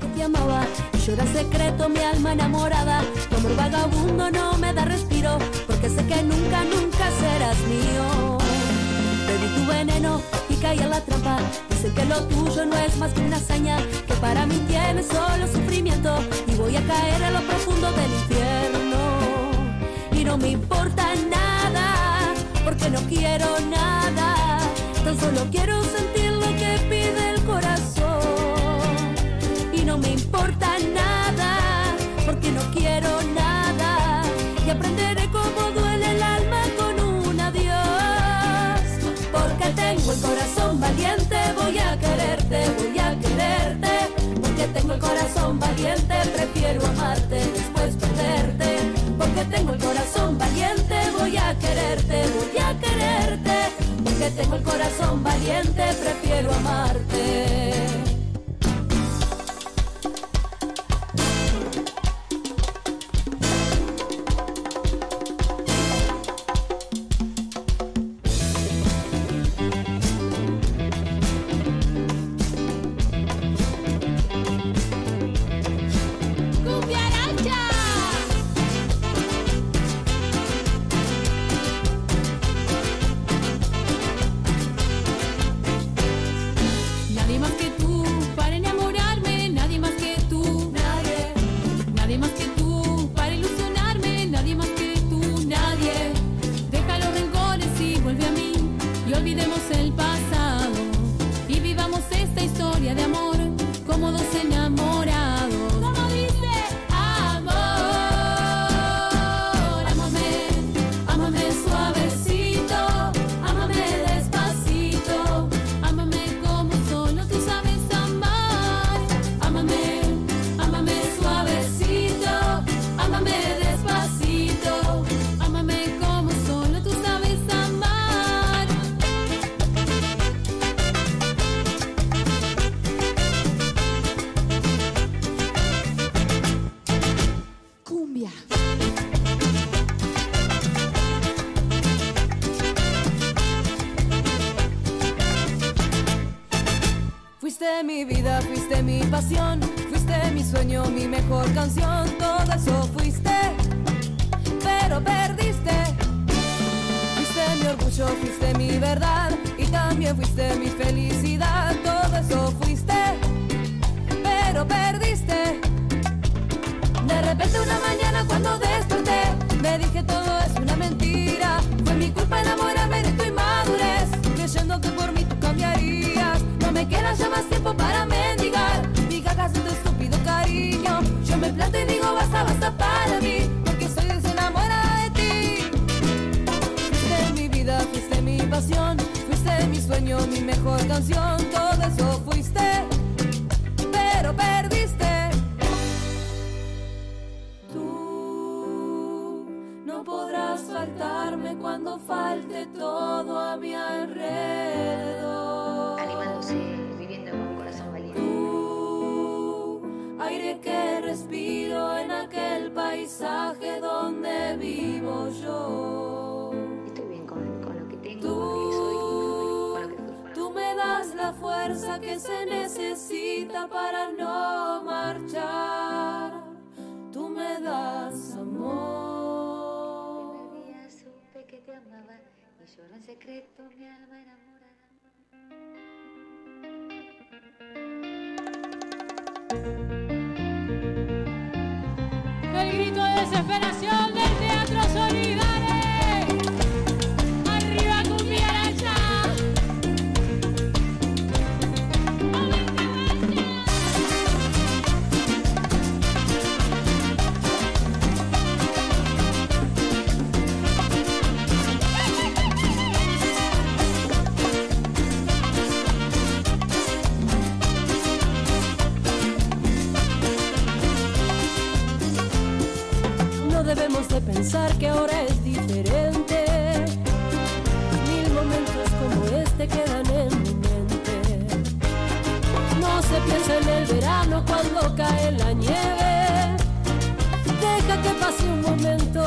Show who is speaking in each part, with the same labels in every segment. Speaker 1: que te amaba. Llora en secreto mi alma enamorada. Tu amor vagabundo no me da respiro, porque sé que nunca, nunca serás mío. Bebí tu veneno y caí en la trampa. Dicen que lo tuyo no es más que una hazaña, que para mí tiene solo sufrimiento. Y voy a caer a lo profundo del infierno. Y no me importa nada, porque no quiero nada. Tan solo quiero sentir lo que pide el corazón. Y no me importa nada, porque no quiero nada. Y aprenderé cómo duele el alma con un adiós. Porque tengo el corazón valiente, voy a quererte, voy a quererte. Porque tengo el corazón valiente, prefiero amarte después perderte. Porque tengo el corazón valiente, voy a quererte, voy a quererte. Porque tengo el corazón valiente, prefiero amarte.
Speaker 2: ¡Cumbia Aracha! Nadie más que tú para enamorarme, nadie más que tú, nadie. Nadie más que tú para ilusionarme, nadie más que tú, nadie. Deja los rencores y vuelve a mí y olvidemos el pasado y vivamos esta historia de amor como dos enamorados. Como dice, amor, amame, amame suavecito, amame despacito, amame como solo tú sabes amar. Amame, amame suavecito, amame despacito, amame como solo tú sabes amar.
Speaker 3: Cumbia. Fuiste mi vida, fuiste mi pasión, fuiste mi sueño, mi mejor canción, todo eso fuiste, pero perdiste. Fuiste mi orgullo, fuiste mi verdad y también fuiste mi felicidad, todo eso fuiste, pero perdiste. De repente una mañana cuando desperté Me dije todo es una mentira Fue mi culpa enamorarme de tu inmadurez Creyendo que por mí tú cambiarías No me queda ya más tiempo para mendigar Mi cagas de tu estúpido cariño Yo me planto y digo basta, basta para mí Porque estoy desenamorada de ti Fuiste mi vida, fuiste mi pasión Fuiste mi sueño, mi mejor canción Todo eso fuiste Pero perdiste Tú no podrás faltarme cuando falte todo a mi alrededor.
Speaker 4: Animándose, viviendo con un corazón valiente.
Speaker 3: Tú, aire que respiro en aquel paisaje donde vivo yo.
Speaker 4: Estoy bien con, con lo que tengo, con lo que soy,
Speaker 3: Tú,
Speaker 4: con lo que fui.
Speaker 3: tú me das la fuerza que se necesita para no marchar. Tú me das amor.
Speaker 4: Primer día supe que te amaba y lloro en secreto mi alma enamorada.
Speaker 2: El grito de desesperación del Teatro Solidares. Arriba cumbia Aracha. Aguante, aguante.
Speaker 3: No debemos de pensar que ahora es diferente. Mil momentos como este quedan en mi mente. No se piensa en el verano cuando cae la nieve. Deja que pase un momento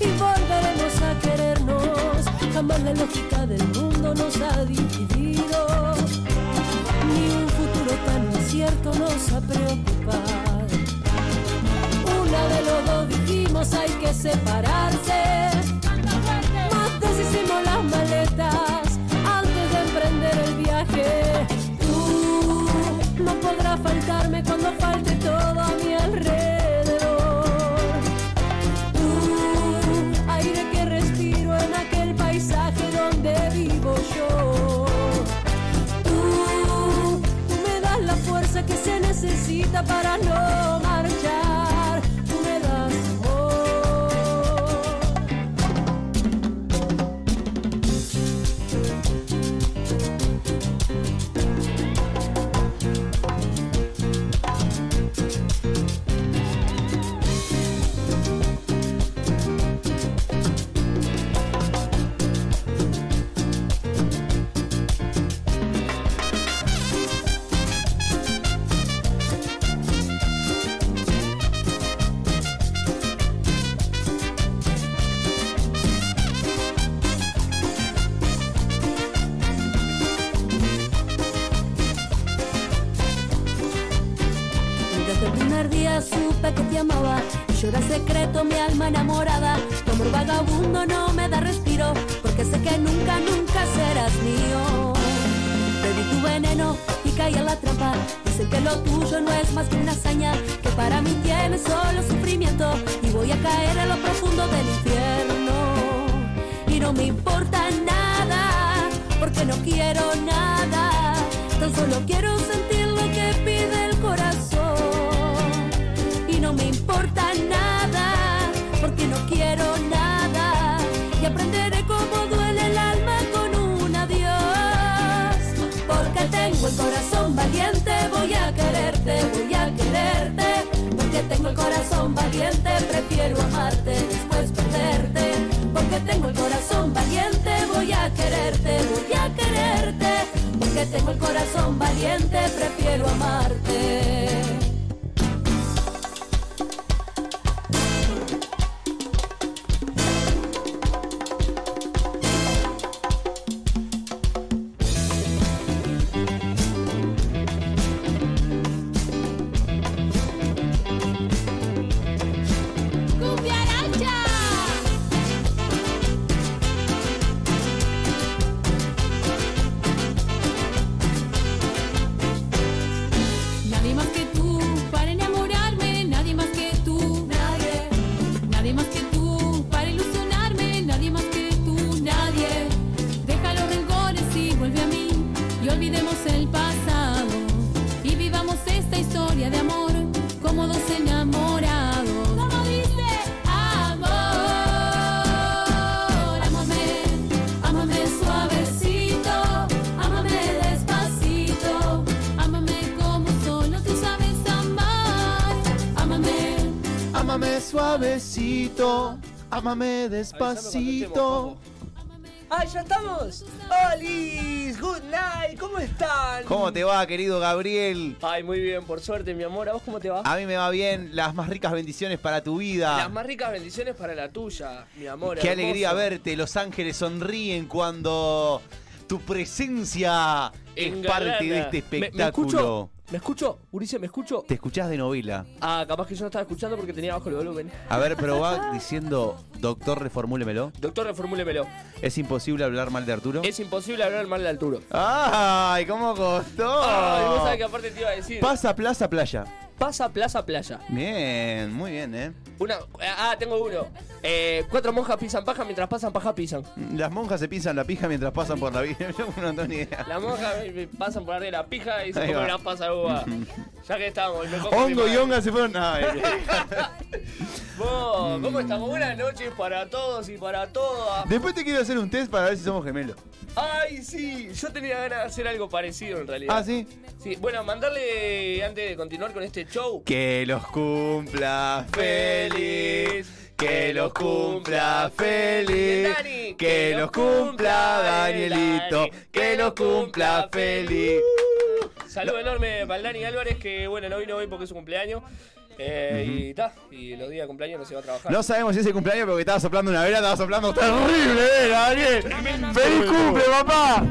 Speaker 3: y volveremos a querernos. Jamás la lógica del mundo nos ha dividido. Ni un futuro tan incierto
Speaker 1: desierto nos a preocupar. Una de los dos dijimos hay que separarse. Más deshicimos las maletas antes de emprender el viaje. Tú no podrás faltarme cuando falte todo a mi alrededor. Tú, aire que respiro en aquel paisaje donde vivo yo tú, tú me das la fuerza que se necesita para no marchar. Tú me das amor. Desde el primer día supe que te amaba y llora en secreto mi alma enamorada. Tu amor vagabundo no me da respiro porque sé que nunca, nunca serás mío. Bebí tu veneno y caí en la trampa. Dicen que lo tuyo no es más que una hazaña, que para mí tiene solo sufrimiento y voy a caer en lo profundo del infierno y no me importa nada, porque no quiero nada, tan solo quiero sentir lo que pide el corazón. Y no me importa nada, porque no quiero nada, y aprenderé cómo duele el alma con un adiós. Porque tengo el corazón valiente, voy a quererte, voy a quererte. Porque tengo el corazón valiente, prefiero amarte, después perderte. Porque tengo el corazón valiente, voy a quererte, voy a quererte. Porque tengo el corazón valiente, prefiero amarte.
Speaker 2: ¡Cupiaracha! Nadie más que tú para enamorarme, nadie más que tú, nadie. Nadie más que tú para ilusionarme, nadie más que tú, nadie. Deja los rencores y vuelve a mí y olvidemos el pasado y vivamos esta historia de amor como dos enamorados. ¿Cómo dice? Amor, amame, amame suavecito, amame despacito, amame como solo tú sabes amar, amame.
Speaker 5: Ámame suavecito, ámame despacito.
Speaker 6: ¡Ah, ya estamos! ¡Olis! ¡Good night! ¿Cómo están?
Speaker 5: ¿Cómo te va, querido Gabriel?
Speaker 6: Ay, muy bien, por suerte, mi amor. ¿A vos cómo te va?
Speaker 5: A mí me va bien, las más ricas bendiciones para tu vida.
Speaker 6: Las más ricas bendiciones para la tuya, mi amor.
Speaker 5: Qué
Speaker 6: hermoso.
Speaker 5: alegría verte, los ángeles sonríen cuando tu presencia es
Speaker 6: Engalana.
Speaker 5: parte de este
Speaker 6: Me-
Speaker 5: espectáculo.
Speaker 6: ¿Me, escucho? ¿Me escucho? Urice, ¿me escucho?
Speaker 5: Te escuchás de novela.
Speaker 6: Ah, capaz que yo no estaba escuchando porque tenía bajo el volumen.
Speaker 5: A ver, probá diciendo, doctor, reformúlemelo.
Speaker 6: Doctor, reformúlemelo.
Speaker 5: ¿Es imposible hablar mal de Arturo?
Speaker 6: Es imposible hablar mal de Arturo.
Speaker 5: ¡Ay, cómo costó!
Speaker 6: Ay, vos sabés que aparte te iba a decir.
Speaker 5: Pasa, plaza, playa.
Speaker 6: Pasa, plaza, playa.
Speaker 5: Bien, muy bien, ¿eh?
Speaker 6: Una. Ah, tengo uno. Eh, cuatro monjas pisan paja mientras pasan paja pisan.
Speaker 5: Las monjas se pisan la pija mientras pasan por la vida. Yo no tengo ni idea.
Speaker 6: Las monjas eh, pasan por arriba de la pija y se
Speaker 5: Ahí
Speaker 6: comen
Speaker 5: va.
Speaker 6: una pasa de uva. ya que estamos, me cojo mi
Speaker 5: Hongo y
Speaker 6: madre.
Speaker 5: honga se fueron. eh, Ay,
Speaker 6: Vos, ¿cómo estamos? Buenas noches para todos y para todas.
Speaker 5: Después te quiero hacer un test para ver si somos gemelos.
Speaker 6: Ay, sí, yo tenía ganas de hacer algo parecido en realidad.
Speaker 5: Ah, sí.
Speaker 6: Sí, bueno, mandarle antes de continuar con este show.
Speaker 5: Que los cumpla feliz. Que los cumpla feliz. Que los cumpla Danielito. Que los cumpla Uh. feliz.
Speaker 6: Saludo enorme para el Dani Álvarez, que bueno, no vino hoy porque es su cumpleaños. Eh, Y ta, y los días de cumpleaños no se va a trabajar.
Speaker 5: No sabemos eh, si es el cumpleaños porque estaba soplando una vela, estaba soplando terrible, ¿eh, Daniel. ¡Feliz cumple, papá!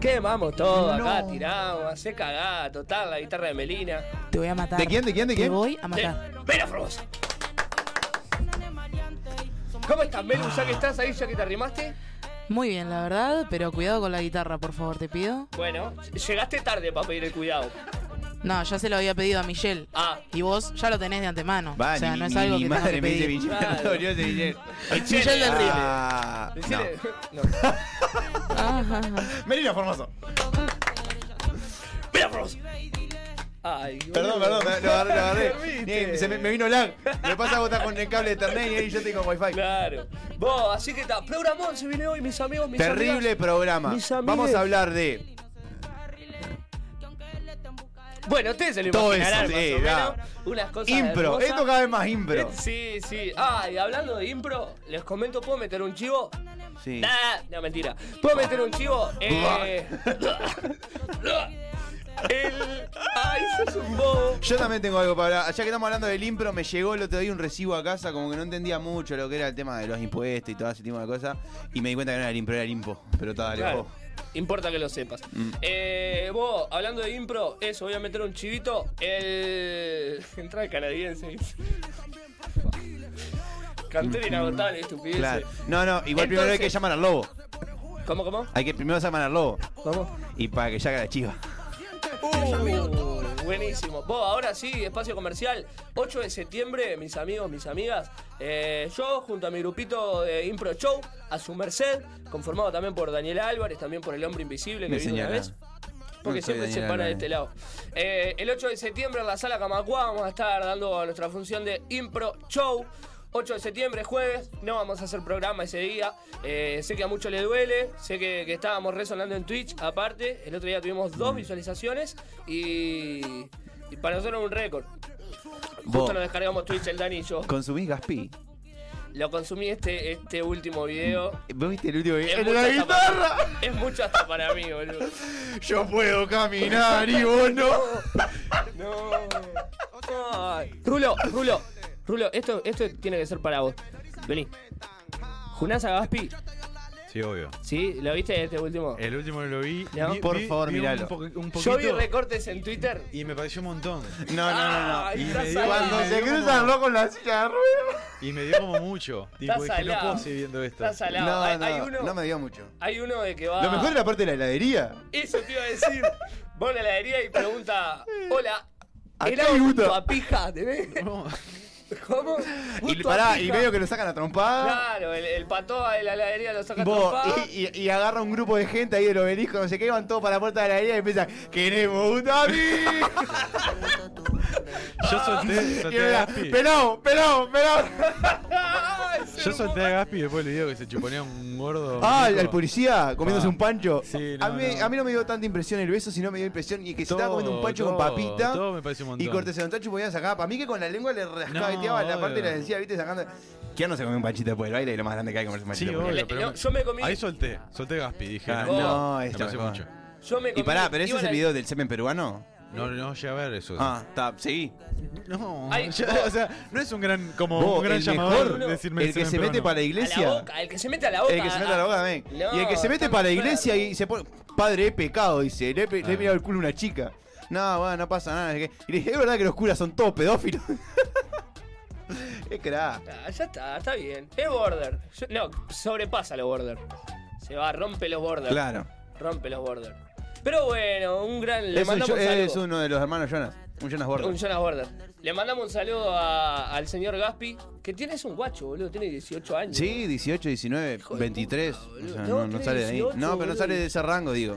Speaker 6: Quemamos todo
Speaker 7: No.
Speaker 6: acá, tiramos, se cagá, total, la guitarra de Melina.
Speaker 7: Te voy a matar.
Speaker 5: ¿De quién, de quién, de quién?
Speaker 7: Te voy a
Speaker 6: Eh,
Speaker 7: matar.
Speaker 6: Mela Formosa. ¿Cómo estás, Melu? Ya que estás ahí, ya que te arrimaste.
Speaker 7: Muy bien, la verdad, pero cuidado con la guitarra, por favor, te pido.
Speaker 6: Bueno, llegaste tarde para pedir el cuidado.
Speaker 7: No, ya se lo había pedido a Michelle.
Speaker 6: Ah.
Speaker 7: Y vos ya lo tenés de antemano.
Speaker 5: Va,
Speaker 7: o sea,
Speaker 5: ni-
Speaker 7: no es
Speaker 5: ni-
Speaker 7: algo
Speaker 5: ni
Speaker 7: que tengas
Speaker 5: madre
Speaker 7: que
Speaker 5: me dice
Speaker 7: pedir.
Speaker 5: Michelle.
Speaker 6: Claro.
Speaker 5: No, yo sé Michelle.
Speaker 7: Michelle del Río.
Speaker 5: Ah,
Speaker 6: Decile-
Speaker 5: no.
Speaker 6: No.
Speaker 7: Ajá, ajá.
Speaker 5: Melina Formoso.
Speaker 6: ¡Mela Formosa! Ay,
Speaker 5: Perdón, perdón, me- lo agarré, lo agarré.
Speaker 6: Dormiste.
Speaker 5: Ni- se me, me vino lag. Me pasa vos estás con el cable de Ethernet y ahí yo tengo wifi.
Speaker 6: Claro. Vos, así que está. Programón se viene hoy, mis amigos, mis
Speaker 5: Terrible
Speaker 6: amigas.
Speaker 5: programa.
Speaker 6: Mis amigues.
Speaker 5: Vamos a hablar de
Speaker 6: Bueno, ustedes se lo
Speaker 5: Todo
Speaker 6: imaginarán
Speaker 5: eso,
Speaker 6: más
Speaker 5: sí,
Speaker 6: o menos.
Speaker 5: da.
Speaker 6: Unas cosas
Speaker 5: impro.
Speaker 6: hermosas.
Speaker 5: Esto cada vez más impro.
Speaker 6: Eh, Sí, sí. Ah, y hablando de impro, les comento, ¿puedo meter un chivo?
Speaker 5: Sí.
Speaker 6: Nah, no, mentira. ¿Puedo meter un chivo? Eh... El... Ay, sos un bobo.
Speaker 5: Yo también tengo algo para hablar. Ya que estamos hablando del impro, me llegó el otro día un recibo a casa, como que no entendía mucho lo que era el tema de los impuestos y todo ese tipo de cosas. Y me di cuenta que no era el impro, era el impo. Pero está, dale,
Speaker 6: Claro,
Speaker 5: vos. Mm.
Speaker 6: Importa que lo sepas. Eh, vos, hablando de impro, eso, voy a meter un chivito. El. Entra el canadiense. Cantera inagotable, estupidez.
Speaker 5: Mm. Claro. No, no, igual primero hay que
Speaker 6: Entonces-
Speaker 5: llamar al lobo.
Speaker 6: ¿Cómo, cómo?
Speaker 5: Hay que primero llamar al lobo.
Speaker 6: ¿Cómo?
Speaker 5: Y para que llegue la chiva.
Speaker 6: Uh, buenísimo. Vos, ahora sí, espacio comercial. 8 de septiembre, mis amigos, mis amigas. Eh, yo, junto a mi grupito de Impro Show, a su merced, conformado también por Daniela Álvarez, también por El Hombre Invisible, que
Speaker 5: Me
Speaker 6: vino una
Speaker 5: señala.
Speaker 6: vez. Porque
Speaker 5: No soy
Speaker 6: siempre se
Speaker 5: Daniel
Speaker 6: para de
Speaker 5: Álvarez.
Speaker 6: este lado. Eh, el 8 de septiembre en la sala Camacua vamos a estar dando nuestra función de Impro Show. 8 de septiembre, jueves, no vamos a hacer programa ese día. Eh, sé que a muchos le duele, sé que, que estábamos resonando en Twitch, aparte. El otro día tuvimos
Speaker 5: Mm.
Speaker 6: dos visualizaciones y, y para nosotros es un récord.
Speaker 5: Vos
Speaker 6: Justo nos descargamos Twitch el Dani y yo.
Speaker 5: consumís Gaspi.
Speaker 6: Lo consumí este, este último video.
Speaker 5: ¿Vos viste el último video?
Speaker 6: Es
Speaker 5: ¡Era
Speaker 6: mucho
Speaker 5: Eh, la
Speaker 6: hasta para-
Speaker 5: guitarra!
Speaker 6: es mucho hasta para mí, boludo.
Speaker 5: Yo puedo caminar y vos no.
Speaker 6: No. Ay. Rulo, Rulo, Rulo, esto, esto tiene que ser para vos. Vení. Junás Agaspi,
Speaker 8: Sí, obvio.
Speaker 6: ¿sí? ¿Lo viste este último?
Speaker 8: El último que lo vi.
Speaker 6: No.
Speaker 8: vi-
Speaker 5: Por
Speaker 8: vi-
Speaker 5: favor,
Speaker 8: vi un
Speaker 5: míralo.
Speaker 8: po- un
Speaker 6: Yo vi
Speaker 8: poquito
Speaker 6: recortes en Twitter.
Speaker 8: Y me pareció un montón.
Speaker 5: No, no, no, no.
Speaker 6: Ay,
Speaker 8: Y
Speaker 6: está
Speaker 8: me dio-
Speaker 6: salado.
Speaker 5: Cuando se
Speaker 8: Ay, Dios,
Speaker 5: cruzan
Speaker 8: no.
Speaker 5: los con la silla de ruedas.
Speaker 8: Y me dio como mucho. Tipo, es que no
Speaker 6: salado.
Speaker 8: puedo seguir viendo esto.
Speaker 6: Está salado. hay, hay
Speaker 5: No,
Speaker 6: uno,
Speaker 5: no, no me dio mucho.
Speaker 6: hay uno de que va.
Speaker 5: Lo mejor era parte de la heladería.
Speaker 6: Eso te iba a decir. Va a la heladería y pregunta: Hola,
Speaker 5: Acá
Speaker 6: ¿era
Speaker 5: hay
Speaker 6: gusto
Speaker 5: gusto.
Speaker 6: a pija? ¿Tenés?
Speaker 8: No.
Speaker 6: ¿Cómo?
Speaker 5: Y
Speaker 6: Gusto a
Speaker 5: pará, y
Speaker 6: pija.
Speaker 5: veo que lo sacan a trompada.
Speaker 6: Claro, el, el patoa de la heladería lo saca
Speaker 5: Vos,
Speaker 6: trompada.
Speaker 5: y, y- y agarra un grupo de gente ahí del obelisco, no sé qué, van todos para la puerta de la heladería y empiezan, ¡Queremos un mí!
Speaker 8: Yo solté,
Speaker 5: Y
Speaker 8: solté a
Speaker 5: era,
Speaker 8: Gaspi.
Speaker 5: pelao, pelao, pelao.
Speaker 6: ¡Ay, es
Speaker 8: Yo solté a Gaspi después del video que se chuponea un gordo.
Speaker 5: Ah,
Speaker 8: mico.
Speaker 5: el policía comiéndose
Speaker 8: Ah.
Speaker 5: un pancho.
Speaker 8: Sí,
Speaker 5: a,
Speaker 8: no,
Speaker 5: mí,
Speaker 8: no.
Speaker 5: a mí no me dio tanta impresión el beso, sino me dio impresión y que se estaba
Speaker 8: Todo,
Speaker 5: comiendo un pancho con
Speaker 8: todo,
Speaker 5: papita.
Speaker 8: todo me parece un montón.
Speaker 5: Y cortese un tacho podía sacar. Para mí que con la lengua le rascaba y
Speaker 8: No,
Speaker 5: te daba la parte y
Speaker 8: obvio.
Speaker 5: la decía, viste, sacando. ¿Quién no se comió un panchito después del baile? Y lo más grande que hay es comerse un
Speaker 8: Sí,
Speaker 5: panchito. después del
Speaker 8: obvio, pero
Speaker 6: Yo- yo me comí-
Speaker 8: Ahí solté, solté a Gaspi, dije.
Speaker 5: Ah, no,
Speaker 8: me
Speaker 5: esto
Speaker 8: pareció
Speaker 5: mejor.
Speaker 8: mucho.
Speaker 6: Yo me
Speaker 5: baile. Y pará, pero ese
Speaker 6: iba
Speaker 5: es el
Speaker 6: a la-
Speaker 5: video del semen peruano.
Speaker 8: No, no llegué a ver eso.
Speaker 5: Ah, está, seguí.
Speaker 8: No,
Speaker 6: Ay,
Speaker 8: ya-
Speaker 6: vos-
Speaker 8: o sea, no es un gran, como
Speaker 5: Vos,
Speaker 8: un gran
Speaker 5: el
Speaker 8: llamador
Speaker 5: mejor,
Speaker 8: decirme
Speaker 5: el que se
Speaker 8: me
Speaker 5: mete
Speaker 8: enferma.
Speaker 5: para la
Speaker 6: A la
Speaker 5: iglesia.
Speaker 6: boca, el que se mete a la boca.
Speaker 5: El que se mete a la boca también.
Speaker 6: No,
Speaker 5: y el que se mete
Speaker 6: está
Speaker 5: para la
Speaker 6: enfermo.
Speaker 5: iglesia y se pone. Padre, he pecado, dice. Le he, pe- le he mirado el culo a una chica. No, bueno, no pasa nada. es que- Y le dije, es verdad que los curas son todos pedófilos. es crack.
Speaker 6: Ah, ya está, está bien. Es border. Yo- no, sobrepasa los border. Se va, rompe los border.
Speaker 5: Claro.
Speaker 6: Rompe los border. Pero bueno, un gran. Le
Speaker 5: Es, un-
Speaker 6: mandamos un,
Speaker 5: es
Speaker 6: saludo.
Speaker 5: uno de los hermanos Jonas. Un Jonas Borda.
Speaker 6: Un Jonas Border. Le mandamos un saludo a- al señor Gaspi, que tiene es un guacho, boludo. Tiene 18 años.
Speaker 5: Sí, 18, 19,
Speaker 6: de
Speaker 5: 23.
Speaker 6: puta,
Speaker 5: o
Speaker 6: boludo.
Speaker 5: sea,
Speaker 6: No,
Speaker 5: no, no
Speaker 6: tiene
Speaker 5: sale de ahí.
Speaker 6: 18,
Speaker 5: No, pero no
Speaker 6: boludo.
Speaker 5: sale de ese rango, digo.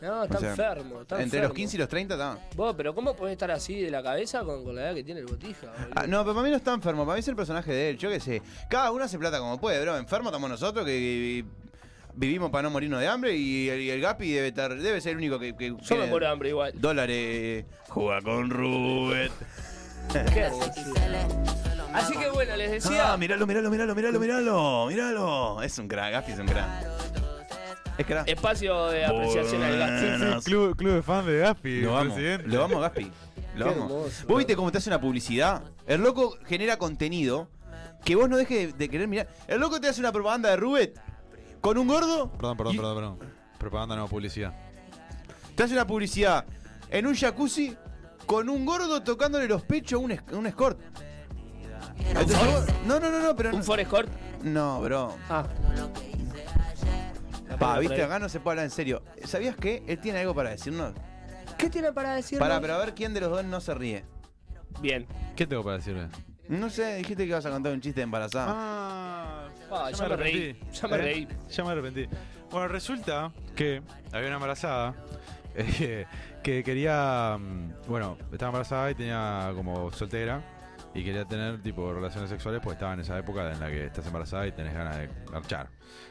Speaker 6: No,
Speaker 5: O
Speaker 6: está
Speaker 5: sea,
Speaker 6: enfermo. Está
Speaker 5: Entre
Speaker 6: enfermo.
Speaker 5: los 15 y los 30 está.
Speaker 6: Vos, pero ¿cómo podés estar así de la cabeza con, con la edad que tiene el botija? boludo?
Speaker 5: Ah, no, pero para mí no está enfermo, para mí es el personaje de él, yo qué sé. Cada uno hace plata como puede, bro. Enfermo estamos nosotros que, que vivimos para no morirnos de hambre y el, y el Gapi debe estar, debe ser el único que, que
Speaker 6: Yo me
Speaker 5: tiene
Speaker 6: muero de hambre igual.
Speaker 5: dólares. Juega con Rubén.
Speaker 6: Qué hermosura. Así que bueno, les decía.
Speaker 5: Ah, miralo, miralo, miralo, miralo, miralo, miralo. Es un crack, Gapi es un crack. Es crack.
Speaker 6: Espacio de apreciación al gasto.
Speaker 5: Buenas.
Speaker 8: Club, club de fans de Gaspi,
Speaker 5: Lo vamos,
Speaker 8: presidente.
Speaker 5: lo vamos, Gaspi. Lo
Speaker 6: Qué
Speaker 5: vamos.
Speaker 6: hermoso,
Speaker 5: vos viste cómo te hace una publicidad. El loco genera contenido que vos no dejes de, de querer mirar. El loco te hace una propaganda de Rubet con un gordo.
Speaker 8: Perdón, perdón,
Speaker 5: y-
Speaker 8: perdón, perdón. Propaganda no, publicidad.
Speaker 5: Te hace una publicidad en un jacuzzi con un gordo tocándole los pechos a un, esc- un escort. Entonces, vos- no, no, no, no, pero. no-
Speaker 6: ¿Un Forest Court?
Speaker 5: No, bro.
Speaker 6: Ah.
Speaker 5: Pa, viste, acá no se puede hablar en serio. ¿Sabías que él tiene algo para decirnos?
Speaker 6: ¿Qué tiene para decir?
Speaker 5: Para, pero a ver quién de los dos no se ríe.
Speaker 6: Bien.
Speaker 8: ¿Qué tengo para decirle?
Speaker 5: No sé, dijiste que ibas a contar un chiste embarazado.
Speaker 8: Ah,
Speaker 6: Ah, ya me reí. Ya me
Speaker 8: ¿Eh?
Speaker 6: reí.
Speaker 8: Ya me arrepentí. Bueno, resulta que había una embarazada eh, que quería. mm, Bueno, estaba embarazada y tenía como soltera. Y quería tener tipo relaciones sexuales porque estaba en esa época en la que estás embarazada y tenés ganas de marchar.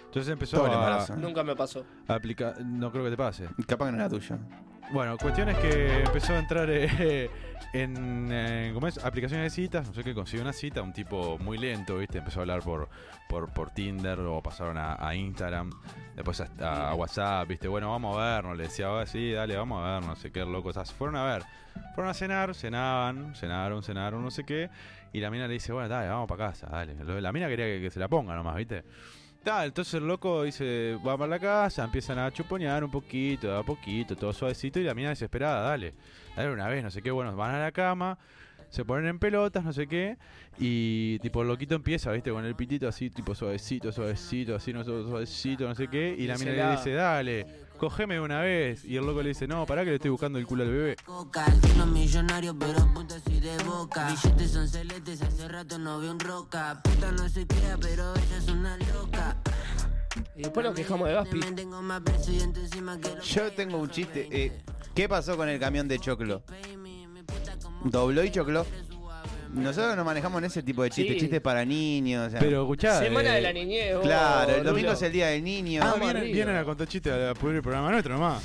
Speaker 8: Entonces empezó
Speaker 5: Todo el
Speaker 8: a,
Speaker 5: embarazo.
Speaker 6: Nunca me pasó.
Speaker 8: a aplicar. No creo que te pase.
Speaker 5: Capaz que no era tuyo.
Speaker 8: Bueno, cuestión es que empezó a entrar eh, en, eh, ¿cómo es? aplicaciones de citas. No sé qué consiguió una cita, un tipo muy lento, ¿viste? Empezó a hablar por, por, por Tinder, luego pasaron a, a Instagram, después hasta a WhatsApp, ¿viste? Bueno, vamos a vernos. Le decía, "Ah, sí, dale, vamos a ver, no sé qué, loco. O sea, se fueron a ver, fueron a cenar, cenaban, cenaron, cenaron, no sé qué. Y la mina le dice, bueno, dale, vamos para casa, dale. Lo- La mina quería que, que se la ponga nomás, ¿viste? Tal, entonces el loco dice, va para la casa, empiezan a chuponear un poquito, de a poquito, todo suavecito, y la mina desesperada, dale, dale una vez, no sé qué, bueno, van a la cama, se ponen en pelotas, no sé qué, y tipo el loquito empieza, viste, con el pitito así, tipo suavecito, suavecito, así, no, suavecito, no sé qué, y la mina le
Speaker 6: Dísela.
Speaker 8: dice, dale, cogeme una vez, y el loco le dice, no, pará que le estoy buscando el culo al bebé.
Speaker 9: coca. El chino millonario, pero puta soy de boca. Billetes son celetes, hace rato no veo un roca. Puta no se crea, pero ella es una loca.
Speaker 6: Y después nos quejamos de Gaspi.
Speaker 9: Me tengo más peso y encima que lo
Speaker 5: Yo tengo un chiste. eh, ¿Qué pasó con el camión de Choclo? ¿Dobló y Choclo? Nosotros nos manejamos en ese tipo de chistes,
Speaker 6: Sí.
Speaker 5: chistes para niños. o sea.
Speaker 8: Pero escuchá,
Speaker 6: Semana
Speaker 8: eh,
Speaker 6: de la niñez. vos,
Speaker 5: Claro, el
Speaker 6: Rulo.
Speaker 5: domingo es el día del niño.
Speaker 8: Ah,
Speaker 6: Vamos
Speaker 8: vienen,
Speaker 6: arriba.
Speaker 8: vienen a contar chistes a pudrir el programa nuestro nomás.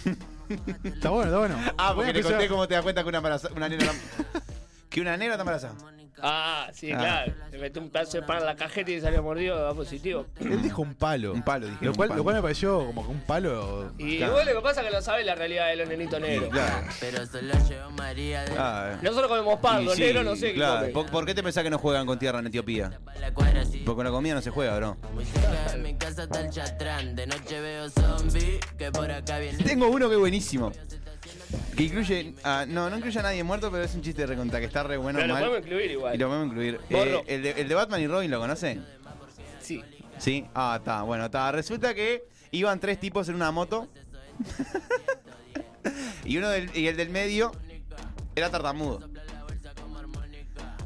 Speaker 8: está bueno, está bueno.
Speaker 5: Ah,
Speaker 8: Voy a
Speaker 5: porque le
Speaker 8: empezar-
Speaker 5: conté cómo te das cuenta que una, embaraza- una nena está- que una nena está embarazada.
Speaker 6: Ah, sí,
Speaker 5: Ah.
Speaker 6: claro. Le metí un pedazo de pan en la cajeta y salió mordido, da positivo.
Speaker 8: Él dijo un palo.
Speaker 5: Un palo, dije,
Speaker 8: Lo
Speaker 5: un
Speaker 8: cual,
Speaker 5: palo.
Speaker 8: lo cual me pareció como que un palo.
Speaker 6: Y
Speaker 5: Claro.
Speaker 6: vos lo que pasa es que no sabés la realidad de los nenitos negros.
Speaker 5: Claro.
Speaker 9: Pero solo llevo María de
Speaker 5: Ah, eh.
Speaker 6: Nosotros comemos pan,
Speaker 5: Y
Speaker 6: los
Speaker 5: sí,
Speaker 6: negros no sé
Speaker 5: claro.
Speaker 6: qué comen.
Speaker 5: ¿Por, por qué te pensás que no juegan con tierra en Etiopía?
Speaker 9: pa' la cuadra así.
Speaker 5: Porque con la comida no se juega, bro.
Speaker 9: Muy cerca de mi casa está el chatrán. De noche veo zombie que por acá viene.
Speaker 5: Tengo uno que es buenísimo. Que incluye. ah, no, no incluye a nadie muerto, pero es un chiste de reconta que está re bueno.
Speaker 6: Pero lo
Speaker 5: mal.
Speaker 6: podemos incluir igual.
Speaker 5: Y lo podemos incluir.
Speaker 6: Borro.
Speaker 5: Eh, el, de, el de Batman y Robin, ¿lo conocen?
Speaker 6: Sí.
Speaker 5: Sí. Ah, está. Bueno, está. Resulta que iban tres tipos en una moto. y uno del, y el del medio era tartamudo.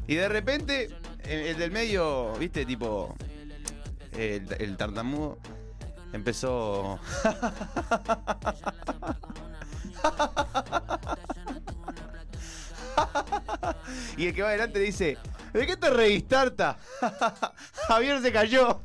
Speaker 5: Y de repente, el, el del medio, viste, tipo. El, el tartamudo empezó. y el que va adelante le dice: ¿De qué te reís, tarta? Javier se cayó.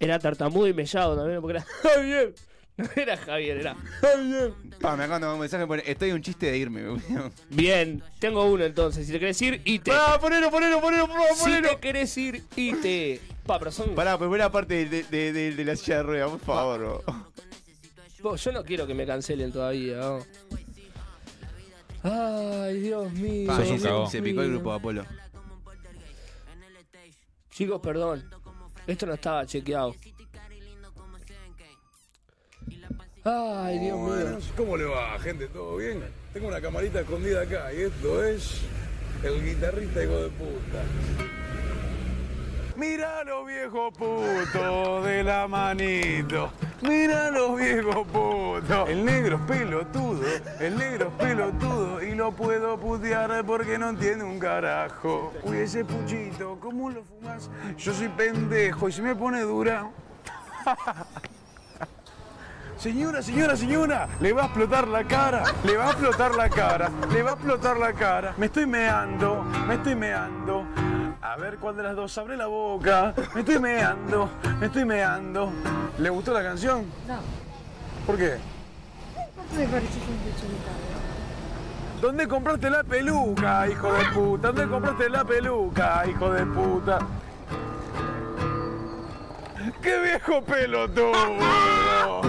Speaker 6: Era tartamudo y mellado también, porque era Javier. No era Javier, era Javier.
Speaker 5: Pa, me acuerdo un mensaje pone, estoy un chiste de irme. boludo".
Speaker 6: Bien, tengo uno entonces. Si te querés ir, IT.
Speaker 5: Pará, ponelo, ponelo, ponelo, por favor,
Speaker 6: Si
Speaker 5: ponelo.
Speaker 6: te querés ir, IT. Pa, pero son.
Speaker 5: Pará, pero buena parte de, de- de- de la silla de ruedas, por favor. bro.
Speaker 6: Vos, yo no quiero que me cancelen todavía. ¿no? Ay, Dios mío.
Speaker 5: Pa,
Speaker 8: Sos un
Speaker 6: Dios
Speaker 8: cagón.
Speaker 5: se picó el
Speaker 6: mío.
Speaker 5: grupo de Apolo.
Speaker 6: Chicos, perdón. Esto no estaba chequeado. Ay, Dios mío.
Speaker 10: ¿Cómo le va, gente? ¿Todo bien? Tengo una camarita escondida acá y esto es el guitarrista hijo de puta. Mirá los viejos putos de la manito. Mirá los viejos putos. El negro es pelotudo, el negro es pelotudo y lo puedo putear porque no entiende un carajo. Uy, ese puchito, ¿cómo lo fumas? Yo soy pendejo y si me pone dura, Señora, señora, señora, le va a explotar la cara, le va a explotar la cara, le va a explotar la cara. Me estoy meando, me estoy meando. A ver cuál de las dos abre la boca. Me estoy meando, me estoy meando. ¿Le gustó la canción? No. ¿Por qué? ¿Dónde compraste la peluca, hijo de puta? ¿Dónde compraste la peluca, hijo de puta? ¡Qué viejo pelotudo!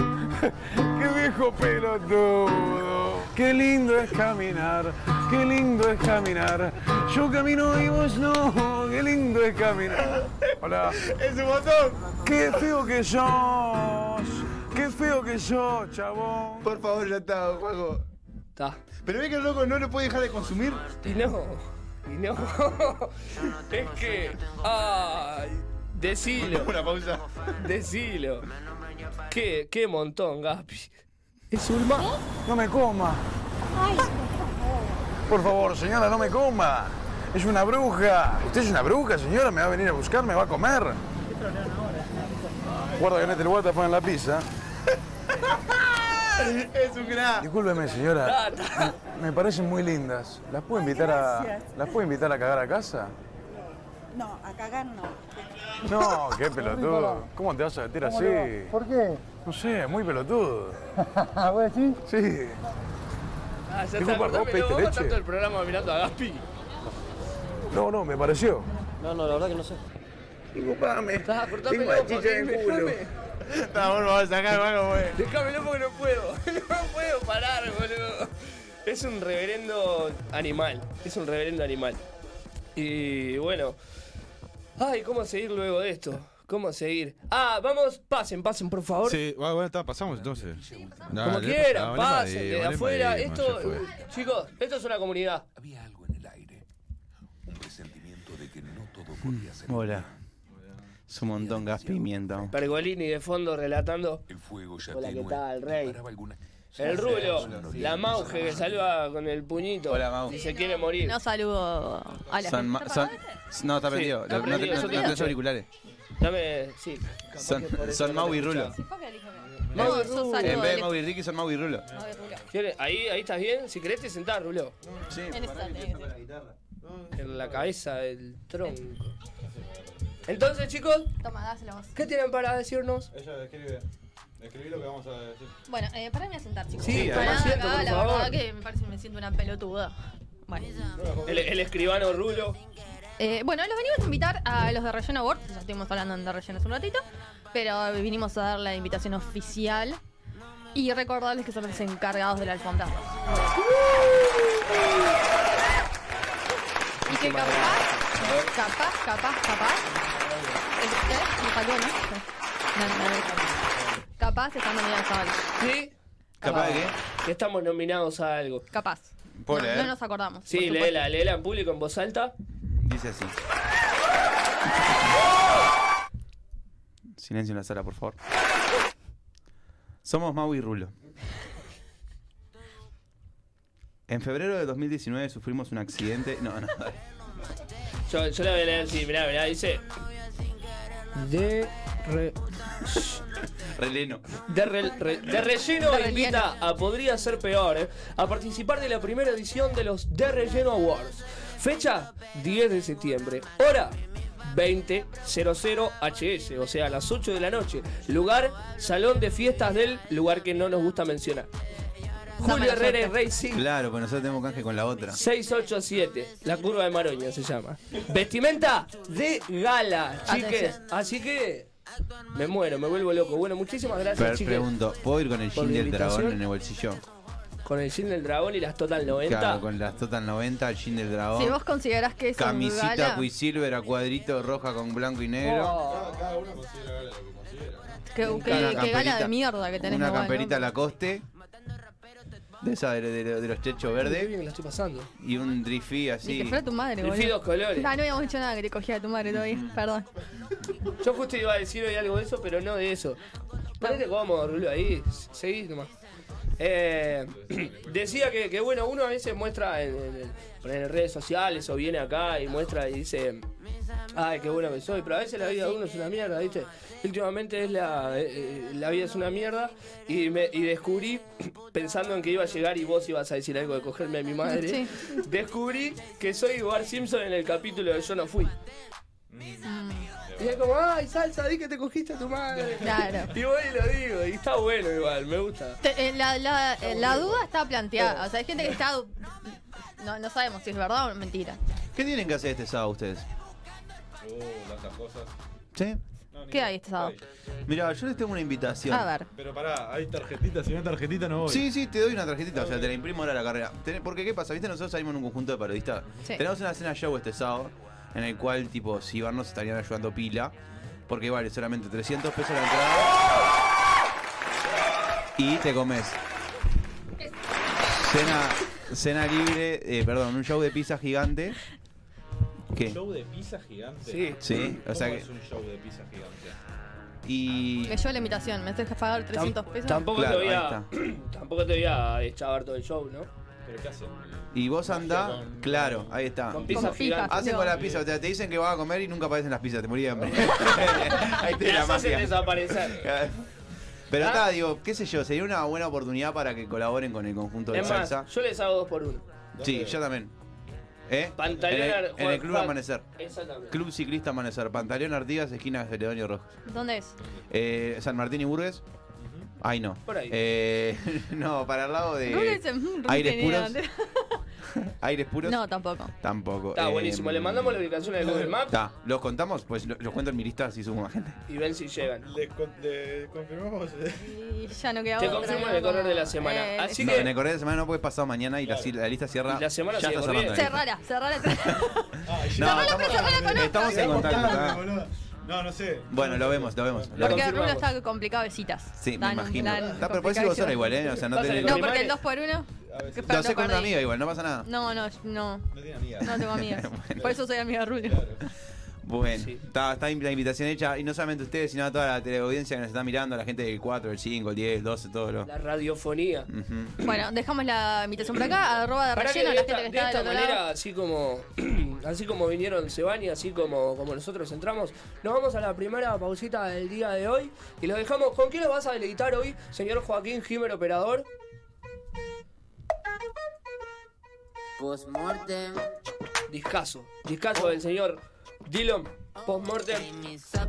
Speaker 10: ¡Qué viejo pelotudo! ¡Qué lindo es caminar! ¡Qué lindo es caminar! Yo camino y vos no. ¡Qué lindo es caminar! Hola. ¡Es un botón! ¡Qué feo que sos! ¡Qué feo que yo, chabón.
Speaker 5: Por favor, ya está, juego.
Speaker 6: Está.
Speaker 5: Pero ve que el loco no lo puede dejar de consumir.
Speaker 6: Y no, y no. es que. ¡Ay! Decilo.
Speaker 5: Una pausa.
Speaker 6: Decilo. Qué, qué montón, Gapi. Es un
Speaker 10: No me coma. Ah. Por favor, señora, no me coma. Es una bruja. Usted es una bruja, señora. Me va a venir a buscar, me va a comer. Guarda que no te lo voy a tapar en la pizza.
Speaker 5: es un gran.
Speaker 10: Discúlpeme,
Speaker 6: Ah,
Speaker 10: señora. Me parecen muy lindas. ¿Las puedo invitar a.
Speaker 11: gracias.
Speaker 10: ¿Las puedo invitar a cagar a casa?
Speaker 11: No, a cagar no.
Speaker 10: No, qué pelotudo. ¿Cómo te vas a meter
Speaker 11: ¿Cómo
Speaker 10: así?
Speaker 11: le va? ¿Por qué?
Speaker 10: No sé, muy pelotudo.
Speaker 11: ¿Vos decís?
Speaker 10: Sí.
Speaker 6: Ah, ya está,
Speaker 10: Disculpa, ¿vos
Speaker 6: cortame,
Speaker 10: pediste
Speaker 6: no vamos
Speaker 10: leche?
Speaker 6: tanto el programa mirando a Gaspi.
Speaker 10: No, no, me pareció.
Speaker 12: No, no, la verdad que no sé.
Speaker 10: Disculpame.
Speaker 6: Está, cortámelo,
Speaker 10: Tengo la chicha en el culo.
Speaker 5: Vamos, vamos a sacar, vamos, güey.
Speaker 6: Déjamelo porque no puedo. No puedo parar, boludo. Es un reverendo animal. Es un reverendo animal. Y bueno. Ay, ¿cómo seguir luego de esto? ¿Cómo seguir? Ah, vamos, pasen, pasen, por favor.
Speaker 8: Sí, ah, bueno, está, pasamos entonces.
Speaker 6: Como quieran, pasen, desde afuera. esto, chicos, esto es una comunidad.
Speaker 5: Hola. Es un montón gas pimienta.
Speaker 6: Pergolini de fondo relatando. Hola, ¿qué tal, rey? El rulo, la mauge que salva con el puñito.
Speaker 5: Hola, Mau.
Speaker 6: Y se quiere morir.
Speaker 13: No saludo a la
Speaker 5: San Ma-
Speaker 13: gente.
Speaker 5: San- no, está
Speaker 6: Sí,
Speaker 5: prendido. No,
Speaker 6: está
Speaker 5: no te-
Speaker 6: prendido,
Speaker 5: no-
Speaker 6: yo
Speaker 5: no
Speaker 6: te
Speaker 5: tenés
Speaker 6: escucho.
Speaker 5: auriculares.
Speaker 6: Dame, sí. capaz
Speaker 5: Son,
Speaker 6: que por eso
Speaker 5: son
Speaker 6: no
Speaker 5: Mau
Speaker 6: te
Speaker 5: y Rulo.
Speaker 6: escuchaba.
Speaker 13: No,
Speaker 6: Mau y
Speaker 13: yo
Speaker 6: Rulo.
Speaker 13: saludo
Speaker 5: En vez de
Speaker 13: directo.
Speaker 5: Mau y Ricky son Mau y Rulo.
Speaker 6: ¿Quieres? Ahí, ahí estás bien. Si querés te sentás, Rulo.
Speaker 5: Sí,
Speaker 13: En esta negra.
Speaker 6: En la cabeza del tronco. Entonces, chicos,
Speaker 13: Toma, dáselo vos.
Speaker 6: ¿qué tienen para decirnos?
Speaker 8: Ella describe. Describí lo que vamos a decir.
Speaker 13: Bueno, eh, para mí a sentar, chicos.
Speaker 6: Sí,
Speaker 13: Pará,
Speaker 6: además siento,
Speaker 13: acá,
Speaker 6: por
Speaker 13: la
Speaker 6: favor.
Speaker 13: verdad que me parece me siento una pelotuda. Bueno.
Speaker 6: El, el escribano Rulo.
Speaker 13: Eh, bueno, los venimos a invitar a los de Relleno Board, ya estuvimos hablando de Relleno hace un ratito, pero vinimos a dar la invitación oficial y recordarles que son los encargados de la alfombra roja. Y que capaz, capaz, capaz, capaz, este, me faltó, ¿no? No, no, no, no. capaz están nominados a algo.
Speaker 6: ¿Sí?
Speaker 5: Capaz de
Speaker 6: Que estamos nominados a algo.
Speaker 13: Capaz.
Speaker 5: Por
Speaker 13: No,
Speaker 5: leer.
Speaker 13: no nos acordamos. por
Speaker 6: Sí,
Speaker 13: supuesto.
Speaker 6: léela, léela en público en voz alta.
Speaker 5: Dice así. Silencio en la sala, por favor. Somos Mau y Rulo. En febrero de 2019 sufrimos un accidente. No, no. dale.
Speaker 6: Yo, yo la voy a leer así, mirá, mirá, dice. De re-
Speaker 5: Releno.
Speaker 6: De, re- re- de relleno invita a Podría Ser Peor eh, a participar de la primera edición de los De Relleno Awards. Fecha 10 de septiembre. Hora 20.00 HS, o sea, a las 8 de la noche. Lugar, salón de fiestas del lugar que no nos gusta mencionar. Julio Herrera y Racing
Speaker 5: Claro, pues nosotros tenemos canje con la otra.
Speaker 6: 687, la curva de Maroña se llama. Vestimenta de gala, chiques.
Speaker 13: Atención.
Speaker 6: Así que me muero, me vuelvo loco. Bueno, muchísimas gracias,
Speaker 5: Per-
Speaker 6: chiques.
Speaker 5: pregunto, ¿puedo ir con el
Speaker 6: Por
Speaker 5: jean del
Speaker 6: invitación.
Speaker 5: dragón en el bolsillo?
Speaker 6: Con el jean del dragón y las Total 90.
Speaker 5: Claro, con las Total 90, el jean del dragón.
Speaker 13: Si vos considerás que es un
Speaker 5: Camisita
Speaker 13: gala,
Speaker 5: Quicksilver a cuadrito roja con blanco y negro.
Speaker 6: Oh,
Speaker 13: que, que-
Speaker 5: Una
Speaker 13: que gala de
Speaker 5: camperita-
Speaker 13: mierda que tenés.
Speaker 5: Una
Speaker 13: Nahuel, ¿no?
Speaker 5: camperita Lacoste. De esa de, de- de los chechos
Speaker 6: qué
Speaker 5: verdes.
Speaker 6: bien que la estoy pasando.
Speaker 5: Y un drifi
Speaker 13: Ni que
Speaker 5: así.
Speaker 13: fuera tu madre, boludo.
Speaker 6: Prefiero dos colores.
Speaker 13: Ah, no habíamos dicho nada que te cogía de tu madre
Speaker 5: Mm.
Speaker 13: todavía. Perdón.
Speaker 6: Yo justo iba a decir hoy algo de eso, pero no de eso. Ponete cómodo, Rulo, ahí. Seguí nomás. Eh, decía que, que, bueno, uno a veces muestra en, en- en- en redes sociales o viene acá y muestra y dice, ay, qué bueno que soy, pero a veces la vida de uno es una mierda, ¿viste? Últimamente es la, eh, eh, la vida es una mierda y, me, y descubrí, pensando en que iba a llegar y vos ibas a decir algo de cogerme a mi madre,
Speaker 13: Sí.
Speaker 6: descubrí que soy Bart Simpson en el capítulo de Yo no fui.
Speaker 11: Mm.
Speaker 6: Y es como, ay, salsa, di que te cogiste a tu madre.
Speaker 13: Claro.
Speaker 6: Y voy y lo digo, y está bueno igual, me gusta.
Speaker 13: Te- eh, la, la- eh, la duda está planteada. O sea, hay gente que está. No, no sabemos si es verdad o mentira.
Speaker 5: ¿Qué tienen que hacer este sábado ustedes?
Speaker 8: Uh, tantas cosas.
Speaker 5: ¿Sí?
Speaker 13: ¿Qué hay este sábado?
Speaker 5: Mira, yo les tengo una invitación.
Speaker 13: A ver.
Speaker 8: Pero pará, hay tarjetita, si no hay tarjetita no voy.
Speaker 5: Sí, sí, te doy una tarjetita, o sea, te la imprimo ahora a la carrera. Tené- Porque, ¿qué pasa? ¿Viste? Nosotros salimos en un conjunto de parodistas.
Speaker 13: Sí.
Speaker 5: Tenemos una cena show este sábado, en el cual, tipo, si van, nos estarían ayudando pila, porque vale solamente 300 pesos la entrada. y te comes. Cena, cena libre, eh, perdón, un show de pizza gigante. ¿Qué?
Speaker 12: ¿Show de pizza gigante?
Speaker 5: Sí. Sí, o
Speaker 12: ¿Cómo
Speaker 5: sea que-
Speaker 12: es un show de pizza gigante?
Speaker 5: Y.
Speaker 13: Me llevo la invitación, me dejas pagar 300 pesos.
Speaker 6: Tampoco,
Speaker 5: Claro,
Speaker 6: te voy a,
Speaker 5: ahí
Speaker 6: tampoco te voy a chavar todo el show, ¿no?
Speaker 12: ¿Pero qué hacen?
Speaker 5: Y vos andás, claro, ahí está.
Speaker 6: con pizza Con gigante. pizzas,
Speaker 5: Hacen
Speaker 6: no.
Speaker 5: con la pizza, o sea, te dicen que vas a comer y nunca aparecen las pizzas, te morí de hambre. ahí te
Speaker 6: Te
Speaker 5: la
Speaker 6: las hacen
Speaker 5: magia.
Speaker 6: desaparecer. Ah.
Speaker 5: Pero está, digo, qué sé yo, sería una buena oportunidad para que colaboren con el conjunto de
Speaker 6: Es más,
Speaker 5: salsa.
Speaker 6: yo les hago dos por uno.
Speaker 5: Sí, yo también. ¿Eh?
Speaker 6: Pantaleón
Speaker 5: en el,
Speaker 6: Ar-
Speaker 5: en
Speaker 6: Juan-
Speaker 5: el Club
Speaker 6: Juan-
Speaker 5: Amanecer.
Speaker 6: Exactamente.
Speaker 5: Club Ciclista Amanecer. Pantaleón Artigas, esquina Celedonio Rojo.
Speaker 13: ¿Dónde es?
Speaker 5: Eh, San Martín y Burgues. Ay, no.
Speaker 13: Por ahí.
Speaker 5: Eh, no, para el lado de.
Speaker 13: No le dicen, mm,
Speaker 5: Aires puros.
Speaker 13: regenerante.
Speaker 5: Aires puros.
Speaker 13: No, tampoco.
Speaker 5: Tampoco.
Speaker 6: Está
Speaker 5: Eh,
Speaker 6: buenísimo. Le mandamos las ubicaciones de Google Maps
Speaker 5: Está. ¿Los contamos? Pues lo- los cuento en mi lista así sumo más gente.
Speaker 6: y ven si llegan.
Speaker 12: Le, confirmamos. eh.
Speaker 13: Y ya no queda
Speaker 6: Te
Speaker 13: otra,
Speaker 6: confirmo
Speaker 13: ¿no?
Speaker 6: en el correr de la semana.
Speaker 13: Eh,
Speaker 6: Así
Speaker 5: No,
Speaker 6: que-
Speaker 5: en el correo de semana no puedes pasar mañana y la si- la, lista cierra.
Speaker 6: Y la semana
Speaker 5: ya
Speaker 6: sigue
Speaker 5: está cerrando. la lista.
Speaker 13: Cerrala, cerrala.
Speaker 5: No,
Speaker 13: Cerrala,
Speaker 5: estamos-
Speaker 13: pero cerrala con
Speaker 5: estamos
Speaker 13: otra.
Speaker 5: en contacto. ¿eh? ¿verdad?
Speaker 12: No, no sé.
Speaker 5: Bueno, lo vemos, lo vemos. lo
Speaker 13: Porque el
Speaker 5: vemos.
Speaker 13: Rulo está complicado de citas.
Speaker 5: Sí, me
Speaker 13: Dan-
Speaker 5: imagino.
Speaker 13: dan
Speaker 5: Está, pero podés ir vos sola igual, ¿eh? O sea, no tenés.
Speaker 13: No, porque el 2 por 1
Speaker 5: Lo haces con una amiga igual, no pasa nada.
Speaker 13: No, no, no. No
Speaker 12: tiene amigas.
Speaker 13: No tengo amigas.
Speaker 5: Bueno.
Speaker 13: Por eso soy amiga de Rulo.
Speaker 5: Bueno, está, está la invitación hecha. Y no solamente ustedes, sino a toda la teleaudiencia que nos está mirando, la gente del 4, el 5, el 10, el 12, todo lo.
Speaker 6: La radiofonía.
Speaker 5: Ujú.
Speaker 13: Bueno, dejamos la invitación por acá, arroba de
Speaker 6: Para que
Speaker 13: relleno,
Speaker 6: de
Speaker 13: la
Speaker 6: esta,
Speaker 13: gente que
Speaker 6: de
Speaker 13: está
Speaker 6: esta
Speaker 13: del otro
Speaker 6: manera,
Speaker 13: lado.
Speaker 6: así como así como vinieron Sebani, así como, como nosotros entramos, nos vamos a la primera pausita del día de hoy y los dejamos. ¿Con qué nos vas a deleitar hoy, señor Joaquín Jiménez Operador?
Speaker 9: Postmortem.
Speaker 6: Discaso, discaso del señor Dillon. Postmortem.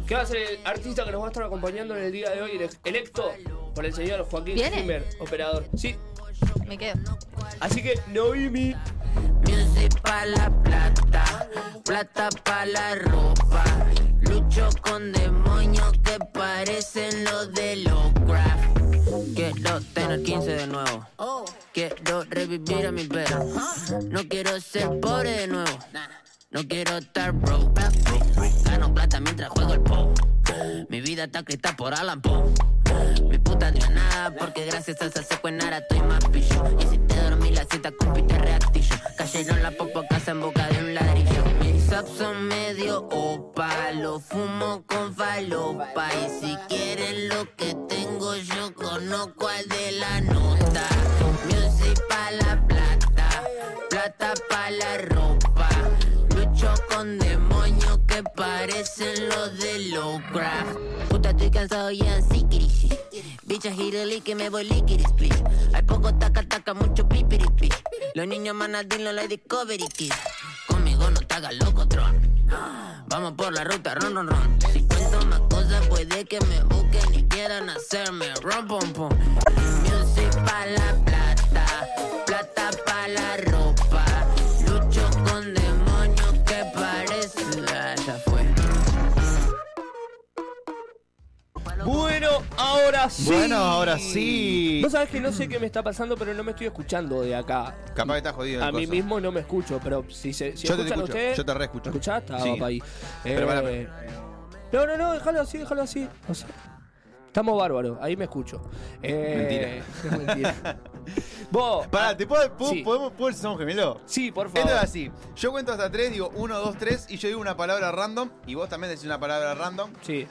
Speaker 6: ¿Qué va a ser el artista que nos va a estar acompañando en el día de hoy, ele- electo por el señor Joaquín
Speaker 13: ¿Viene?
Speaker 6: Jiménez Operador? Sí,
Speaker 13: Me quedo.
Speaker 6: así que Noimi.
Speaker 9: Music pa' la plata, plata pa' la ropa. Lucho con demonios que parecen los de Lovecraft. Quiero tener 15 de nuevo. Quiero revivir a mi perro. No quiero ser pobre de nuevo. No quiero estar broke. Gano plata mientras juego el po. Mi vida está escrita por Alan Poe. Mi puta dio nada porque gracias a esa secuenara estoy más pillo. Y si te dormí la cita con Peter Reactillo. Cayeron la popo casa en boca de un ladrillo. Mis subs son medio opa. Lo fumo con falopa. Y si quieren lo que tengo, yo conozco al de la nota. Music pa' la plata. Plata pa' la ropa. Lucho con demonios que parecen los de Lovecraft. Puta, estoy cansado ya, sí, crisis. Bicha, girali que me voy liquiris, please. Hay poco taca, taca, mucho pipiri, pi. Los niños manadín, los like discovery kids. Conmigo no te hagas loco, tron. Vamos por la ruta, ron, ron, ron. Si cuento más cosas, puede que me busquen y quieran hacerme ron, pom, pom. Music pa' la plata, plata pa' la ropa. Lucho con demonios que parecen. Ah, ya fue.
Speaker 6: Bueno, ahora sí.
Speaker 5: Bueno, ahora sí.
Speaker 6: Vos sabés que no sé qué me está pasando, pero no me estoy escuchando de acá.
Speaker 5: Capaz que estás jodido. de
Speaker 6: A mí
Speaker 5: cosas.
Speaker 6: mismo no me escucho, pero si, se, si
Speaker 5: yo te
Speaker 6: escuchan
Speaker 5: escucho,
Speaker 6: ustedes.
Speaker 5: yo te reescucho.
Speaker 6: ¿Escuchaste? Ah,
Speaker 5: Sí.
Speaker 6: papá, ahí.
Speaker 5: Pero
Speaker 6: Eh,
Speaker 5: pará,
Speaker 6: No, no, no, déjalo así, déjalo así. O sea, estamos bárbaros, ahí me escucho. Eh, es mentira. Vos. ah,
Speaker 5: Pará, ¿te puedo, puedo-
Speaker 6: Sí.
Speaker 5: podemos, puedo decir somos gemelos?
Speaker 6: Sí, por
Speaker 5: Esto
Speaker 6: favor.
Speaker 5: es así. Yo cuento hasta tres, digo uno, dos, tres, y yo digo una palabra random, y vos también decís una palabra random.
Speaker 6: Sí.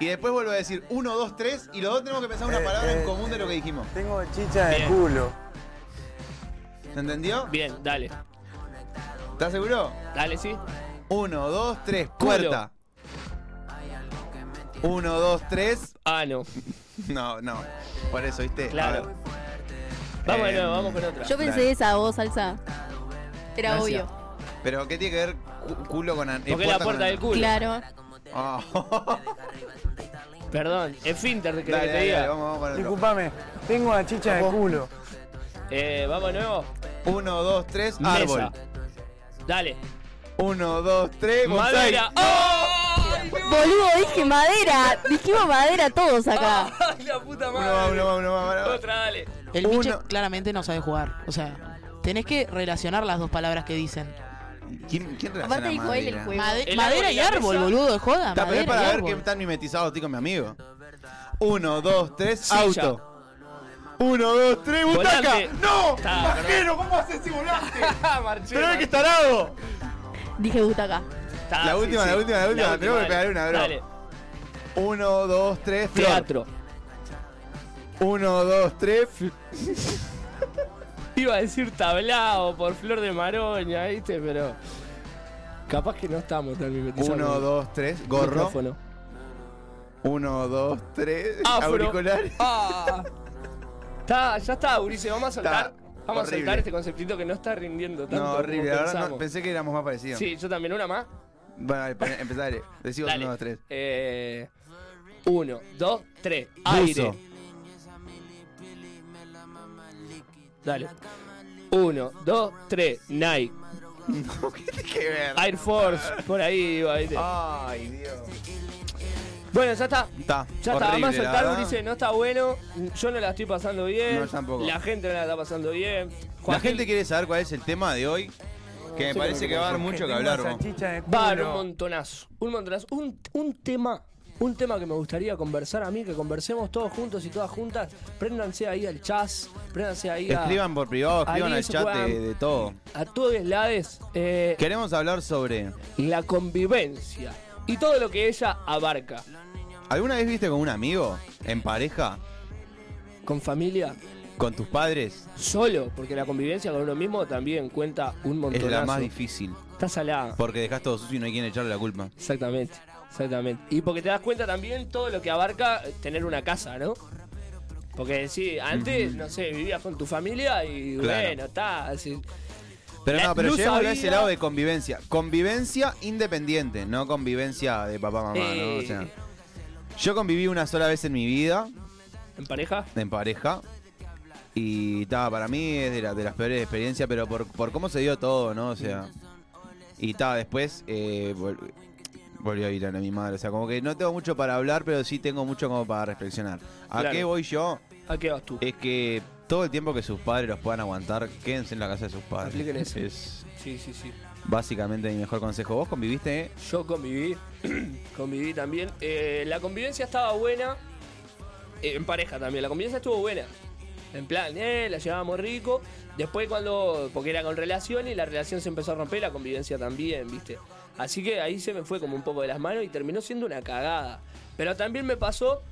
Speaker 5: Y después vuelvo a decir uno, dos, tres, y los dos tenemos que pensar una palabra en común de lo que dijimos.
Speaker 10: Eh, Tengo chicha de
Speaker 5: Bien.
Speaker 10: culo.
Speaker 5: ¿Se entendió?
Speaker 6: Bien, dale.
Speaker 5: ¿Estás seguro?
Speaker 6: Dale, sí.
Speaker 5: Uno, dos, tres, puerta. Uno, dos, tres.
Speaker 6: Ah, no.
Speaker 5: No, no. Por eso, ¿viste?
Speaker 6: Claro.
Speaker 5: A ver.
Speaker 6: Vamos de
Speaker 5: Eh,
Speaker 6: nuevo, vamos con otra.
Speaker 13: Yo pensé
Speaker 5: Dale.
Speaker 13: esa voz, Salsa. Era
Speaker 5: Gracias.
Speaker 13: obvio.
Speaker 5: Pero, ¿qué tiene que ver cu- culo con... an- eh,
Speaker 6: Porque es la
Speaker 5: con
Speaker 6: puerta
Speaker 5: an-
Speaker 6: del culo.
Speaker 13: Claro.
Speaker 5: Ah.
Speaker 6: Perdón, es Finter que
Speaker 5: Dale,
Speaker 6: te
Speaker 5: dale,
Speaker 6: diga.
Speaker 5: dale, vamos, vamos para otro.
Speaker 10: Disculpame, tengo una chicha de culo.
Speaker 6: Eh, vamos de nuevo.
Speaker 5: Uno, dos, tres,
Speaker 6: Mesa.
Speaker 5: árbol.
Speaker 6: Dale.
Speaker 5: Uno, dos, tres, bonsai.
Speaker 6: Madera. ¡Oh!
Speaker 14: Boludo, dije madera. Dijimos madera todos acá.
Speaker 6: ¡Ay, la puta madre! Otra, dale.
Speaker 7: El Miche claramente no sabe jugar. O sea, tenés que relacionar las dos palabras que dicen.
Speaker 5: ¿Quién, quién relaciona
Speaker 7: Aparte dijo él el
Speaker 5: madera?
Speaker 7: juego. Made- El madera árbol y y la árbol, mesa. boludo, de joda,
Speaker 5: Está, pero es
Speaker 7: madera y
Speaker 5: para ver
Speaker 7: árbol.
Speaker 5: qué tan mimetizado estoy con mi amigo. Uno, dos, tres,
Speaker 6: Silla.
Speaker 5: auto. Uno, dos, tres, butaca.
Speaker 6: Volante.
Speaker 5: ¡No!
Speaker 6: Está,
Speaker 5: ¡Pajero! ¿Cómo haces si volaste?
Speaker 6: Marchena.
Speaker 5: ¡Pero es que está lado!
Speaker 13: Dije butaca.
Speaker 6: Está,
Speaker 5: la,
Speaker 6: sí,
Speaker 5: última,
Speaker 6: sí.
Speaker 5: la última, la última, Tenemos que
Speaker 6: dale.
Speaker 5: pegar una, bro.
Speaker 6: Dale.
Speaker 5: Uno, dos, tres, flor.
Speaker 6: Teatro.
Speaker 5: Uno, dos, tres.
Speaker 6: Iba a decir tablao por Flor de Maroña, ¿viste? Pero. Capaz que no estamos tan mimetizados.
Speaker 5: Uno, dos, tres. Gorro.
Speaker 6: Micrófono.
Speaker 5: Uno, dos, tres.
Speaker 6: Afro.
Speaker 5: Auriculares.
Speaker 6: Ah. Está, ya está, Urice. Vamos a soltar. Vamos a
Speaker 5: horrible.
Speaker 6: soltar este conceptito que no está rindiendo tanto.
Speaker 5: No,
Speaker 6: como
Speaker 5: horrible. La verdad,
Speaker 6: pensamos.
Speaker 5: no, pensé que éramos más parecidos.
Speaker 6: Sí, yo también. Una más.
Speaker 5: Bueno, dale, pon- empezá, dale. Decí vos,
Speaker 6: Dale.
Speaker 5: uno, dos, tres.
Speaker 6: Eh, uno, dos, tres.
Speaker 5: Buzo.
Speaker 6: Aire. Dale. Uno, dos, tres. Nike. Air Force, por ahí iba, ¿viste?
Speaker 5: Ay, Dios.
Speaker 6: Bueno, ya está.
Speaker 5: Ah. Está.
Speaker 6: Ya está,
Speaker 5: horrible,
Speaker 6: vamos a
Speaker 5: la
Speaker 6: soltar,
Speaker 5: verdad.
Speaker 6: Ulises, no está bueno. Yo no la estoy pasando bien.
Speaker 5: No, tampoco.
Speaker 6: La gente no la está pasando bien.
Speaker 5: La gente quiere saber cuál es el tema de hoy. Que me
Speaker 6: Sí,
Speaker 5: parece
Speaker 6: pero
Speaker 5: que va a dar mucho que hablar. vos.
Speaker 6: Va a haber un montonazo. Un montonazo. Un, un tema. Un tema que me gustaría conversar a mí, que conversemos todos juntos y todas juntas. Préndanse ahí al chas, préndanse ahí a.
Speaker 5: Escriban por privado, escriban al chat
Speaker 6: Instagram,
Speaker 5: de, de todo.
Speaker 6: A todos lados. eh,
Speaker 5: Queremos hablar sobre.
Speaker 6: La convivencia. Y todo lo que ella abarca.
Speaker 5: ¿Alguna vez viste con un amigo? ¿En pareja?
Speaker 6: ¿Con familia?
Speaker 5: ¿Con tus padres?
Speaker 6: Solo, porque la convivencia con uno mismo también cuenta un
Speaker 5: Es
Speaker 6: montonazo.
Speaker 5: la más difícil.
Speaker 6: Está salada.
Speaker 5: Porque dejas todo sucio y no hay quien echarle la culpa.
Speaker 6: Exactamente, exactamente. Y porque te das cuenta también todo lo que abarca tener una casa, ¿no? Porque sí, antes, no sé, vivías con tu familia y
Speaker 5: Claro.
Speaker 6: bueno, está. así.
Speaker 5: Pero
Speaker 6: La
Speaker 5: no, pero
Speaker 6: Eh, luz
Speaker 5: llevémoslo a
Speaker 6: había-
Speaker 5: ese lado de convivencia. Convivencia independiente, no convivencia de papá, mamá, ¿no? O sea,
Speaker 6: Eh.
Speaker 5: yo conviví una sola vez en mi vida,
Speaker 6: ¿En pareja?
Speaker 5: en pareja. Y estaba, para mí es de, la- de las peores experiencias, pero por, por cómo se dio todo, ¿no? O sea. Y estaba, después eh, vol- volví a ir a mi madre. O sea, como que no tengo mucho para hablar, pero sí tengo mucho como para reflexionar. ¿A
Speaker 6: Claro.
Speaker 5: qué voy yo?
Speaker 6: ¿A qué vas tú?
Speaker 5: Es que todo el tiempo que sus padres los puedan aguantar, quédense en la casa de sus padres.
Speaker 6: Apliquen eso.
Speaker 5: Es-
Speaker 6: Sí, sí, sí.
Speaker 5: Básicamente mi mejor consejo. ¿Vos conviviste? eh?
Speaker 6: Yo conviví, conviví también. Eh, la convivencia estaba buena, eh, en pareja también, la convivencia estuvo buena. En plan, eh, la llevábamos rico. Después cuando, porque era con relación y la relación se empezó a romper, la convivencia también, viste. Así que ahí se me fue como un poco de las manos y terminó siendo una cagada. Pero también me pasó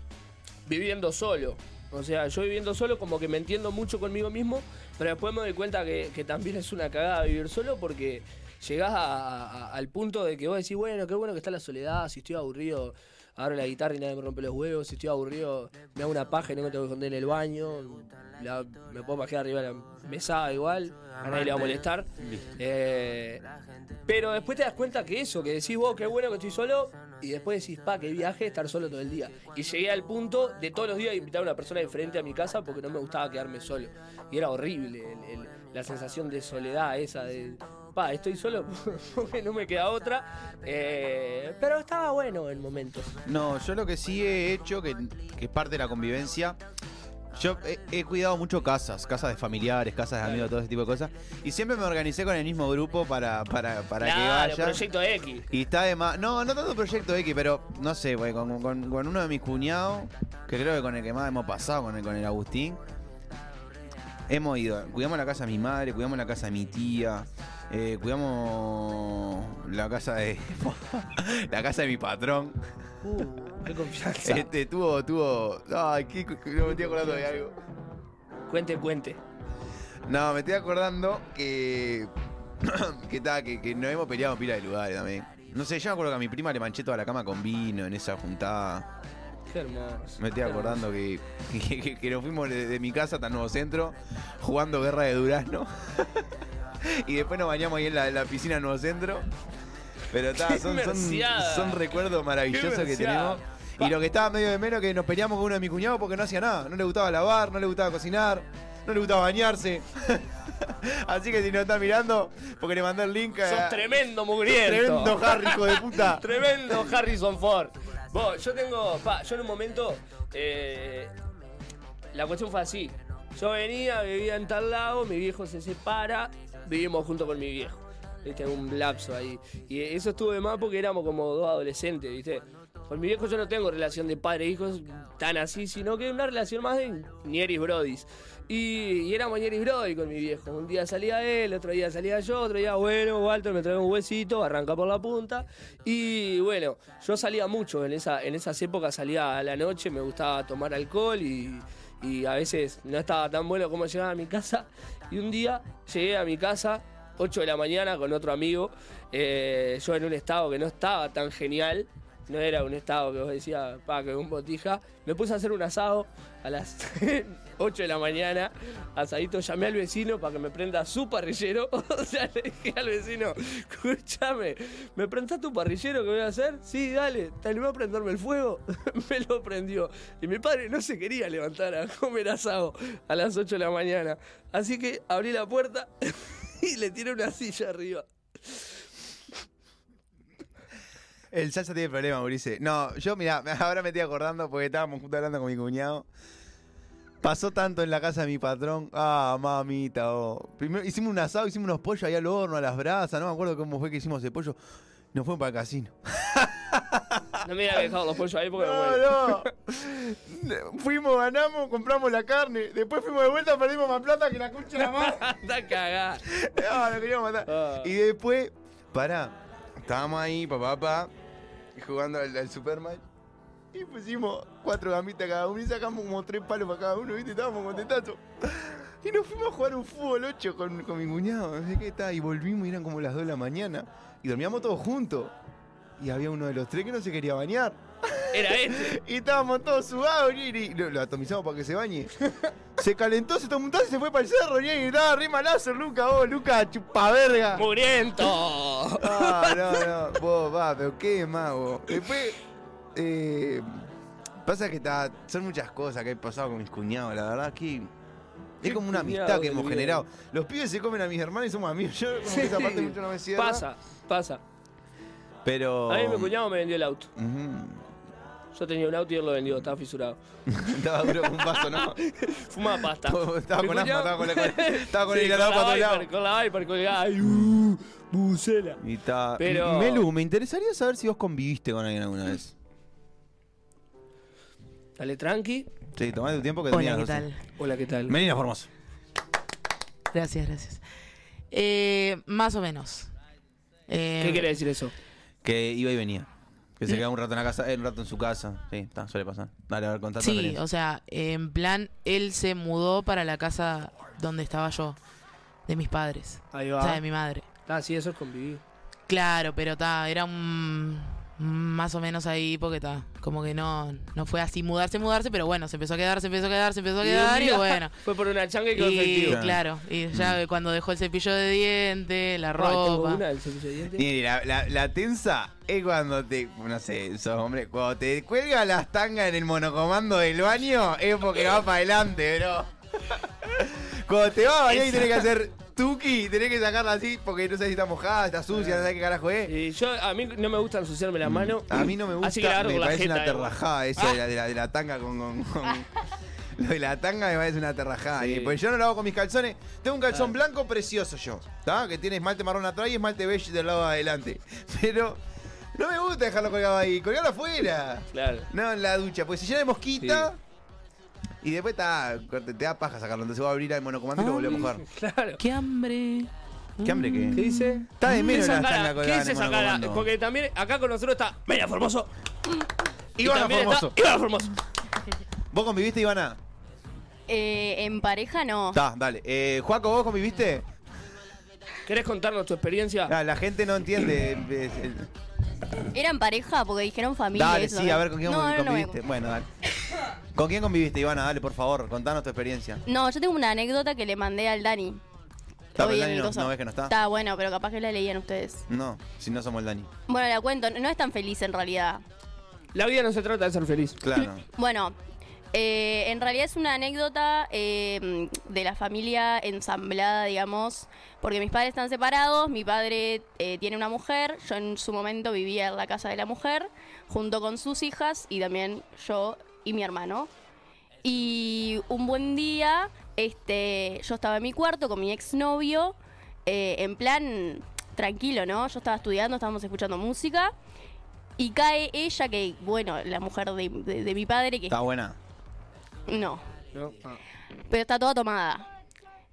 Speaker 6: viviendo solo. O sea, yo viviendo solo como que me entiendo mucho conmigo mismo, pero después me doy cuenta que, que también es una cagada vivir solo porque llegás a- a- al punto de que vos decís, bueno, qué bueno que está la soledad, si estoy aburrido, abro la guitarra y nadie me rompe los huevos, si estoy aburrido, me hago una paja y no me tengo que esconder en el baño, la- me puedo pajear arriba de la mesa igual, a nadie le va a molestar. Eh, pero después te das cuenta que eso, que decís vos, qué bueno que estoy solo, y después decís, pa, qué viaje estar solo todo el día. Y llegué al punto de todos los días invitar a una persona diferente a mi casa porque no me gustaba quedarme solo. Y era horrible el- el- la sensación de soledad esa de, pa, estoy solo porque no me queda otra. Eh, pero estaba bueno el momento.
Speaker 5: No, yo lo que sí he hecho, que, que es parte de la convivencia, yo he, he cuidado mucho casas, casas de familiares, casas de amigos, todo ese tipo de cosas. Y siempre me organicé con el mismo grupo para, para, para
Speaker 6: Claro,
Speaker 5: que vaya.
Speaker 6: Proyecto X.
Speaker 5: Y está de más. No, no tanto Proyecto X, pero no sé, güey, con, con- con uno de mis cuñados, que creo que con el que más hemos pasado, con el, con el Agustín, hemos ido. Cuidamos la casa de mi madre, cuidamos la casa de mi tía, eh, cuidamos la casa de. la casa de mi patrón.
Speaker 6: Uh, qué confianza.
Speaker 5: Este, tuvo, tuvo. Ay, qué, qué- no me estoy acordando de algo.
Speaker 6: Cuente, cuente.
Speaker 5: No, me estoy acordando que. que, ta, que, que nos hemos peleado en pila de lugares también. No sé, yo me acuerdo que a mi prima le manché toda la cama con vino en esa juntada.
Speaker 6: Qué hermoso.
Speaker 5: Me estoy acordando que, que, que- que nos fuimos de, de mi casa hasta Nuevo Centro jugando guerra de Durazno. y después nos bañamos ahí en la, en la piscina de Nuevo Centro. Pero ta,
Speaker 6: Qué
Speaker 5: son, son,
Speaker 6: merciada.
Speaker 5: son recuerdos maravillosos
Speaker 6: Qué
Speaker 5: que
Speaker 6: merciada.
Speaker 5: tenemos. Y lo que estaba medio de menos que nos peleamos con uno de mis cuñados porque no hacía nada. No le gustaba lavar, no le gustaba cocinar, no le gustaba bañarse. Así que si no está mirando, porque le mandé el link a.
Speaker 6: Sos tremendo mugriento.
Speaker 5: Tremendo Harry, hijo de puta.
Speaker 6: tremendo Harrison Ford. Vos, yo tengo. Pa, yo en un momento. eh, la cuestión fue así. Yo venía, vivía en tal lado, mi viejo se separa, vivimos junto con mi viejo. Viste, un lapso ahí. Y eso estuvo de más porque éramos como dos adolescentes, ¿viste? Con mi viejo yo no tengo relación de padre e hijos tan así, sino que una relación más de Nieris Brodis. Y, y éramos Nieris Brody con mi viejo. Un día salía él, otro día salía yo, otro día, bueno, Walter me trae un huesito, arranca por la punta. Y bueno, yo salía mucho en, esa, en esas épocas, salía a la noche, me gustaba tomar alcohol y, y a veces no estaba tan bueno como llegaba a mi casa. Y un día llegué a mi casa, 8 de la mañana, con otro amigo, eh, yo en un estado que no estaba tan genial, no era un estado que vos decías, pa, que un botija, me puse a hacer un asado a las 8 de la mañana, asadito, llamé al vecino para que me prenda su parrillero, o sea, le dije al vecino, escúchame, ¿me prestás tu parrillero que voy a hacer? Sí, dale, ¿te animás a prenderme el fuego? me lo prendió, y mi padre no se quería levantar a comer asado a las 8 de la mañana, así que abrí la puerta y le tiré una silla arriba.
Speaker 5: El salsa tiene problemas, Maurice. No, yo, mira, ahora me estoy acordando porque estábamos justo hablando con mi cuñado. Pasó tanto en la casa de mi patrón. Ah, mamita, oh. Primero hicimos un asado, hicimos unos pollos ahí al horno, a las brasas. No me acuerdo cómo fue que hicimos ese pollo. Nos fuimos para el casino.
Speaker 6: No me había dejado los pollos ahí porque me muero.
Speaker 5: No, no. Fuimos, ganamos, compramos la carne. Después fuimos de vuelta, perdimos más plata que la concha de la madre.
Speaker 6: Anda cagada.
Speaker 5: No, lo queríamos matar. Y después, pará, estábamos ahí, papá, papá, jugando al, al Superman. Y pusimos cuatro gambitas cada uno y sacamos como tres palos para cada uno, ¿viste? Estábamos contentatos. Y nos fuimos a jugar un fútbol 8 con, con mi cuñado, no sé qué está. Y volvimos y eran como las 2 de la mañana. Y dormíamos todos juntos. Y había uno de los tres que no se quería bañar.
Speaker 6: Era este.
Speaker 5: Y estábamos todos sudados, Neri. Lo, lo atomizamos para que se bañe. Se calentó, se tomó un tazo y se fue para el cerro, Neri. Estaba re malazo, Luca, vos, Luca, chupaverga.
Speaker 6: ¡Muriento!
Speaker 5: Ah, no, no. Vos, va, pero qué más, vos. Después, eh, pasa que está, son muchas cosas que he pasado con mis cuñados, la verdad que... Es como una amistad
Speaker 6: cuñado
Speaker 5: que hemos
Speaker 6: que
Speaker 5: generado. Los pibes se comen a mis hermanos y somos amigos. Yo como que esa parte mucho no me cierra.
Speaker 6: Pasa, pasa.
Speaker 5: Pero...
Speaker 6: A mí mi cuñado me vendió el auto.
Speaker 5: Ujú.
Speaker 6: Yo tenía un auto y él lo vendió, estaba fisurado.
Speaker 5: Estaba duro con un vaso, ¿no?
Speaker 6: Fumaba pasta.
Speaker 5: Estaba
Speaker 6: Mi
Speaker 5: con asma,
Speaker 6: cuñado-
Speaker 5: estaba con la- con- estaba con el
Speaker 6: Sí,
Speaker 5: ganado para todos
Speaker 6: Viper,
Speaker 5: lados.
Speaker 6: Con la Viper colgada. Ay, uh, bucela.
Speaker 5: Y está.
Speaker 6: Pero-
Speaker 5: Melu, Ah, me interesaría saber si vos conviviste con alguien alguna vez.
Speaker 6: Dale tranqui.
Speaker 5: Sí, tomate tu tiempo que
Speaker 7: Hola,
Speaker 5: tenías.
Speaker 7: ¿qué
Speaker 5: no sé.
Speaker 7: tal?
Speaker 6: Hola, ¿qué tal?
Speaker 5: Melina Formoso.
Speaker 7: Gracias, gracias. Eh, más o menos. Eh, Mm.
Speaker 6: ¿Qué quiere decir eso?
Speaker 5: Que iba y venía. Que se quedaba un rato en la casa, eh, un rato en su casa. Sí, está, suele pasar. Dale, a ver, contá tu
Speaker 7: Sí,
Speaker 5: experiencia.
Speaker 7: o sea, en plan, él se mudó para la casa donde estaba yo, de mis padres.
Speaker 6: Ahí va.
Speaker 7: O sea, de mi madre.
Speaker 6: Ah, sí, eso es convivir.
Speaker 7: Claro, pero ta, era un más o menos ahí porque ta, como que no, no fue así mudarse, mudarse, pero bueno, se empezó a quedar, se empezó a quedar, se empezó a
Speaker 6: Y un
Speaker 7: quedar y
Speaker 6: día
Speaker 7: bueno.
Speaker 6: Fue por una changa y quedó
Speaker 7: Y
Speaker 6: efectivo.
Speaker 7: claro, y ya cuando dejó el cepillo de diente, la
Speaker 6: Ay, tengo
Speaker 7: ropa.
Speaker 6: una del cepillo de dientes.
Speaker 5: Nini, la, la- la tensa es cuando te. No sé, sos hombre. Cuando te cuelga las tangas en el monocomando del baño, es porque va para adelante, bro. Cuando te vas a bañar y tenés que hacer tuki, tenés que sacarla así porque no ah, sabes si está mojada, está sucia, no sabes qué carajo es. Mm.
Speaker 6: Y Ah. yo, a mí no me gusta ensuciarme la mano.
Speaker 5: A mí no me gusta,
Speaker 6: Así que la agarro
Speaker 5: me
Speaker 6: con la
Speaker 5: parece
Speaker 6: jeta.
Speaker 5: una
Speaker 6: eh.
Speaker 5: terrajada eso de, la, de la- de la tanga con... con- con- lo de la tanga me parece una terrajada.
Speaker 6: Sí.
Speaker 5: Y pues yo no lo hago con mis calzones. Tengo un
Speaker 6: Ah,
Speaker 5: calzón blanco precioso yo, ¿tá? Que tiene esmalte marrón atrás y esmalte beige del lado de adelante. Pero no me gusta dejarlo colgado ahí, colgarlo afuera.
Speaker 6: Claro.
Speaker 5: No en la ducha, pues se llena de mosquita... Y después está, te, te da paja sacarlo, entonces va a abrir al monocomando y lo vuelve a mojar.
Speaker 6: Ah, Claro.
Speaker 7: ¡Qué hambre!
Speaker 5: ¿Qué hambre qué?
Speaker 6: ¿Qué dice?
Speaker 5: Está de menos la
Speaker 6: Esa cara,
Speaker 5: tanga
Speaker 6: ¿Qué
Speaker 5: colgada en
Speaker 6: dice
Speaker 5: el
Speaker 6: esa cara?
Speaker 5: monocomando.
Speaker 6: Porque también acá con nosotros está Mira Formoso.
Speaker 5: Ivana
Speaker 6: también está
Speaker 5: Formoso.
Speaker 6: Ivana Formoso.
Speaker 5: ¿Vos conviviste, Ivana?
Speaker 15: Eh, en pareja no.
Speaker 5: Está, dale. Eh, Juaco, ¿vos conviviste? Ah,
Speaker 6: ¿Querés contarnos tu experiencia?
Speaker 5: La, gente no entiende. eh, eh,
Speaker 15: Eran pareja porque dijeron familia.
Speaker 5: Dale,
Speaker 15: eso, ¿eh?
Speaker 5: sí, a ver con quién
Speaker 15: no, no, no,
Speaker 5: conviviste. bueno, dale. ¿Con quién conviviste, Ivana? Dale, por favor, contanos tu experiencia.
Speaker 15: No, yo tengo una anécdota que le mandé al Dani.
Speaker 5: Está, pero
Speaker 15: Hoy en
Speaker 5: el Dani
Speaker 15: mi
Speaker 5: no,
Speaker 15: cosa.
Speaker 5: no ves que no está.
Speaker 15: Está bueno, pero capaz que la leían ustedes.
Speaker 5: No, si no somos el Dani.
Speaker 15: Bueno, la cuento. No es tan feliz en realidad.
Speaker 6: La vida no se trata de ser feliz.
Speaker 5: Claro.
Speaker 15: Bueno, eh, en realidad es una anécdota eh, de la familia ensamblada, digamos, porque mis padres están separados, mi padre eh, tiene una mujer, yo en su momento vivía en la casa de la mujer, junto con sus hijas y también yo y mi hermano. Y un buen día, este, yo estaba en mi cuarto con mi exnovio, eh, en plan tranquilo, ¿no? Yo estaba estudiando, estábamos escuchando música Y cae ella, que, bueno, la mujer de, de- de mi padre, que...
Speaker 5: Está buena.
Speaker 15: No, pero está toda tomada.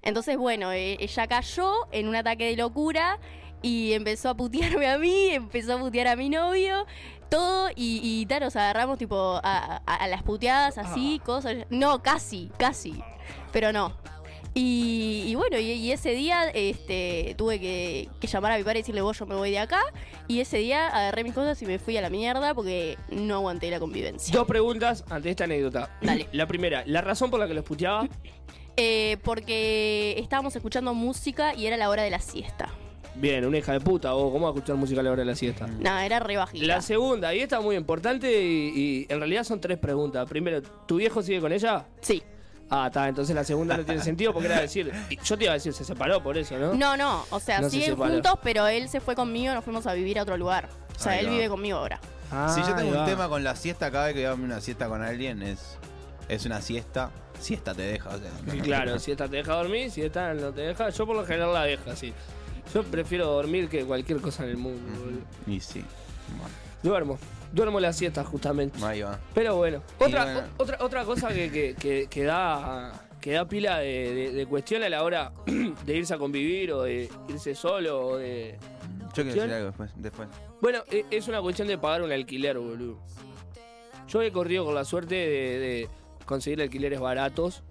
Speaker 15: Entonces, bueno, eh, ella cayó en un ataque de locura y empezó a putearme a mí, empezó a putear a mi novio, todo, y, y tal, nos agarramos tipo a, a- a las puteadas, así, cosas. No, casi, casi, pero no. Y, y bueno, y, y ese día este, tuve que, que llamar a mi padre y decirle, vos, yo me voy de acá. Y ese día agarré mis cosas y me fui a la mierda porque no aguanté la convivencia.
Speaker 6: Dos preguntas ante esta anécdota. La primera, la razón por la que lo escuchaba.
Speaker 15: Eh, porque estábamos escuchando música y era la hora de la siesta.
Speaker 6: Bien, una hija de puta, o cómo va a escuchar música a la hora de la siesta.
Speaker 15: No, era re bajita.
Speaker 6: La segunda, y esta es muy importante y, y en realidad son tres preguntas. Primero, ¿tu viejo sigue con ella?
Speaker 15: Sí.
Speaker 6: Ah, está, entonces la segunda no tiene sentido porque era decir, y yo te iba a decir, se separó por eso, ¿no?
Speaker 15: No, no, o sea,
Speaker 6: No se
Speaker 15: siguen
Speaker 6: separa.
Speaker 15: juntos, pero él se fue conmigo, nos fuimos a vivir a otro lugar. O sea,
Speaker 5: Ahí
Speaker 15: él
Speaker 5: va.
Speaker 15: vive conmigo ahora.
Speaker 5: Ah. si yo
Speaker 6: ahí
Speaker 5: tengo un
Speaker 6: va.
Speaker 5: tema con la siesta, cada vez que voy a dormir una siesta con alguien es, es una siesta. Siesta te deja. o sea,
Speaker 6: Y claro, si esta te deja dormir, si esta no te deja, yo por lo general la deja, sí. Yo prefiero dormir que cualquier cosa en el mundo.
Speaker 15: Mm.
Speaker 6: boludo.
Speaker 5: Y sí. Bueno,
Speaker 6: Duermo, duermo la siesta justamente.
Speaker 5: ahí va.
Speaker 6: Pero bueno, otra,
Speaker 5: bueno.
Speaker 6: o- otra, otra cosa que, que- que- que da, que da pila de, de, de cuestión a la hora de irse a convivir o de irse solo o de...
Speaker 5: Yo quiero
Speaker 6: cuestión-
Speaker 5: decir algo después. después.
Speaker 6: Bueno, e- es una cuestión de pagar un alquiler, boludo. Yo he corrido con la suerte de, de conseguir alquileres baratos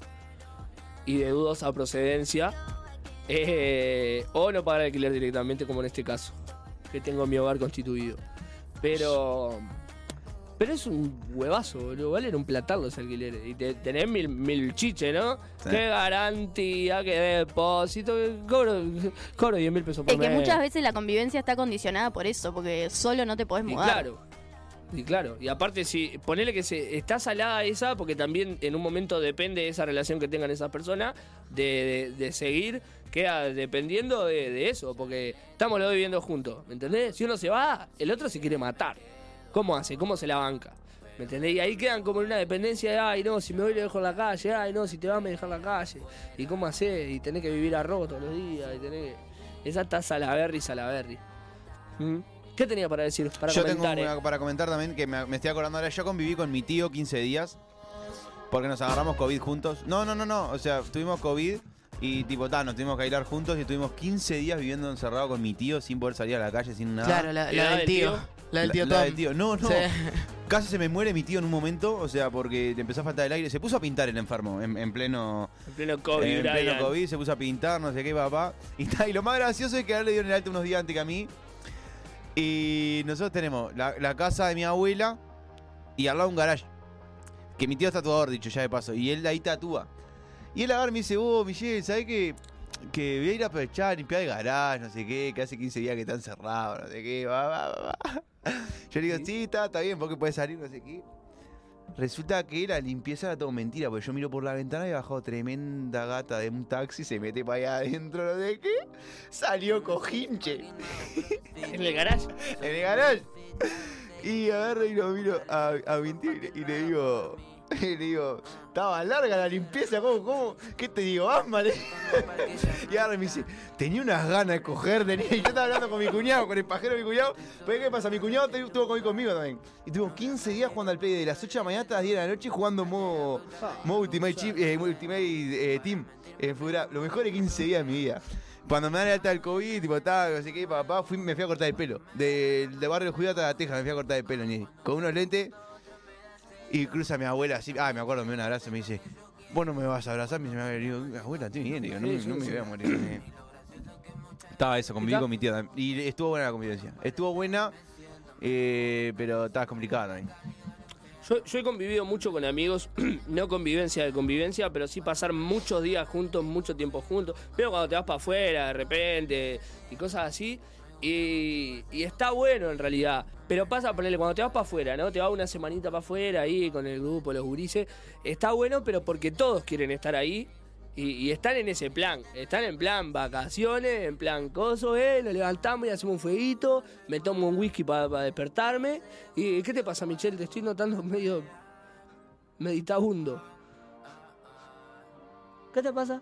Speaker 6: y de dudosa procedencia. eh, o no pagar alquiler directamente, como en este caso, que tengo mi hogar constituido. Pero. Pero es un huevazo, boludo. Valen un platal los alquileres. Y te, tenés mil, mil chiche, ¿no?
Speaker 5: Sí.
Speaker 6: Qué garantía, qué depósito. que Cobro, cobro 10 mil pesos por
Speaker 15: Es que
Speaker 6: mes.
Speaker 15: muchas veces la convivencia está condicionada por eso, porque solo no te podés
Speaker 6: Y
Speaker 15: mudar.
Speaker 6: claro. Y claro, y aparte si ponele que se está salada esa, porque también en un momento depende de esa relación que tengan esas personas, de, de- de seguir, queda dependiendo de, de eso, porque estamos los dos viviendo juntos, ¿me entendés? Si uno se va, el otro se quiere matar. ¿Cómo hace? ¿Cómo se la banca? ¿Me entendés? Y ahí quedan como en una dependencia de, ay no, si me voy lo dejo en la calle, ay no, si te vas me dejas en la calle, y cómo haces, y tenés que vivir a roto los días, y tenés que... Esa está salaberry, salaberry. ¿Mm? ¿Qué tenía para decir? Para
Speaker 5: yo
Speaker 6: comentar,
Speaker 5: tengo
Speaker 6: eh?
Speaker 5: una para comentar también que me, me estoy acordando ahora. Yo conviví con mi tío 15 días porque nos agarramos COVID juntos. No, no, no, no. O sea, tuvimos COVID y tipo, ta, nos tuvimos que aislar juntos y estuvimos 15 días viviendo encerrado con mi tío sin poder salir a la calle, sin nada.
Speaker 7: Claro, la- la ¿Y la del del tío? tío? La del tío Tom.
Speaker 5: No, no.
Speaker 7: Sí.
Speaker 5: Casi se me muere mi tío en un momento, o sea, porque le empezó a faltar el aire. Se puso a pintar el enfermo en, en pleno.
Speaker 6: En pleno COVID,
Speaker 5: En pleno
Speaker 6: Brian.
Speaker 5: COVID, se puso a pintar, no sé qué, papá. Y, ta, y lo más gracioso es que a él le dieron el alta unos días antes que a mí. Y nosotros tenemos la, la casa de mi abuela y al lado un garage. Que mi tío es tatuador, dicho ya de paso. Y él ahí tatúa. Y él agarra y me dice, vos, Michelle, ¿sabés qué? Que voy a ir a aprovechar, limpiar el garage, no sé qué, que hace 15 días que está encerrado, no sé qué, va, va, va, va". Yo le digo, sí, está, está bien, porque puede salir, no sé qué. Resulta que la limpieza era todo mentira, porque yo miro por la ventana y ha bajado tremenda gata de un taxi, se mete para allá adentro, no sé qué. Salió cojinche.
Speaker 6: ¿En el garage?
Speaker 5: En el garage. Y agarro y lo miro a, a mi tío y le- y le digo. Y le digo, estaba larga la limpieza, ¿cómo, cómo? ¿Qué te digo? Bamba, le- Y ahora me dice, tenía unas ganas de coger, tenía. Y yo estaba hablando con mi cuñado, con el pajero de mi cuñado. Pero ¿qué pasa? Mi cuñado te- estuvo COVID conmigo también. Y tuvimos 15 días jugando al play de las 8 de la mañana hasta las 10 de la noche jugando modo, modo Ultimate, Chip- eh, modo Ultimate, eh, Team. Eh, fue una- lo mejor de 15 días de mi vida. Cuando me dan el alta del COVID, tipo, estaba, así que papá, fui, me fui a cortar el pelo. Del de barrio Judío hasta la Teja, me fui a cortar el pelo, ni- con unos lentes. Y cruza a mi abuela así. Ah, me acuerdo, me dio un abrazo y me dice, vos no me vas a abrazar. Me dice, mi abuela, y digo, abuela, estoy bien, digo, no,
Speaker 12: Sí, sí,
Speaker 5: no me
Speaker 12: sí.
Speaker 5: voy a morir. Estaba eso, conviví
Speaker 12: ¿Está?
Speaker 5: con mi tía también. Y estuvo buena la convivencia. Estuvo buena, eh, pero estaba complicada también.
Speaker 6: Yo, yo he convivido mucho con amigos, no convivencia de convivencia, pero sí pasar muchos días juntos, mucho tiempo juntos. Pero cuando te vas para afuera de repente y cosas así. Y, y está bueno en realidad. Pero pasa, ponele, cuando te vas para afuera, ¿no? Te vas una semanita para afuera ahí con el grupo, los gurises. Está bueno, pero porque todos quieren estar ahí. Y, y están en ese plan, están en plan vacaciones, en plan coso, eh, nos levantamos y hacemos un fueguito, me tomo un whisky para despertarme. ¿Y qué te pasa, Michelle? Te estoy notando medio meditabundo. ¿Qué te pasa?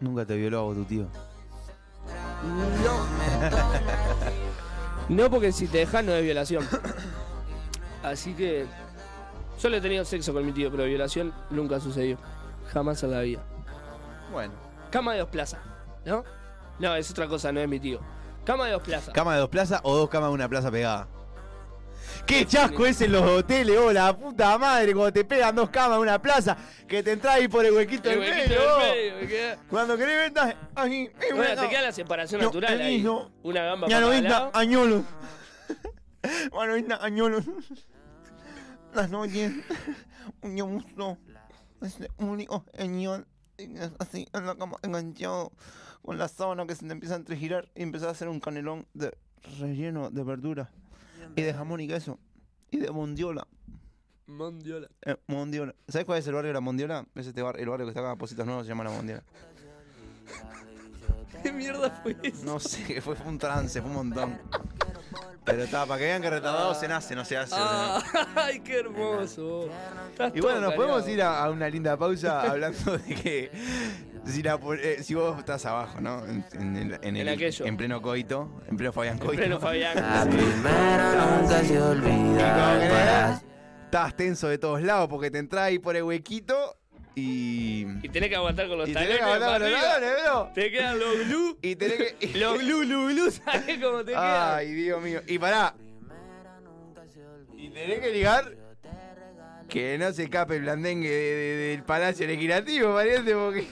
Speaker 5: Nunca te violó tu tío.
Speaker 6: No. No, porque si te dejas no es violación. Así que. Solo he tenido sexo con mi tío, pero violación nunca sucedió. Jamás en la vida.
Speaker 5: Bueno.
Speaker 6: Cama de dos plazas, ¿no? No, es otra cosa, no es mi tío. Cama de dos plazas.
Speaker 5: ¿Cama de dos plazas o dos camas de una plaza pegada? ¡Qué chasco es en los hoteles, oh, la puta madre! Cuando te pegan dos camas de una plaza, que te entras ahí por el huequito
Speaker 6: El
Speaker 5: del
Speaker 6: huequito
Speaker 5: medio.
Speaker 6: del
Speaker 5: oh.
Speaker 6: medio, me queda.
Speaker 5: Cuando querés ventas, ahí, ahí,
Speaker 6: Bueno,
Speaker 5: acá.
Speaker 6: te queda la separación
Speaker 5: No,
Speaker 6: natural
Speaker 5: el
Speaker 6: ahí.
Speaker 5: hijo.
Speaker 6: Una gamba
Speaker 5: Ya no
Speaker 6: para cada
Speaker 5: vista
Speaker 6: lado.
Speaker 5: añolo. Bueno, vista añolo. Las noches, un yo gusto. Es el único señor. Así en la cama, enganchado con la sábana que se te empieza a entregirar y empezás a hacer un canelón de relleno de verdura y de jamón y queso y de mondiola.
Speaker 6: Mondiola.
Speaker 5: Eh, mondiola. ¿Sabes cuál es el barrio de la Mondiola? Es este bar- el barrio que está acá en Positos Nuevos, se llama la Mondiola.
Speaker 6: ¿Qué mierda fue eso?
Speaker 5: No sé, fue, fue un trance, fue un montón. Pero está, para que vean que retardado se nace, no se hace.
Speaker 6: Ah. Ay, qué hermoso. Estás
Speaker 5: Y bueno,
Speaker 6: todo
Speaker 5: nos podemos
Speaker 6: callado.
Speaker 5: ir a, a una linda pausa hablando de que si, la po- eh, si vos estás abajo, ¿no? En, en el- en el- en pleno coito, en pleno Fabián Coito.
Speaker 6: pleno Fabián. La
Speaker 5: primera nunca se olvida. Estás tenso de todos lados porque te entrás ahí por el huequito y.
Speaker 6: Y tenés que aguantar con los
Speaker 5: Y tenés que
Speaker 6: talones.
Speaker 5: aguantar con
Speaker 6: para
Speaker 5: los
Speaker 6: arriba.
Speaker 5: talones, bro.
Speaker 6: Te quedan los glú.
Speaker 5: Y tenés que.
Speaker 6: los glú, glú, glú, ¿sabes cómo te quedan?
Speaker 5: Ay, Dios mío. Y pará. Y tenés que ligar. Que no se escape el blandengue de- de- del Palacio Legislativo, pariente, porque.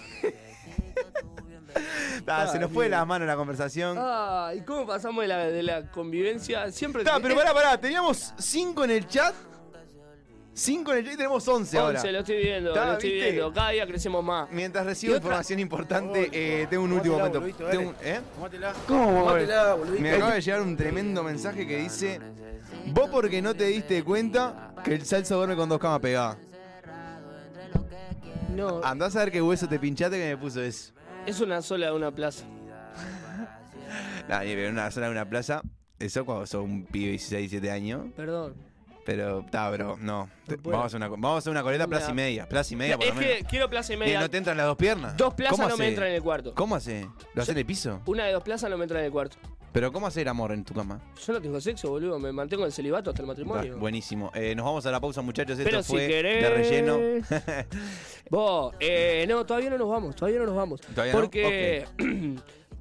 Speaker 5: Ta, se nos fue de las manos la
Speaker 6: Ah,
Speaker 5: conversación.
Speaker 6: Ay, ¿cómo pasamos de la, de la convivencia? Siempre.
Speaker 5: Ta, pero pará, pará. Teníamos 5 en el chat. 5 en el chat y tenemos 11 ahora.
Speaker 6: 11, lo estoy viendo,
Speaker 5: Ta,
Speaker 6: lo estoy
Speaker 5: ¿viste?
Speaker 6: viendo. Cada día crecemos más.
Speaker 5: Mientras recibo información importante, eh, tengo un último
Speaker 6: Tomátela,
Speaker 5: momento.
Speaker 6: boludito,
Speaker 5: Tengo un-
Speaker 6: dale.
Speaker 5: ¿eh?
Speaker 12: Tomátela.
Speaker 5: ¿Cómo,
Speaker 12: Tomátela,
Speaker 5: boludo?
Speaker 12: boludito.
Speaker 5: Me acaba de llegar un tremendo mensaje que dice: Vos porque no te diste cuenta que el salsa duerme con dos camas pegadas.
Speaker 6: No.
Speaker 5: Andás a ver qué hueso te pinchaste que me puso eso.
Speaker 6: Es una sola de una plaza.
Speaker 5: Nadie, pero en una zona de una plaza. Eso cuando sos un pibe de 16, 17 años.
Speaker 6: Perdón.
Speaker 5: Pero, está, bro, no. Te-
Speaker 6: puedo.
Speaker 5: Vamos a hacer una, vamos a hacer una coleta
Speaker 6: No me
Speaker 5: plaza y
Speaker 6: da.
Speaker 5: media. Plaza y media, por
Speaker 6: es
Speaker 5: lo menos.
Speaker 6: que quiero plaza y media.
Speaker 5: Eh, ¿No te entran las dos piernas?
Speaker 6: Dos plazas
Speaker 5: ¿Cómo
Speaker 6: no me
Speaker 5: hace?
Speaker 6: entran en el cuarto.
Speaker 5: ¿Cómo hace? ¿Lo hace en el piso?
Speaker 6: Una de dos plazas no me entra en el cuarto.
Speaker 5: ¿Pero cómo hace el amor en tu cama?
Speaker 6: Yo no tengo sexo, boludo. Me mantengo en celibato hasta el matrimonio.
Speaker 5: Dale, buenísimo. Eh, nos vamos a la pausa, muchachos.
Speaker 6: Pero
Speaker 5: Esto
Speaker 6: si
Speaker 5: fue
Speaker 6: querés-
Speaker 5: de relleno.
Speaker 6: Vos, eh, no, todavía no nos vamos, todavía no nos vamos.
Speaker 5: ¿Todavía no?
Speaker 6: porque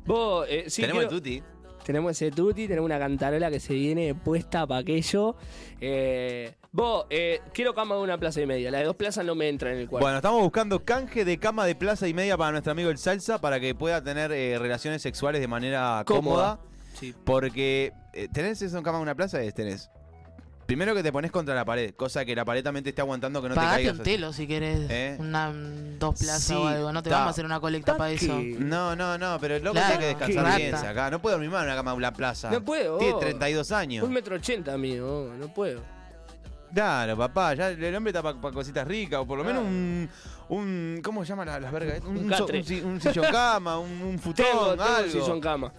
Speaker 6: vos, eh, sí,
Speaker 5: Tenemos el
Speaker 6: quiero-
Speaker 5: tutti.
Speaker 6: Tenemos ese tutti, tenemos una cantarola que se viene puesta para aquello. Eh, vos, eh, quiero cama de una plaza y media. La de dos plazas no me entra en el cuarto.
Speaker 5: Bueno, estamos buscando canje de cama de plaza y media para nuestro amigo el Salsa para que pueda tener eh, relaciones sexuales de manera cómoda.
Speaker 6: Cómoda. Sí.
Speaker 5: Porque eh, tenés eso en cama de una plaza es tenés. Primero que te pones contra la pared, cosa que la pared también te esté aguantando que no te
Speaker 7: Pagate
Speaker 5: caigas.
Speaker 7: un
Speaker 5: así.
Speaker 7: telo si querés.
Speaker 5: ¿Eh?
Speaker 7: Una, mm, dos plazas
Speaker 5: Sí,
Speaker 7: o algo. No te
Speaker 5: ta.
Speaker 7: vamos a hacer una colecta para eso.
Speaker 5: No, no, no, pero el loco
Speaker 7: Claro,
Speaker 5: tiene que
Speaker 7: qué
Speaker 5: descansar
Speaker 7: rata.
Speaker 5: bien se acá. No puede dormir más en una cama de una plaza.
Speaker 6: No puedo.
Speaker 5: Tiene 32 años.
Speaker 6: Un metro ochenta, amigo, no puedo.
Speaker 5: Claro, papá, ya el hombre está para cositas ricas, o por lo menos un, un. ¿Cómo se llaman la- las vergas? Un, so-
Speaker 6: catre.
Speaker 5: un si- un sillón cama, un, un futón,
Speaker 6: Tengo, tengo
Speaker 5: algo.
Speaker 6: sillón cama.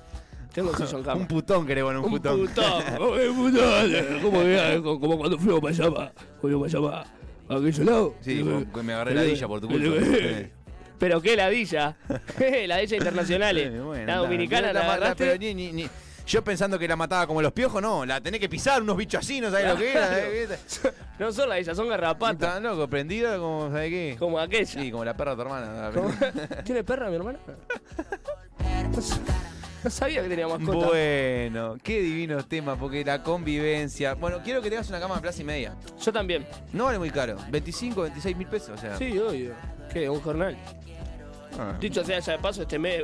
Speaker 6: Tengo sillón cama.
Speaker 5: Un putón querés, bueno, un,
Speaker 6: Un
Speaker 5: putón.
Speaker 6: putón, un putón. ¿Cómo que- como cuando fuimos para allá, pa- fuimos para allá, pa- a aquel lado?
Speaker 5: Sí,
Speaker 6: Eh,
Speaker 5: con- me agarré la
Speaker 6: eh,
Speaker 5: villa por tu culpa.
Speaker 6: eh, Pero qué ladilla. ladilla internacionales.
Speaker 5: Eh, bueno,
Speaker 6: la
Speaker 5: nada,
Speaker 6: dominicana
Speaker 5: la
Speaker 6: la,
Speaker 5: ma- la-
Speaker 6: agarraste.
Speaker 5: pero ni- ni- ni- Yo pensando que la mataba como los piojos, no, la tenés que pisar, unos bichos así, no sabés lo que era. eh.
Speaker 6: Claro. No son ladillas, son garrapatas.
Speaker 5: Está loco, prendido como, ¿sabés qué?
Speaker 6: Como aquella.
Speaker 5: Sí, como la perra de tu hermana.
Speaker 6: ¿Tiene perra mi hermana? No sa- No sabía que tenía mascota.
Speaker 5: Bueno, qué divinos temas, porque la convivencia. Bueno, quiero que tengas una cama de plaza y media.
Speaker 6: Yo también.
Speaker 5: No vale muy caro. 25, 26 mil pesos, o sea.
Speaker 6: Sí, obvio. ¿Qué? ¿Un jornal?
Speaker 5: Ah.
Speaker 6: Dicho sea ya de paso, este mes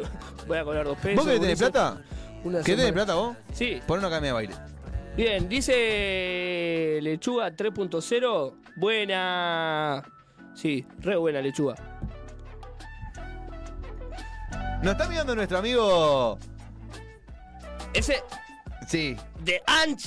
Speaker 6: voy a cobrar dos pesos.
Speaker 5: ¿Vos querés
Speaker 6: con
Speaker 5: tener
Speaker 6: eso-
Speaker 5: plata?
Speaker 6: una
Speaker 5: ¿Querés tener
Speaker 6: semana.
Speaker 5: plata vos?
Speaker 6: Sí.
Speaker 5: Pon una cama de baile.
Speaker 6: Bien, dice lechuga 3.0. Buena. Sí, re buena lechuga.
Speaker 5: Nos está mirando nuestro amigo.
Speaker 6: Ese
Speaker 5: Sí.
Speaker 6: de Anch.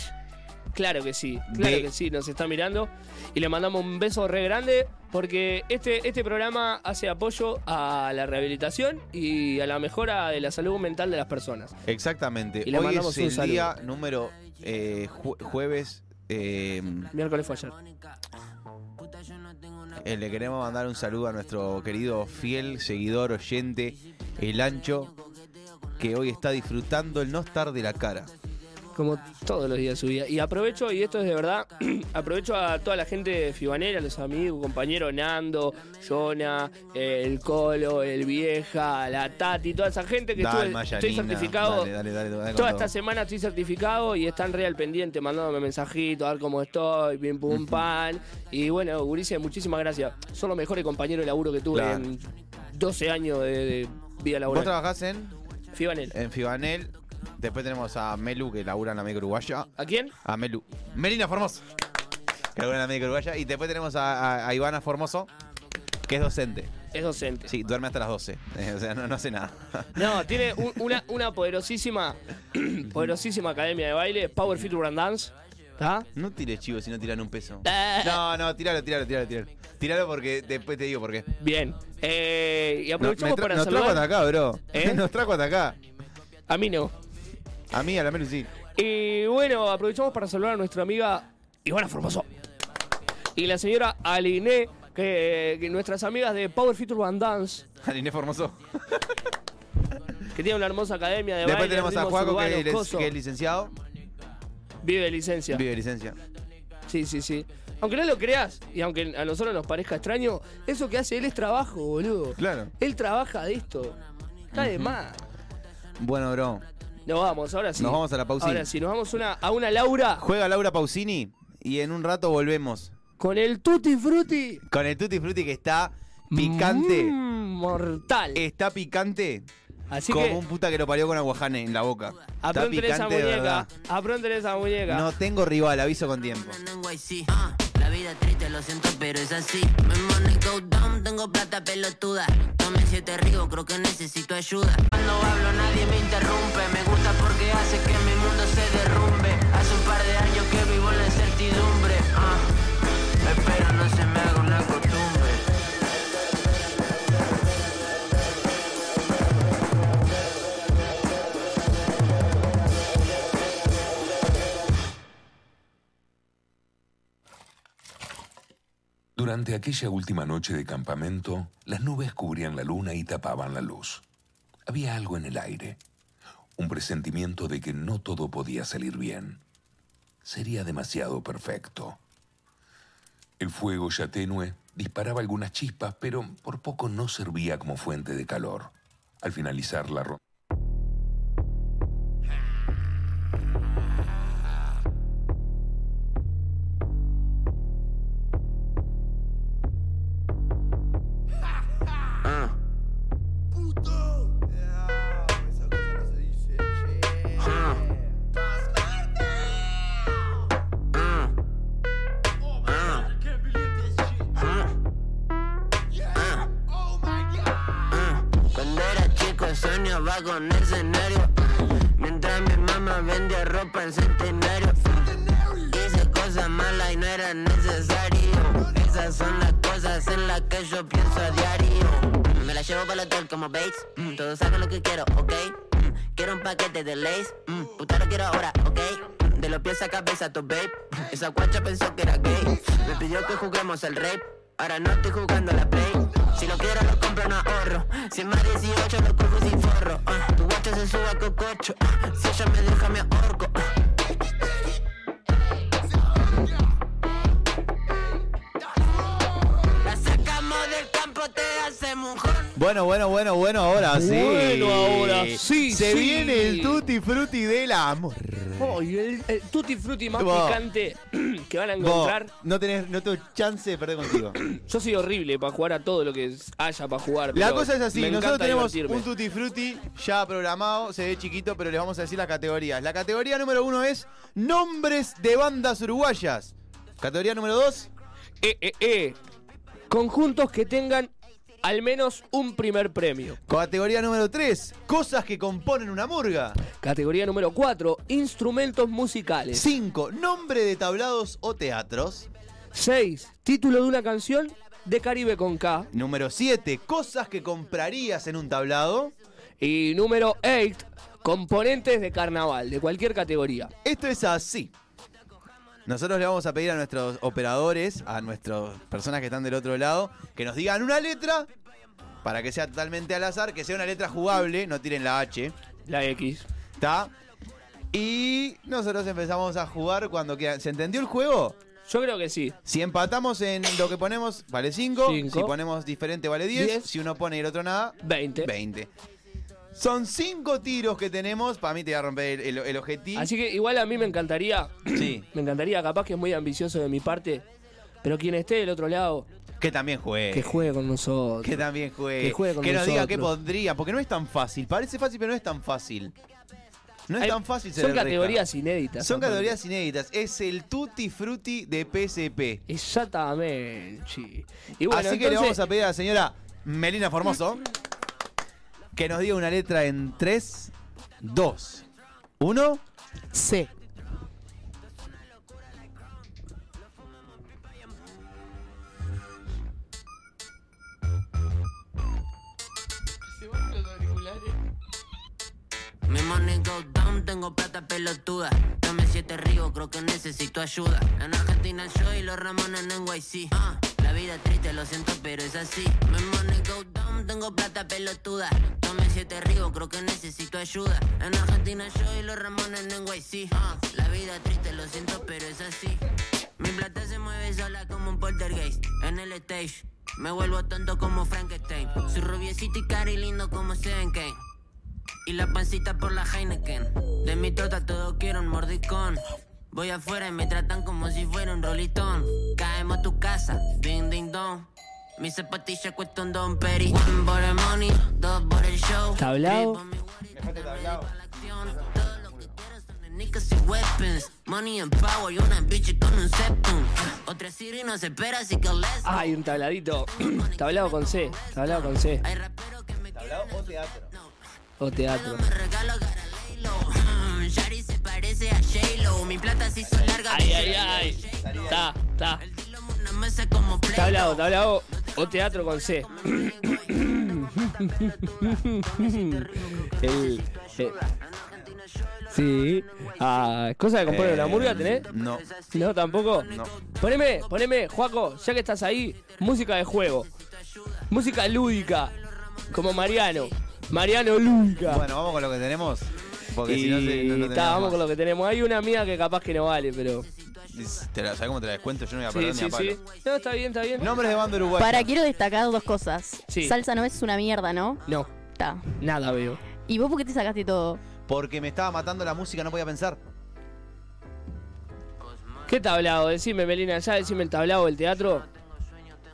Speaker 6: Claro que sí, claro
Speaker 5: De-
Speaker 6: que sí, nos está mirando. Y le mandamos un beso re grande porque este, este programa hace apoyo a la rehabilitación y a la mejora de la salud mental de las personas.
Speaker 5: Exactamente.
Speaker 6: Y le
Speaker 5: Hoy
Speaker 6: mandamos
Speaker 5: es
Speaker 6: un
Speaker 5: el
Speaker 6: saludo.
Speaker 5: día número eh, jue- jueves. eh,
Speaker 6: Miércoles fue ayer.
Speaker 5: eh, le queremos mandar un saludo a nuestro querido fiel seguidor oyente, el Ancho, que hoy está disfrutando el no estar de la cara.
Speaker 6: como todos los días de su vida. Y aprovecho, y esto es de verdad, aprovecho a toda la gente fibanera, los amigos, compañeros, Nando, Jonah, eh, el Colo, el Vieja, la Tati, toda esa gente que
Speaker 5: Dale,
Speaker 6: estuve-
Speaker 5: Mayanina,
Speaker 6: estoy certificado.
Speaker 5: Dale, dale, dale, dale con
Speaker 6: Toda
Speaker 5: todo.
Speaker 6: esta semana estoy certificado y están re al pendiente, mandándome mensajitos, a ver cómo estoy, pim pum pan. Y bueno, Gurice, muchísimas gracias. Son los mejores compañeros de laburo que tuve
Speaker 5: Claro.
Speaker 6: en 12 años de, de vida laboral.
Speaker 5: ¿Vos trabajás en?
Speaker 6: Fibanel.
Speaker 5: En Fibanel. Después tenemos a Melu, que labura en la Mega Uruguaya.
Speaker 6: ¿A quién?
Speaker 5: A Melu. Melina Formoso. Que labura en la Mega Uruguaya. Y después tenemos a, a- a Ivana Formoso, que es docente.
Speaker 6: Es docente.
Speaker 5: Sí, duerme hasta las 12. O sea, no, no hace nada.
Speaker 6: No, tiene un- una, una poderosísima, poderosísima academia de baile, Power Future and Dance. ¿Está?
Speaker 5: No tires chivo si no tiran un peso. No, no, tíralo, tíralo, tíralo, tíralo. Tíralo porque después te digo por qué.
Speaker 6: Bien. Eh, y aprovechamos
Speaker 5: No, me tra-
Speaker 6: para
Speaker 5: nos
Speaker 6: saludar.
Speaker 5: trajo hasta acá, bro.
Speaker 6: ¿Eh?
Speaker 5: Nos trajo hasta acá.
Speaker 6: A mí no.
Speaker 5: A mí, a la Melu sí.
Speaker 6: Y bueno, aprovechamos para saludar a nuestra amiga Ivana Formoso. Y la señora Aliné, que, que nuestras amigas de Power Future and Dance,
Speaker 5: Aliné Formoso.
Speaker 6: que tiene una hermosa academia de
Speaker 5: Después
Speaker 6: baile.
Speaker 5: tenemos a
Speaker 6: ritmos
Speaker 5: Juaco, que,
Speaker 6: urbanos,
Speaker 5: es-
Speaker 6: coso.
Speaker 5: que es licenciado.
Speaker 6: Vive de licencia.
Speaker 5: Vive de licencia.
Speaker 6: Sí, sí, sí. Aunque no lo creas, y aunque a nosotros nos parezca extraño, eso que hace él es trabajo, boludo.
Speaker 5: Claro.
Speaker 6: Él trabaja de esto. Está de
Speaker 5: Ujú.
Speaker 6: más.
Speaker 5: Bueno, bro.
Speaker 6: Nos vamos, ahora sí.
Speaker 5: Nos vamos a la pausa.
Speaker 6: Ahora sí, nos vamos una, a una Laura
Speaker 5: Juega Laura Pausini y en un rato volvemos.
Speaker 6: con el Tutti Frutti Mm,
Speaker 5: Con el Tutti Frutti que está picante.
Speaker 6: mortal.
Speaker 5: Está picante.
Speaker 6: Así
Speaker 5: como
Speaker 6: que-
Speaker 5: un puta que lo parió con aguajane en la boca. Está
Speaker 6: Apronten esa
Speaker 5: picante de
Speaker 6: muñeca.
Speaker 5: verdad.
Speaker 6: Apronten esa muñeca.
Speaker 5: No tengo rival, aviso con tiempo.
Speaker 9: NYC. Ah, la vida es triste, lo siento, pero es así. Me money go down, tengo plata pelotuda. Tomé siete ríos, creo que necesito ayuda. Cuando hablo nadie me interrumpe. Me gusta porque hace que mi mundo se derrumbe. Hace un par de años que vivo en la incertidumbre. Ah, espero no se me haga una costumbre.
Speaker 16: Durante aquella última noche de campamento, las nubes cubrían la luna y tapaban la luz. Había algo en el aire, un presentimiento de que no todo podía salir bien. Sería demasiado perfecto. El fuego ya tenue disparaba algunas chispas, pero por poco no servía como fuente de calor. Al finalizar la ronda,
Speaker 9: Cuando era chico soñaba con el escenario Mientras mi mamá vendía ropa en centenario Hice cosas malas y no era necesario Esas son las cosas en las que yo pienso a diario Me la llevo para el hotel como Bates Mm, Todos saben lo que quiero, ok Mm, Quiero un paquete de Lays Mm, Puta lo quiero ahora, ok Mm, De los pies a cabeza, tu babe Mm, Esa guacha pensó que era gay Me pidió que juguemos el rape Ahora no estoy jugando a la play Si lo quiero lo compro, no ahorro Si es más 18 lo compro sin forro Ah, Tu guacha se sube a cococho Ah, Si ella me deja me ahorco Ah. La sacamos del campo, te hacemos un jornal
Speaker 5: Bueno, bueno, bueno, bueno, ahora sí.
Speaker 6: Bueno, ahora sí,
Speaker 5: Se
Speaker 6: sí.
Speaker 5: viene el Tutti Frutti del amor.
Speaker 6: Oh, y el, el Tutti Frutti más
Speaker 5: Vos.
Speaker 6: picante que van a
Speaker 5: Vos,
Speaker 6: encontrar.
Speaker 5: no tenés no tengo chance de perder contigo.
Speaker 6: Yo soy horrible para jugar a todo lo que haya para jugar.
Speaker 5: La
Speaker 6: pero
Speaker 5: cosa es así,
Speaker 6: me
Speaker 5: nosotros
Speaker 6: encanta
Speaker 5: tenemos
Speaker 6: divertirme.
Speaker 5: un Tutti Frutti ya programado, se ve chiquito, pero les vamos a decir las categorías. La categoría número uno es nombres de bandas uruguayas. Categoría número dos.
Speaker 6: Eh, eh, eh. Conjuntos que tengan al menos un primer premio.
Speaker 5: Categoría número 3, cosas que componen una murga.
Speaker 6: Categoría número 4, instrumentos musicales.
Speaker 5: 5, nombre de tablados o teatros.
Speaker 6: 6, título de una canción de Caribe con K.
Speaker 5: Número 7, cosas que comprarías en un tablado.
Speaker 6: Y número 8, componentes de carnaval, de cualquier categoría.
Speaker 5: Esto es así. Nosotros le vamos a pedir a nuestros operadores, a nuestras personas que están del otro lado, que nos digan una letra para que sea totalmente al azar, que sea una letra jugable, no tiren la H.
Speaker 6: La X.
Speaker 5: ¿Está? Y así nosotros empezamos a jugar cuando quieran. ¿Se entendió el juego?
Speaker 6: Yo creo que sí.
Speaker 5: Si empatamos en lo que ponemos, vale 5.
Speaker 6: Cinco.
Speaker 5: Si ponemos diferente, vale 10. Si uno pone y el otro nada, 20. 20. Son 5 tiros que tenemos. Para mí te va a romper el, el- el objetivo.
Speaker 6: Así que igual a mí me encantaría.
Speaker 5: Sí.
Speaker 6: Me encantaría, capaz que es muy ambicioso de mi parte. Pero quien esté del otro lado,
Speaker 5: Que también juegue.
Speaker 6: que juegue con nosotros.
Speaker 5: Que también juegue.
Speaker 6: Que juegue con
Speaker 5: nos diga
Speaker 6: nosotros.
Speaker 5: qué pondría. Porque no es tan fácil. Parece fácil, pero no es tan fácil. No es
Speaker 6: Hay-
Speaker 5: tan fácil. se
Speaker 6: Son
Speaker 5: le resta.
Speaker 6: categorías inéditas.
Speaker 5: Son
Speaker 6: aparte.
Speaker 5: categorías inéditas. Es el tutti frutti de PSP.
Speaker 6: Exactamente. Y bueno,
Speaker 5: Así que le
Speaker 6: entonces- Mm.
Speaker 5: vamos a pedir a la señora Melina Formoso que nos diga una letra en 3, 2, 1.
Speaker 7: C.
Speaker 9: Mi money go down, tengo plata pelotuda. Dame siete ríos, creo que necesito ayuda. En Argentina yo y los Ramones en NYC. Ah, la vida es triste, lo siento, pero es así. Mi money go down, tengo plata pelotuda. Dame siete ríos, creo que necesito ayuda. En Argentina yo y los Ramones en NYC. Ah, la vida es triste, lo siento, pero es así. Mi plata se mueve sola como un poltergeist en el stage. Me vuelvo tonto como Frankenstein. Su rubiecito y cari lindo como Seven Kane. Y la pancita por la Heineken. De mi trota todo quiero un mordicón. Voy afuera y me tratan como si fuera un rolitón. Caemos a tu casa, ding ding dong. Mi zapatilla cuesta un don peri. One por el money, dos por el show.
Speaker 6: Tablao.
Speaker 9: Niggas y weapons, money and power y una bitch con un septum. Otra Siri no se espera, así que let's
Speaker 6: Ay, un tabladito. tablado con C. Tablado con C.
Speaker 5: o teatro?
Speaker 6: O teatro.
Speaker 9: me regalo Garalelo. Yari se parece a J-Lo. Mi plata se hizo larga.
Speaker 6: Ay, ay, ay. Ta, ta.
Speaker 9: Una mesa como play.
Speaker 6: Tablado, tablado. O teatro con C. El- eh. Sí. Ah, ¿Cosa de componer una murga tenés?
Speaker 5: Eh, No.
Speaker 6: ¿No tampoco?
Speaker 5: No.
Speaker 6: Poneme, poneme, Juaco, ya que estás ahí, música de juego. Música lúdica. Como Mariano. Mariano lúdica.
Speaker 5: Bueno, vamos con lo que tenemos. Porque
Speaker 6: y
Speaker 5: si no, se- no, no
Speaker 6: ta,
Speaker 5: tenemos
Speaker 6: vamos
Speaker 5: más.
Speaker 6: con lo que tenemos. Hay una mía que capaz que no vale, pero.
Speaker 5: Te la- ¿Sabés cómo te la descuento? Yo no voy a
Speaker 6: Sí,
Speaker 5: perder
Speaker 6: sí,
Speaker 5: Ah, ni a palo.
Speaker 6: sí. No, está bien, está bien.
Speaker 5: Nombres de banda uruguaya.
Speaker 15: Para, quiero destacar dos cosas.
Speaker 5: Sí.
Speaker 15: Salsa no es una mierda, ¿no?
Speaker 6: No,
Speaker 15: Está.
Speaker 6: nada veo.
Speaker 15: ¿Y vos por qué te sacaste todo?
Speaker 5: Porque me estaba matando la música, no podía pensar.
Speaker 6: ¿Qué tablado? Decime, Melina, ya decime el tablado del teatro.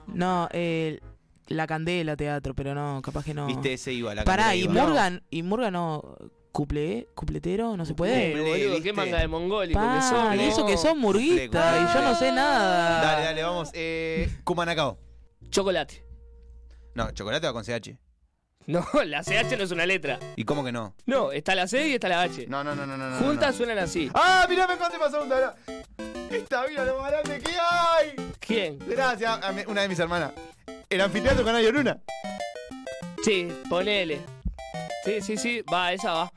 Speaker 7: No, eh, la candela teatro, pero no, capaz que no.
Speaker 5: Viste, ese iba, la
Speaker 7: Pará,
Speaker 5: candela
Speaker 7: y
Speaker 5: iba.
Speaker 7: Morgan, y Morgan no. ¿Cuple? ¿Cupletero? ¿No se
Speaker 6: Eh,
Speaker 7: puede?
Speaker 6: boludo, qué manga de mongólico
Speaker 7: Pa,
Speaker 6: que son.
Speaker 7: y eso que son murguistas, y yo no sé nada.
Speaker 5: Dale, dale, vamos. Eh, Cumanacao.
Speaker 6: Chocolate.
Speaker 5: No, chocolate va con CH.
Speaker 6: No, la CH no es una letra.
Speaker 5: ¿Y cómo que no?
Speaker 6: No, está la C y está la H.
Speaker 5: No, no, no, no, no. no,
Speaker 6: Juntas
Speaker 5: no.
Speaker 6: suenan así.
Speaker 5: ¡Ah, mirá, me conté pasar un tablao! Esta vida lo más grande que hay.
Speaker 6: ¿Quién?
Speaker 5: Gracias, a mi- una de mis hermanas. El anfiteatro Canario Luna.
Speaker 6: Sí, ponele. Sí, sí, sí, va, esa va.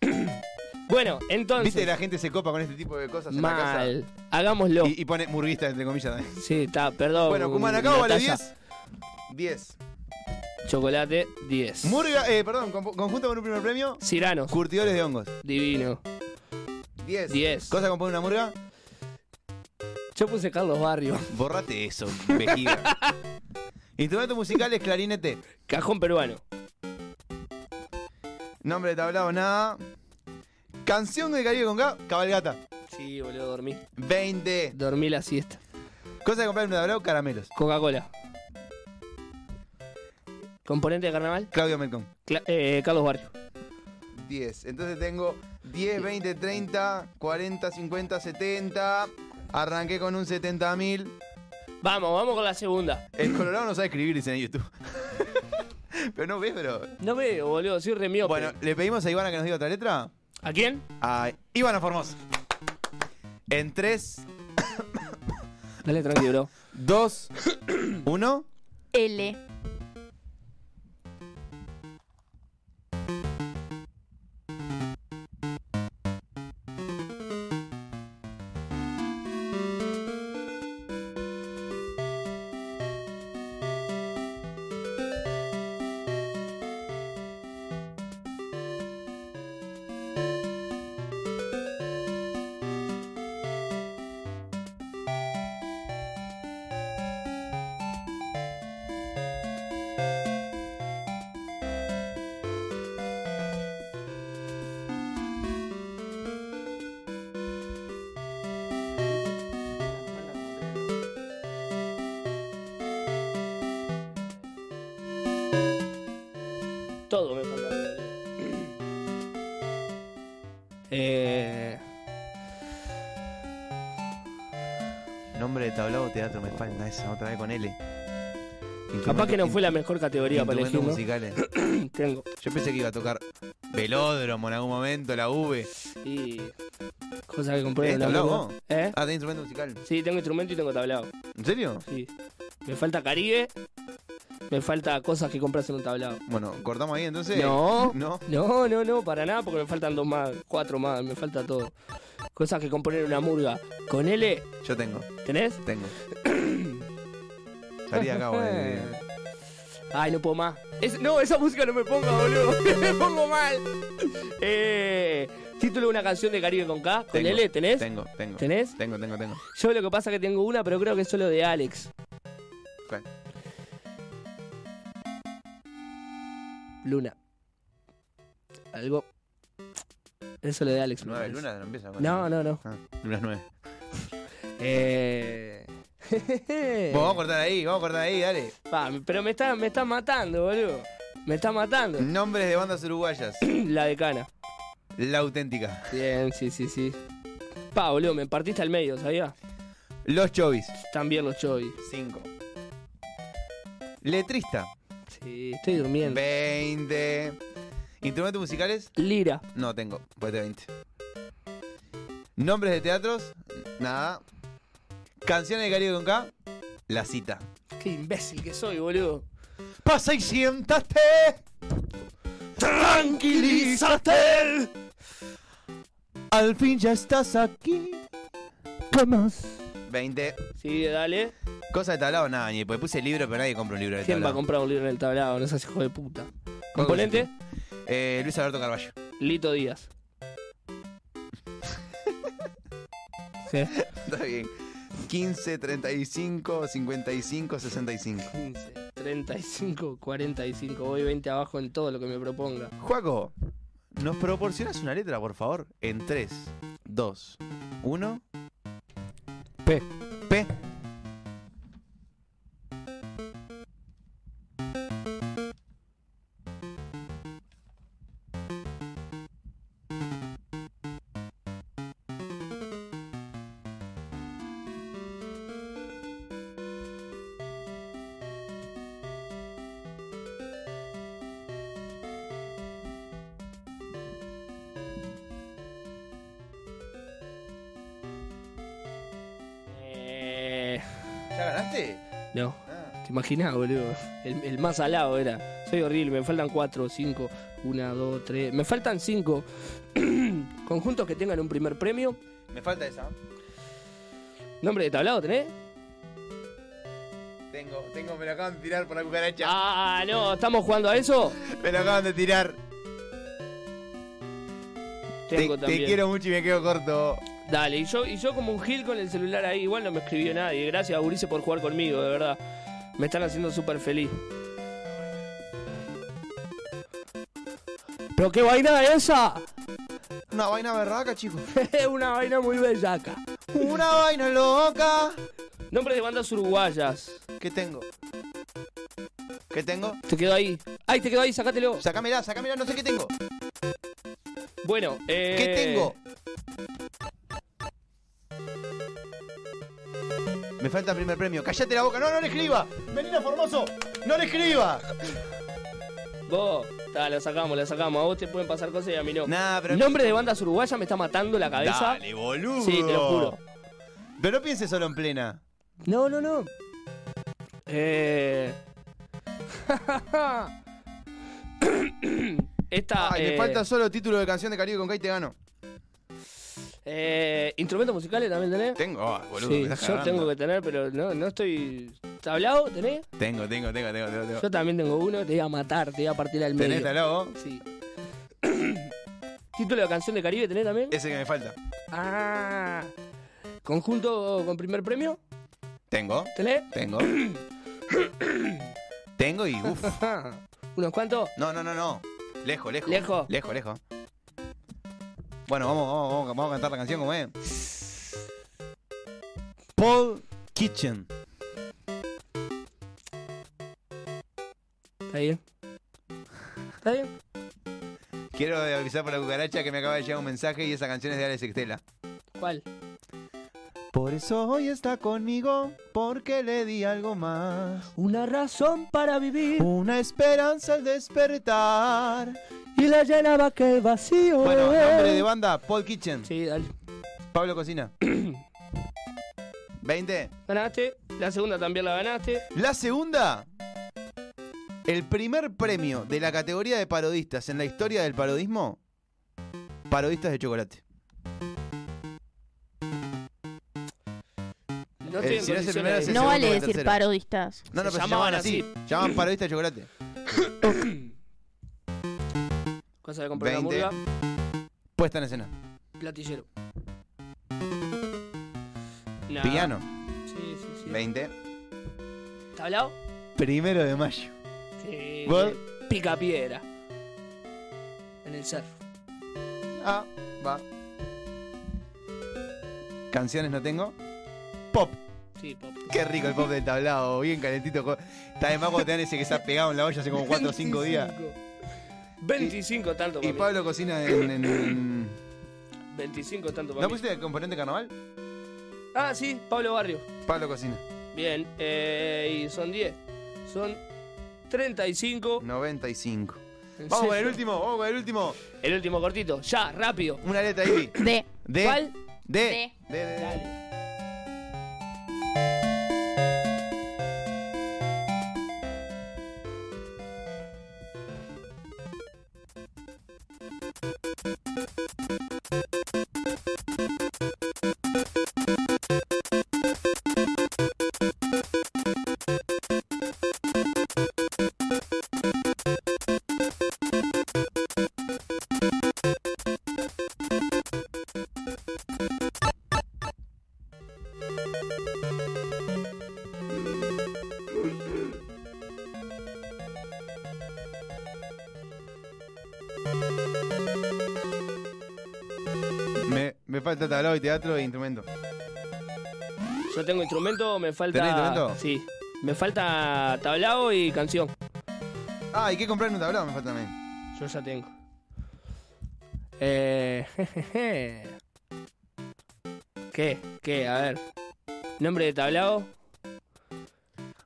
Speaker 6: bueno, entonces.
Speaker 5: Viste, la gente se copa con este tipo de cosas en la casa.
Speaker 6: Mal. Hagámoslo.
Speaker 5: Y, y pone murguista, entre comillas, también.
Speaker 6: Sí, está, perdón.
Speaker 5: Bueno, Cumanacao vale
Speaker 6: Natalia.
Speaker 5: 10. 10.
Speaker 6: Chocolate, 10.
Speaker 5: Murga, eh, perdón, con- conjunto con un primer premio.
Speaker 6: Cirano.
Speaker 5: Curtidores de hongos.
Speaker 6: Divino.
Speaker 5: 10.
Speaker 6: 10.
Speaker 5: ¿Cosa compone una murga?
Speaker 6: Yo puse Carlos Barrio.
Speaker 5: Borrate eso, vejiga. Instrumentos musicales, clarinete.
Speaker 6: Cajón peruano.
Speaker 5: Nombre de tablado, nada. Canción de Caribe con K, cabalgata.
Speaker 6: Sí, boludo, dormí.
Speaker 5: 20.
Speaker 6: Dormí la siesta.
Speaker 5: Cosa de comprar en un tablado, caramelos.
Speaker 6: Coca-Cola. Componente de carnaval.
Speaker 5: Claudio Melcon.
Speaker 6: Cla- eh, Carlos Barrio.
Speaker 5: 10. Entonces tengo 10, 20, 30, 40, 50, 70. Arranqué con un 70.000.
Speaker 6: Vamos, vamos con la segunda.
Speaker 5: El Colorado no sabe escribir, dicen en YouTube. pero no ves, pero.
Speaker 6: No veo, boludo, soy re miope.
Speaker 5: Bueno, ¿le pedimos a Ivana que nos diga otra letra?
Speaker 6: ¿A quién?
Speaker 5: A Ivana Formosa. En 3,
Speaker 6: Dale tranqui, bro.
Speaker 5: 2, 1.
Speaker 15: L.
Speaker 17: L
Speaker 6: Eh,
Speaker 5: Nombre de tablado o teatro, me falta esa otra vez con L.
Speaker 6: capaz
Speaker 5: Instrumento-
Speaker 6: que no fue la mejor categoría para elegir.
Speaker 5: instrumentos
Speaker 6: ¿no?
Speaker 5: musicales.
Speaker 6: Tengo.
Speaker 5: Yo pensé que iba a tocar velódromo en algún momento, la V.
Speaker 6: Y. Cosa que compré
Speaker 5: ¿Eh,
Speaker 6: en la
Speaker 5: tablao
Speaker 6: mano.
Speaker 5: vos?
Speaker 6: ¿Eh?
Speaker 5: Ah, tenés instrumento musical.
Speaker 6: Sí, tengo instrumento y tengo tablado.
Speaker 5: ¿En serio?
Speaker 6: Sí. Me falta Caribe. Me falta cosas que compras en un tablado.
Speaker 5: Bueno, cortamos ahí entonces.
Speaker 6: No,
Speaker 5: no,
Speaker 6: no, no, no, para nada, porque me faltan dos más, cuatro más, me falta todo. Cosas que componer una murga. Con L.
Speaker 5: Yo tengo.
Speaker 6: ¿Tenés?
Speaker 5: Tengo. Salí de acá, boludo.
Speaker 6: Ay, no puedo más. Es- no, esa música no me ponga, boludo. me pongo mal. Eh, título de una canción de Caribe con K. Con
Speaker 5: Tengo,
Speaker 6: L, ¿tenés?
Speaker 5: Tengo, tengo.
Speaker 6: ¿Tenés?
Speaker 5: Tengo, tengo, tengo.
Speaker 6: Yo lo que pasa es que tengo una, pero creo que es solo de Alex.
Speaker 5: ¿Cuál?
Speaker 6: Luna. Algo. Es solo de Alex. me
Speaker 5: Nueve
Speaker 6: parece.
Speaker 5: lunas no empieza con
Speaker 6: No,
Speaker 5: eso.
Speaker 6: no, no.
Speaker 5: Ah, lunas nueve.
Speaker 6: Eh.
Speaker 5: Bueno, vamos a cortar ahí, vamos a cortar ahí, dale.
Speaker 6: Pa, pero me está, me está matando, boludo. Me está matando.
Speaker 5: Nombres de bandas uruguayas.
Speaker 6: La decana.
Speaker 5: La auténtica.
Speaker 6: Bien, sí, sí, sí. Pa, boludo, me partiste al medio, ¿sabía?
Speaker 5: Los Chovis.
Speaker 6: También los Chovis.
Speaker 5: Cinco. Letrista.
Speaker 6: Sí, estoy durmiendo.
Speaker 5: 20. ¿Instrumentos musicales?
Speaker 6: Lira.
Speaker 5: No tengo, pues de 20. ¿Nombres de teatros? Nada. ¿Canciones de Caribe con K? La cita.
Speaker 6: Qué imbécil que soy, boludo.
Speaker 5: Pasa y siéntate.
Speaker 6: Tranquilízate.
Speaker 5: Al fin ya estás aquí.
Speaker 6: Vamos.
Speaker 5: 20.
Speaker 6: Sí, dale.
Speaker 5: Cosa de tablado, nada, ni pues puse libro, pero nadie compra un libro de
Speaker 6: ¿Quién va a
Speaker 5: tablado.
Speaker 6: comprar un libro en el tablado? No seas hijo de puta. ¿Componente?
Speaker 5: Eh, Luis Alberto Carballo.
Speaker 6: Lito Díaz. ¿Qué?
Speaker 5: Está bien. 15, 35, 55, 65.
Speaker 6: 15, 35, 45. Voy 20 abajo en todo lo que me proponga.
Speaker 5: Juaco, ¿nos proporcionas una letra, por favor? En 3, 2, 1.
Speaker 6: P.
Speaker 5: P.
Speaker 6: Eh,
Speaker 5: ¿Ya ganaste?
Speaker 6: no.
Speaker 5: Ah.
Speaker 6: ¿Te imaginas, boludo? El, el más alado era. Soy horrible, me faltan 4, 5, 1, 2, 3. Me faltan 5 conjuntos que tengan un primer premio.
Speaker 5: Me falta esa.
Speaker 6: ¿Nombre de tablado tenés?
Speaker 5: Tengo, tengo, me lo acaban de tirar por la cucaracha.
Speaker 6: Ah, no, ¿estamos jugando a eso?
Speaker 5: Me lo acaban de tirar.
Speaker 6: Tengo
Speaker 5: te,
Speaker 6: también.
Speaker 5: te quiero mucho y me quedo corto.
Speaker 6: Dale, y yo, y yo como un gil con el celular ahí, igual no me escribió nadie. Gracias, Urice, por jugar conmigo, de verdad. Me están haciendo súper feliz. ¿Pero qué vaina esa?
Speaker 5: Una vaina berraca, chicos.
Speaker 6: Una vaina muy bellaca.
Speaker 5: Una vaina loca.
Speaker 6: Nombre de bandas uruguayas.
Speaker 5: ¿Qué tengo? ¿Qué tengo?
Speaker 6: Te quedó ahí. Ay, te quedó ahí, sacátelo.
Speaker 5: Sacámela, sacámela, no sé qué tengo.
Speaker 6: Bueno, eh.
Speaker 5: ¿Qué tengo? Me falta primer premio. ¡Cállate la boca! ¡No, no le escriba! ¡Melina Formoso! ¡No le escriba!
Speaker 6: Vos, ta, la sacamos, la sacamos. A vos te pueden pasar cosas y a mí no.
Speaker 5: Nah, pero-
Speaker 6: Nombre de bandas uruguayas me está matando la cabeza.
Speaker 5: Dale, boludo.
Speaker 6: Sí, te lo juro.
Speaker 5: Pero no pienses solo en plena.
Speaker 6: No, no, no. Eh. Esta.
Speaker 5: Ay,
Speaker 6: eh,
Speaker 5: me falta solo título de canción de Caribe con Kai te gano.
Speaker 6: eh, ¿Instrumentos musicales también tenés?
Speaker 5: Tengo, ah, boludo.
Speaker 6: sí,
Speaker 5: me
Speaker 6: yo
Speaker 5: estás cagando.
Speaker 6: tengo que tener, pero no, no estoy. ¿Tablado tenés?
Speaker 5: Tengo, tengo, tengo, tengo, tengo. tengo.
Speaker 6: Yo también tengo uno, te voy a matar, te voy a partir al medio.
Speaker 5: ¿Tenés tablado vos?
Speaker 6: Sí. ¿Título de canción de Caribe tenés también?
Speaker 5: Ese que me falta.
Speaker 6: Ah. ¿Conjunto con primer premio?
Speaker 5: Tengo,
Speaker 6: ¿Tenés?
Speaker 5: tengo. tengo y uh, uff.
Speaker 6: ¿Unos cuantos?
Speaker 5: No, no, no, no. Lejos, lejos.
Speaker 6: Lejos.
Speaker 5: Lejos, lejos. Bueno, vamos, vamos, vamos, vamos a cantar la canción como es. Paul Kitchen.
Speaker 6: ¿Está bien? ¿Está bien?
Speaker 5: Quiero avisar por la cucaracha que me acaba de llegar un mensaje y esa canción es de Alex Estela.
Speaker 6: ¿Cuál?
Speaker 5: Por eso hoy está conmigo, porque le di algo más.
Speaker 17: Una razón para vivir.
Speaker 5: Una esperanza al despertar.
Speaker 17: Y la llenaba que vacío.
Speaker 5: Bueno, nombre de banda, Paul Kitchen.
Speaker 6: Sí, dale.
Speaker 5: Pablo Cocina. 20.
Speaker 6: Ganaste. La segunda también la ganaste.
Speaker 5: La segunda. El primer premio de la categoría de parodistas en la historia del parodismo. Parodistas de chocolate.
Speaker 6: No
Speaker 5: El-
Speaker 6: estoy en
Speaker 5: Eh, si no es el
Speaker 6: condiciones
Speaker 5: primero,
Speaker 6: de
Speaker 5: es el
Speaker 6: decir.
Speaker 15: No vale
Speaker 5: segundo, el
Speaker 15: decir
Speaker 5: tercero.
Speaker 15: parodistas.
Speaker 5: No, no,
Speaker 6: Se
Speaker 5: pero se
Speaker 6: llamaban
Speaker 5: llamaban así. Llamaban parodistas de chocolate.
Speaker 6: Cosa de comprar una
Speaker 5: 20.
Speaker 6: hamburga.
Speaker 5: Puesta en escena.
Speaker 6: Platillero. Nah.
Speaker 5: Piano.
Speaker 6: Sí, sí, sí.
Speaker 5: 20.
Speaker 6: ¿Está hablado?
Speaker 5: Primero de mayo.
Speaker 6: Sí.
Speaker 5: ¿Vos?
Speaker 6: Pica piedra. En el surf.
Speaker 5: Ah, va. Canciones no tengo. Pop.
Speaker 6: Sí, pop.
Speaker 5: Qué rico el pop del tablado, bien calentito. co- Está de más cuando te dan ese que se ha pegado en la olla hace como 4 o 5 días.
Speaker 6: 25 tanto para
Speaker 5: Y
Speaker 6: mí.
Speaker 5: Pablo cocina en. en- en-
Speaker 6: 25 tanto para
Speaker 5: ¿No
Speaker 6: mí.
Speaker 5: pusiste el componente carnaval?
Speaker 6: Ah, sí, Pablo Barrio.
Speaker 5: Pablo cocina.
Speaker 6: Bien, eh, y son 10. Son 35.
Speaker 5: 95.
Speaker 6: ¿En
Speaker 5: Vamos con el
Speaker 6: serio?
Speaker 5: último, vamos con el último.
Speaker 6: El último cortito, ya, rápido.
Speaker 5: Una letra ahí.
Speaker 15: D.
Speaker 5: D.
Speaker 6: ¿Cuál?
Speaker 5: D. D. D. Me, me falta tablado y teatro e instrumento.
Speaker 6: Yo tengo instrumento, me falta.
Speaker 5: ¿Tenés instrumento?
Speaker 6: Sí. Me falta tablao y canción.
Speaker 5: Ah, ¿y qué comprar en un tablado? Me falta también.
Speaker 6: Yo ya tengo. Eh. jejeje. ¿Qué? ¿Qué? A ver. Nombre de tablao.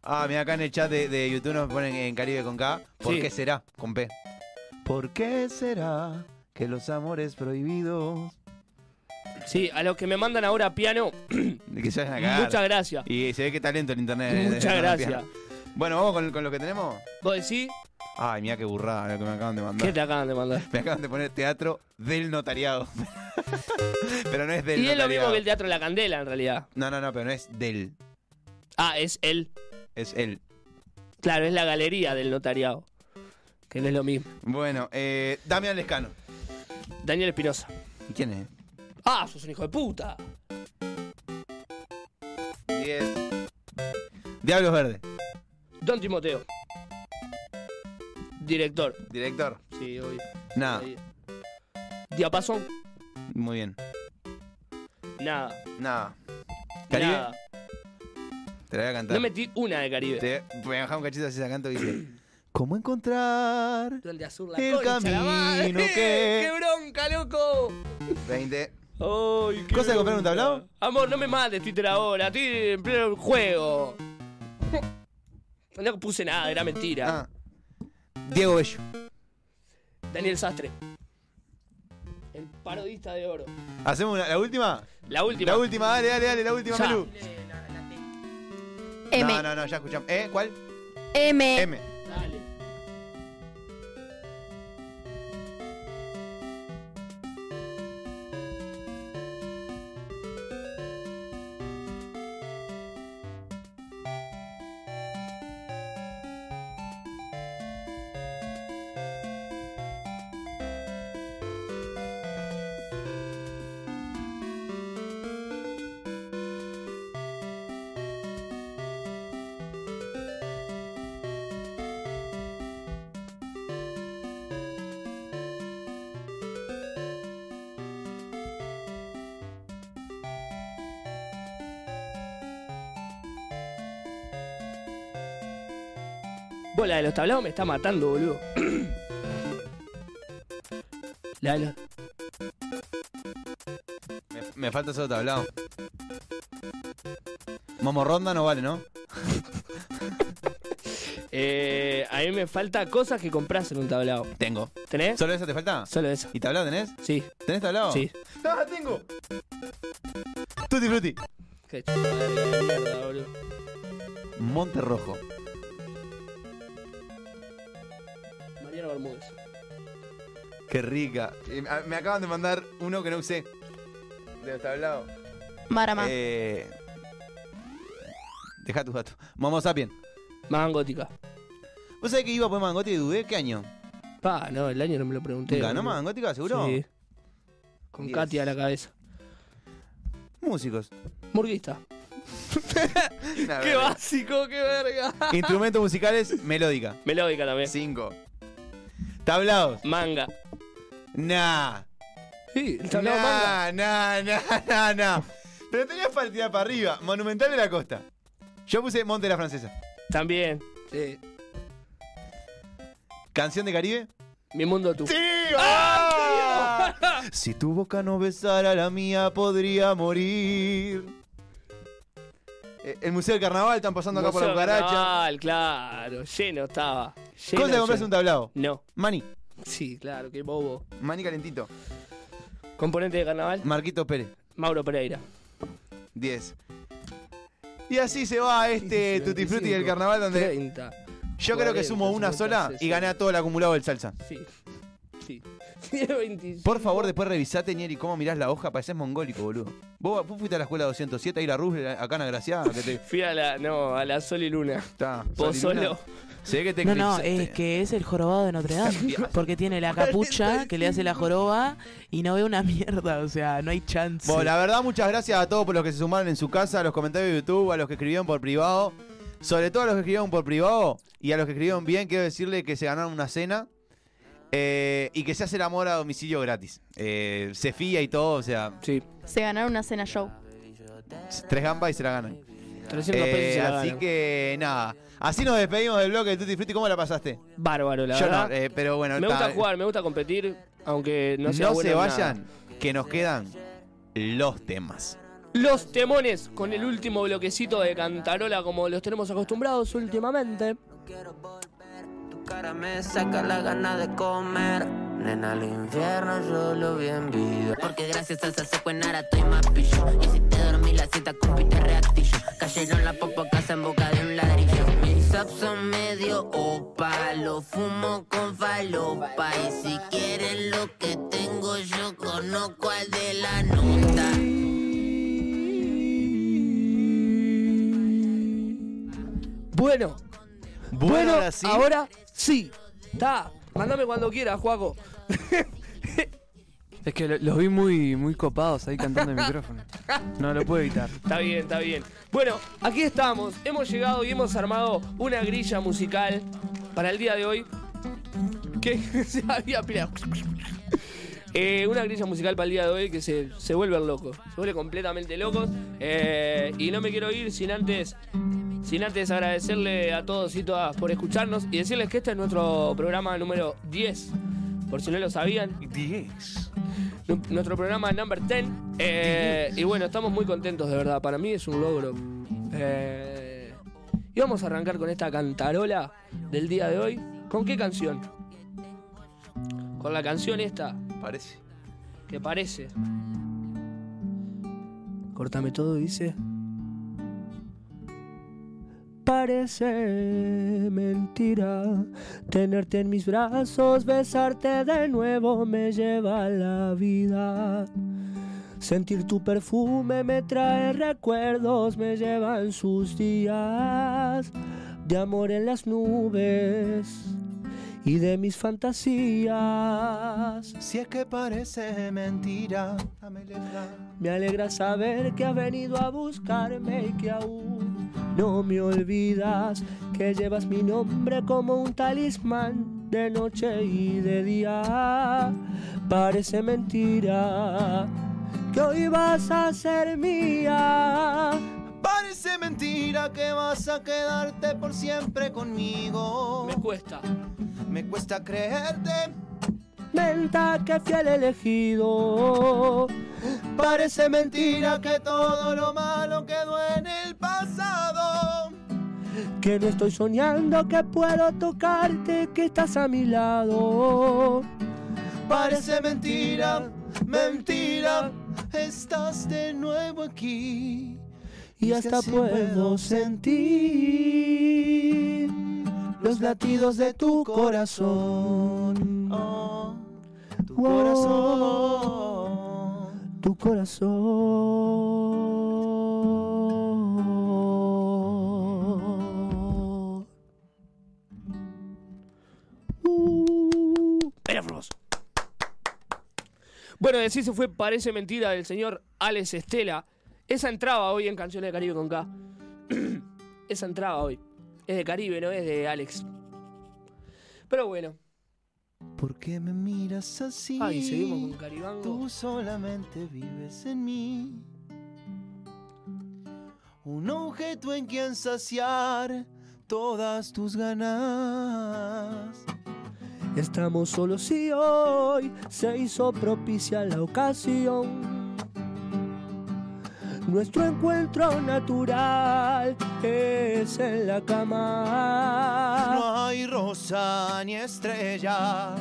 Speaker 5: Ah, mira acá en el chat de, de YouTube nos ponen en Caribe con K. ¿Por
Speaker 6: Sí.
Speaker 5: qué será? Con P. ¿Por qué será que los amores prohibidos.
Speaker 6: Sí, a los que me mandan ahora piano,
Speaker 5: Que se vayan a cagar.
Speaker 6: muchas gracias.
Speaker 5: Y se ve que talento en internet. eh,
Speaker 6: Muchas
Speaker 5: con el
Speaker 6: gracias.
Speaker 5: piano. Bueno, vamos con, con lo que tenemos.
Speaker 6: ¿Vos decís?
Speaker 5: Ay, mira qué burrada lo que me acaban de mandar.
Speaker 6: ¿Qué te acaban de mandar?
Speaker 5: Me acaban de poner teatro del notariado. pero no es del
Speaker 6: y es
Speaker 5: notariado.
Speaker 6: lo mismo que el Teatro de la Candela, en realidad.
Speaker 5: No, no, no, pero no es del.
Speaker 6: Ah, es él.
Speaker 5: Es él.
Speaker 6: Claro, es la galería del notariado. Que no es lo mismo.
Speaker 5: Bueno, eh, Damián Lescano.
Speaker 6: Daniel Espinosa.
Speaker 5: ¿Quién es?
Speaker 6: Ah, sos un hijo de puta.
Speaker 5: 10. Diablos Verdes.
Speaker 6: Don Timoteo. Director.
Speaker 5: Director.
Speaker 6: Sí, hoy.
Speaker 5: Nada.
Speaker 6: Diapasón.
Speaker 5: Muy bien.
Speaker 6: Nada.
Speaker 5: Nada. ¿Caribe?
Speaker 6: Nada.
Speaker 5: Te la voy a cantar.
Speaker 6: No metí una de Caribe.
Speaker 5: Te voy a dejar un cachito así la canto y dice. ¿Cómo encontrar
Speaker 6: Donde azul la
Speaker 5: el
Speaker 6: concha, la madre.
Speaker 5: camino
Speaker 6: ¡Qué
Speaker 5: que.
Speaker 6: bronca, loco!
Speaker 5: 20.
Speaker 6: Ay, qué
Speaker 5: ¿Cosa de comprar
Speaker 6: bronca.
Speaker 5: un tablado?
Speaker 6: Amor, no me mates Twitter ahora. Estoy en pleno juego. No puse nada, era mentira.
Speaker 5: Ah. Diego Bello.
Speaker 6: Daniel Sastre. El parodista de oro.
Speaker 5: ¿Hacemos una- la última?
Speaker 6: La última.
Speaker 5: La última, dale, dale, dale, la última,
Speaker 6: Ya.
Speaker 5: Melu.
Speaker 14: M.
Speaker 5: No, no, no, ya escuchamos. ¿Eh? ¿Cuál?
Speaker 14: M.
Speaker 5: M.
Speaker 6: Dale. Vos, la de los tablados me está matando, boludo.
Speaker 18: Lalo.
Speaker 5: Me, me falta solo tablado. Momorronda no vale, ¿no?
Speaker 6: Eh, a mí me falta cosas que compras en un tablao.
Speaker 5: Tengo.
Speaker 6: ¿Tenés?
Speaker 5: ¿Solo esa te falta?
Speaker 6: Solo esa.
Speaker 5: ¿Y tablado tenés?
Speaker 6: Sí.
Speaker 5: ¿Tenés tablado?
Speaker 6: Sí.
Speaker 5: ¡Ah, tengo! Tutti frutti.
Speaker 6: Qué chupada de mierda, boludo.
Speaker 5: Monte Rojo.
Speaker 6: Mariano Bermúdez.
Speaker 5: Qué rica. Eh, a- Me acaban de mandar uno que no usé. De los tablados.
Speaker 15: Marama.
Speaker 5: Eh, deja tus datos. Momo Sapien.
Speaker 6: Mangótica.
Speaker 5: ¿Vos sabés que iba pues, a poner Mangótica y dudé? ¿Qué año?
Speaker 6: Pa, no, el año no me lo pregunté.
Speaker 5: ¿Ganó
Speaker 6: boludo.
Speaker 5: Mangótica, seguro?
Speaker 6: Sí. Con
Speaker 5: Diez.
Speaker 6: Katy a la cabeza.
Speaker 5: Músicos.
Speaker 6: Murguista.
Speaker 5: Una
Speaker 6: qué
Speaker 5: verga.
Speaker 6: básico, qué verga.
Speaker 5: Instrumentos musicales, melódica.
Speaker 6: Melódica también.
Speaker 5: Cinco. Tablados.
Speaker 6: Manga.
Speaker 5: Nah.
Speaker 6: Sí, el
Speaker 5: tablado nah, Nah, nah, nah, nah. Pero tenías para tirar para arriba. Monumental de la Costa. Yo puse Monte de la Francesa.
Speaker 6: También. Sí.
Speaker 5: ¿Canción de Caribe?
Speaker 6: Mi mundo tú.
Speaker 5: ¡Sí!
Speaker 6: ¡Ah,
Speaker 5: ¡Ah! si tu boca no besara la mía, podría morir. Eh, El Museo del Carnaval están pasando acá por la
Speaker 6: Museo
Speaker 5: cucaracha.
Speaker 6: Carnaval, claro, lleno estaba. Lleno,
Speaker 5: ¿Cosa que compras
Speaker 6: lleno.
Speaker 5: un tablado?
Speaker 6: No.
Speaker 5: Mani.
Speaker 6: Sí, claro, qué bobo.
Speaker 5: Mani calentito.
Speaker 6: Componente de carnaval.
Speaker 5: Marquito Pérez.
Speaker 6: Mauro Pereira.
Speaker 5: 10. Y así se va este Tutti Frutti del carnaval donde
Speaker 6: 30.
Speaker 5: yo creo que
Speaker 6: 40,
Speaker 5: sumo una
Speaker 6: 50,
Speaker 5: sola y gané a todo el acumulado del salsa.
Speaker 6: Sí. Sí. 25.
Speaker 5: Por favor, después revisate, Nieri, cómo mirás la hoja, parecés mongólico, boludo. Vos, vos fuiste a la escuela 207 ahí la Roosevelt, acá en Agraciada, que te...
Speaker 6: Fui a la, no, a la Sol y Luna.
Speaker 5: Está.
Speaker 6: Vos
Speaker 5: Sol y Luna.
Speaker 6: solo.
Speaker 5: Se ve que te
Speaker 7: No, no,
Speaker 5: eclipsaste.
Speaker 7: es que es el jorobado de Notre Dame. Porque tiene la capucha que le hace la joroba y no ve una mierda, o sea, no hay chance.
Speaker 5: Bueno, la verdad, muchas gracias a todos por los que se sumaron en su casa, a los comentarios de YouTube, a los que escribieron por privado. Sobre todo a los que escribieron por privado y a los que escribieron bien, quiero decirle que se ganaron una cena eh, y que se hace el amor a domicilio gratis. Eh, se fía y todo, o sea,
Speaker 6: sí.
Speaker 15: Se ganaron una cena show.
Speaker 5: tres gambas y se la ganan. Eh,
Speaker 6: 300 pesos y se la
Speaker 5: así
Speaker 6: ganan.
Speaker 5: que nada, así nos despedimos del bloque de Tutti Frutti. ¿Cómo la pasaste?
Speaker 6: Bárbaro, la
Speaker 5: Yo
Speaker 6: verdad.
Speaker 5: no, eh, pero bueno,
Speaker 6: me
Speaker 5: ta-
Speaker 6: gusta jugar, me gusta competir, aunque no
Speaker 5: No,
Speaker 6: sea bueno
Speaker 5: se
Speaker 6: en nada.
Speaker 5: vayan, que nos quedan los temas.
Speaker 6: Los temones con el último bloquecito de Cantarola como los tenemos acostumbrados últimamente.
Speaker 9: cara me saca la gana de comer. Nena, al infierno yo lo vi en vida. Porque gracias a esa secuenara estoy más pillo. Y si te dormí la cita, compi, te reactillo. Cayeron la popo casa en boca de un ladrillo. Mis apps son medio opa, lo fumo con falopa. Y si quieren lo que tengo, yo conozco al de la nota.
Speaker 6: Bueno.
Speaker 5: Bueno,
Speaker 6: Bueno,
Speaker 5: ahora sí.
Speaker 6: ahora sí. Está. Mándame cuando quieras, Juaco.
Speaker 19: Es que lo- los vi muy, muy copados ahí cantando en el micrófono. No lo puedo evitar.
Speaker 6: Está bien, está bien. Bueno, aquí estamos. Hemos llegado y hemos armado una grilla musical para el día de hoy. Que se había pirado. Eh, una grilla musical para el día de hoy que se, se vuelven locos. Se vuelve completamente locos. Eh, y no me quiero ir sin antes. Sin antes agradecerle a todos y todas por escucharnos y decirles que este es nuestro programa número 10. Por si no lo sabían. 10. Nuestro programa number 10. Eh, y bueno, estamos muy contentos de verdad. Para mí es un logro. Eh, y vamos a arrancar con esta cantarola del día de hoy. ¿Con qué canción? Con la canción esta.
Speaker 5: Parece.
Speaker 6: Que parece. Cortame todo, dice.
Speaker 17: Parece mentira tenerte en mis brazos, besarte de nuevo me lleva a la vida. Sentir tu perfume me trae recuerdos, me llevan sus días de amor en las nubes y de mis fantasías.
Speaker 5: Si es que parece mentira,
Speaker 17: Me alegra saber que has venido a buscarme y que aún no me olvidas, que llevas mi nombre como un talismán de noche y de día. Parece mentira que hoy vas a ser mía.
Speaker 5: Parece mentira que vas a quedarte por siempre conmigo. Me
Speaker 6: cuesta.
Speaker 5: Me cuesta creerte.
Speaker 17: menta que fiel elegido. Parece mentira que todo lo malo quedó en el pasado. Que no estoy soñando, que puedo tocarte, que estás a mi lado.
Speaker 18: Parece mentira, mentira, estás de nuevo aquí.
Speaker 17: Y hasta puedo sentir los latidos de tu corazón.
Speaker 18: Oh,
Speaker 17: tu corazón. Tu corazón.
Speaker 6: Era hermoso. Bueno, y así se fue Parece Mentira del señor Alex Estela. Esa entraba hoy en Canciones de Caribe con K. Esa entraba hoy. Es de Caribe, no es de Alex. Pero bueno.
Speaker 18: ¿Por qué me miras así?
Speaker 6: Ay, seguimos con Caribango.
Speaker 18: Tú solamente vives en mí. Un objeto en quien saciar todas tus ganas.
Speaker 17: Estamos solos y hoy se hizo propicia la ocasión. Nuestro encuentro natural es en la cama.
Speaker 18: No hay rosa ni estrella,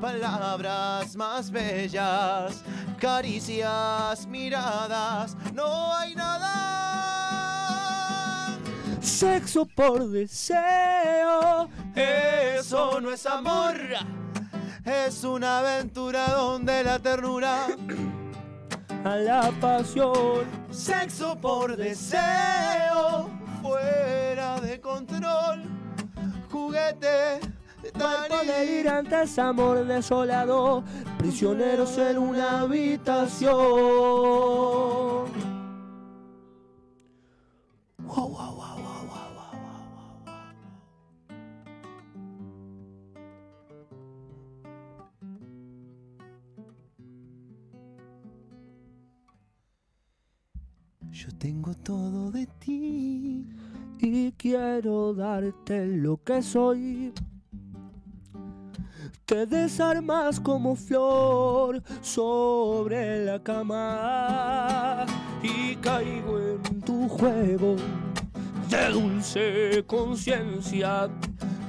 Speaker 18: palabras más bellas, caricias, miradas, no hay nada.
Speaker 17: Sexo por deseo.
Speaker 18: Eh, Eso no es amor, es una aventura donde la ternura
Speaker 17: a la pasión.
Speaker 18: Sexo por deseo, fuera de control, juguete
Speaker 17: Tal antes amor desolado, prisioneros en una habitación. Wow, wow, wow.
Speaker 18: Yo tengo todo de ti
Speaker 17: y quiero darte lo que soy. Te desarmas como flor sobre la cama y caigo en tu juego de dulce conciencia.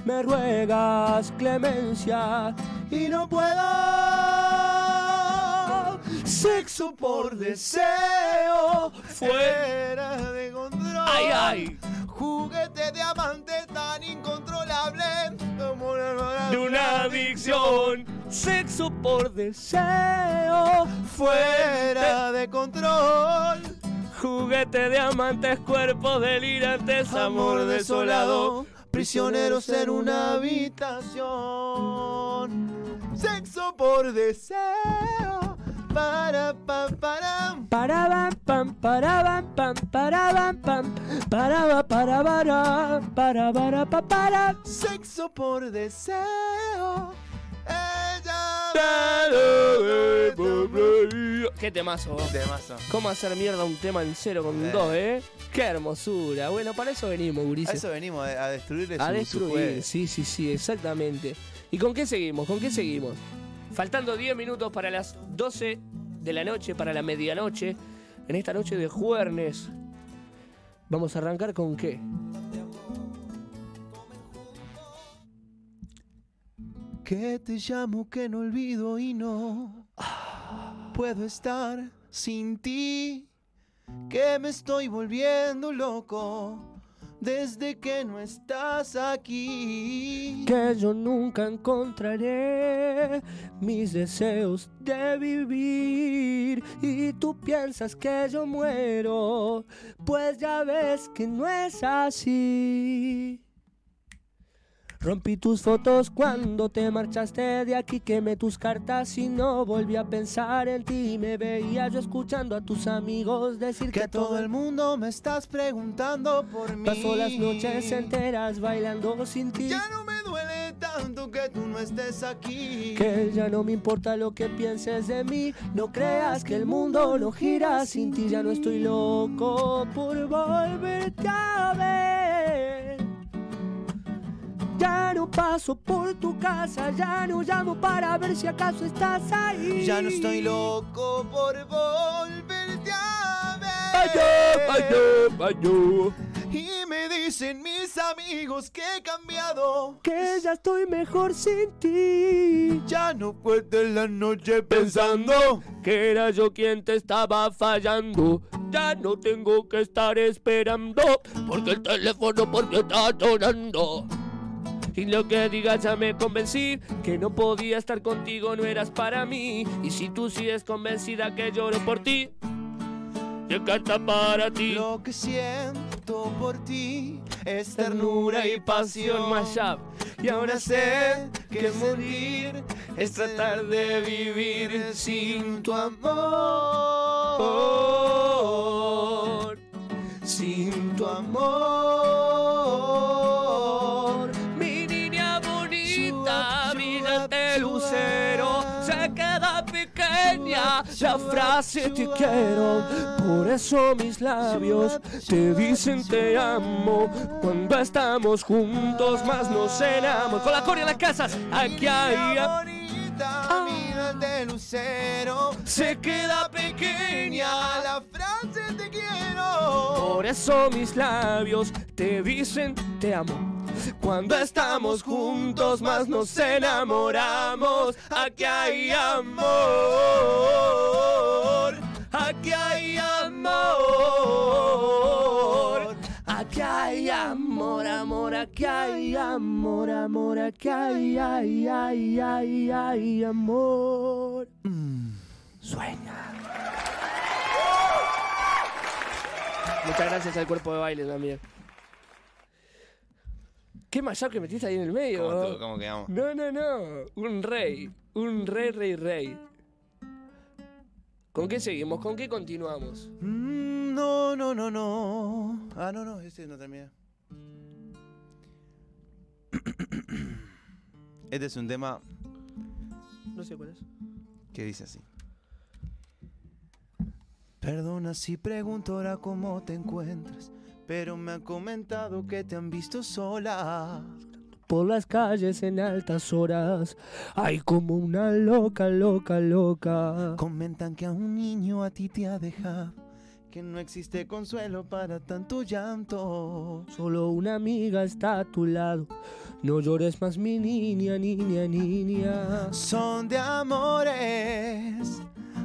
Speaker 17: Me ruegas clemencia y no puedo.
Speaker 18: Sexo por deseo, fuera de control.
Speaker 6: Ay, ay.
Speaker 18: Juguete de amante tan incontrolable como una,
Speaker 6: De una adicción.
Speaker 17: Sexo por deseo,
Speaker 18: fuera de control.
Speaker 6: Juguete de amantes, cuerpos delirantes, amor desolado.
Speaker 18: Prisioneros en una habitación. Sexo por deseo. Para, pa, para.
Speaker 17: Paraban, pam, paraban, pam, paraban, pam, paraba, para, para, para, para, pa, para.
Speaker 18: Sexo por deseo.
Speaker 6: Qué temazo.
Speaker 5: Temazo.
Speaker 6: ¿Cómo hacer mierda un tema en 0 con
Speaker 5: Eh.
Speaker 6: 2, eh? Qué hermosura. Bueno, para eso venimos,
Speaker 5: A
Speaker 6: Ulises.
Speaker 5: eso venimos, a destruirle
Speaker 6: A
Speaker 5: su- su
Speaker 6: destruir,
Speaker 5: juego.
Speaker 6: sí, sí, sí, exactamente. ¿Y con qué seguimos? ¿Con qué seguimos? Faltando 10 minutos para las 12 de la noche, para la medianoche, en esta noche de jueves. Vamos a arrancar con qué?
Speaker 18: Que te llamo, que no olvido y no puedo estar sin ti. Que me estoy volviendo loco desde que no estás aquí.
Speaker 17: Que yo nunca encontraré mis deseos de vivir. Y tú piensas que yo muero, pues ya ves que no es así. Rompí tus fotos cuando te marchaste de aquí, quemé tus cartas y no volví a pensar en ti. Me veía yo escuchando a tus amigos decir que, todo el
Speaker 18: mundo me estás preguntando por mí.
Speaker 17: Paso las noches enteras bailando sin ti.
Speaker 18: Ya no me duele tanto que tú no estés aquí.
Speaker 17: Que ya no me importa lo que pienses de mí. No creas que el mundo no gira sin ti. Ya no estoy loco por volverte a ver. Ya no paso por tu casa, ya no llamo para ver si acaso estás ahí.
Speaker 18: Ya no estoy loco por volverte a ver. Y me dicen mis amigos que he cambiado.
Speaker 17: Que ya estoy mejor sin ti.
Speaker 18: Ya no puedo la noche pensando.
Speaker 20: que era yo quien te estaba fallando. Ya no tengo que estar esperando, porque el teléfono porque está llorando.
Speaker 6: Y lo que digas ya me convencí Que no podía estar contigo, no eras para mí Y si tú sigues convencida que lloro por ti Te canta para ti
Speaker 18: Lo que siento por ti es ternura y pasión.
Speaker 6: Mashup.
Speaker 18: Y ahora sé que morir es tratar de vivir sin tu amor. Sin tu amor.
Speaker 20: Mi niña bonita, mírate lucero, se queda pequeña.
Speaker 17: La frase te quiero, por eso mis labios te dicen te amo. Cuando estamos juntos más nos
Speaker 6: Cenamos con la coria en las casas Aquí hay
Speaker 17: Ah.
Speaker 18: Mira de lucero, se queda pequeña la frase te quiero.
Speaker 6: Por eso mis labios te dicen te amo Cuando estamos juntos más nos enamoramos Aquí hay amor Aquí hay amor
Speaker 17: Aquí hay amor, amor, aquí hay amor, amor, aquí hay, ay, ay, ay, ay, amor.
Speaker 6: Mm.
Speaker 17: Sueña.
Speaker 6: Muchas gracias al cuerpo de baile también Qué mashup que metiste ahí en el medio
Speaker 5: ¿Cómo,
Speaker 6: ¿no?
Speaker 5: estuvo? ¿Cómo quedamos?
Speaker 6: No, no, no. Un rey. Un rey, rey, rey. ¿Con qué seguimos? ¿Con qué continuamos?
Speaker 18: Mm, No, no, no, no. Ah, no, no, este no termina.
Speaker 5: Este es un tema
Speaker 6: No sé cuál es.
Speaker 5: que dice así.
Speaker 18: Perdona si pregunto ahora cómo te encuentras, pero me han comentado que te han visto sola.
Speaker 17: Por las calles en altas horas, hay como una loca, loca, loca.
Speaker 18: Comentan que a un niño a ti te ha dejado, que no existe consuelo para tanto llanto.
Speaker 17: Solo una amiga está a tu lado. No llores más, mi niña, niña, niña.
Speaker 18: Son de amores,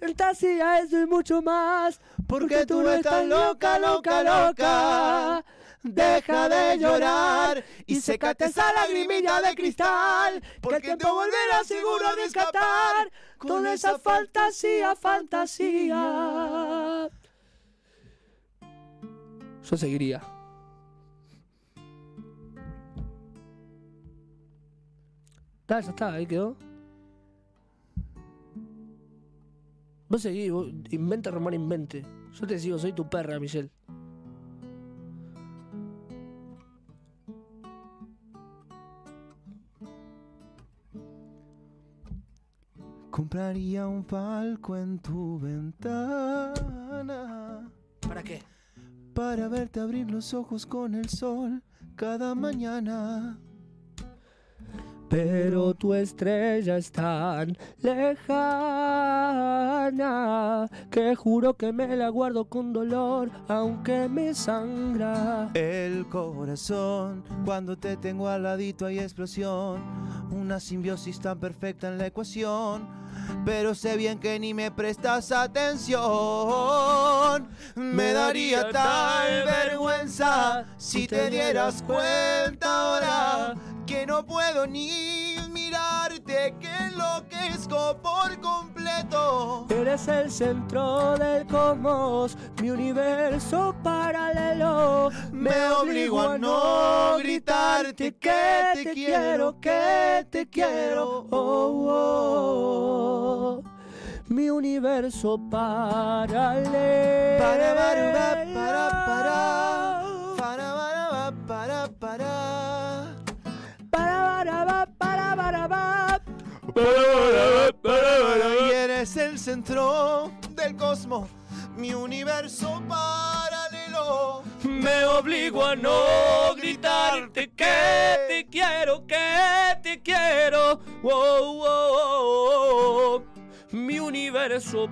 Speaker 17: Estás y a eso y mucho más,
Speaker 18: Porque tú estás loca, loca, loca. Deja de llorar y secate esa lagrimita de cristal. Porque te volverá seguro a rescatar
Speaker 17: con esa fantasía, fantasía.
Speaker 6: Yo seguiría. Está, ya está, ahí quedó. Vos seguís, vos inventa, Román, invente. Yo te sigo, soy tu perra, Michelle.
Speaker 18: Compraría un palco en tu ventana.
Speaker 6: ¿Para qué?
Speaker 18: Para verte abrir los ojos con el sol cada mañana.
Speaker 17: Pero tu estrella es tan lejana que juro que me la guardo con dolor, aunque me sangra.
Speaker 18: El corazón, cuando te tengo al ladito hay explosión, una simbiosis tan perfecta en la ecuación, pero sé bien que ni me prestas atención. Me daría tal vergüenza si te dieras cuenta ahora que no puedo ni mirar mirarte que enloquezco por completo.
Speaker 17: Eres el centro del cosmos, mi universo paralelo.
Speaker 18: Me obligo a no gritarte que te quiero,
Speaker 17: que te quiero. Oh, oh. Mi universo paralelo.
Speaker 18: Para, para, para, para, para, para, para, para, para. Y eres el centro del cosmos, mi universo paralelo.
Speaker 20: Me obligo a no gritarte que te quiero, que te quiero. Wow, wow, wow, wow. Mi universo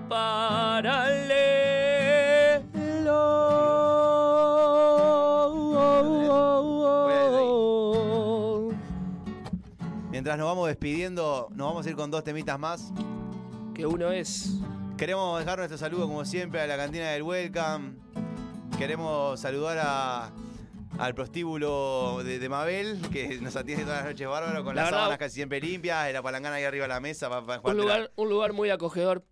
Speaker 20: paralelo.
Speaker 5: Mientras nos vamos despidiendo, nos vamos a ir con dos temitas más.
Speaker 6: Que uno es.
Speaker 5: Queremos dejar nuestro saludo, como siempre, a la cantina del Welcome. Queremos saludar a- al prostíbulo de, de Mabel, que nos atiende todas las noches bárbaro, con
Speaker 6: La
Speaker 5: las
Speaker 6: verdad-
Speaker 5: sábanas casi siempre limpias, la palangana ahí arriba de la mesa para,
Speaker 6: Un lugar, un lugar muy acogedor.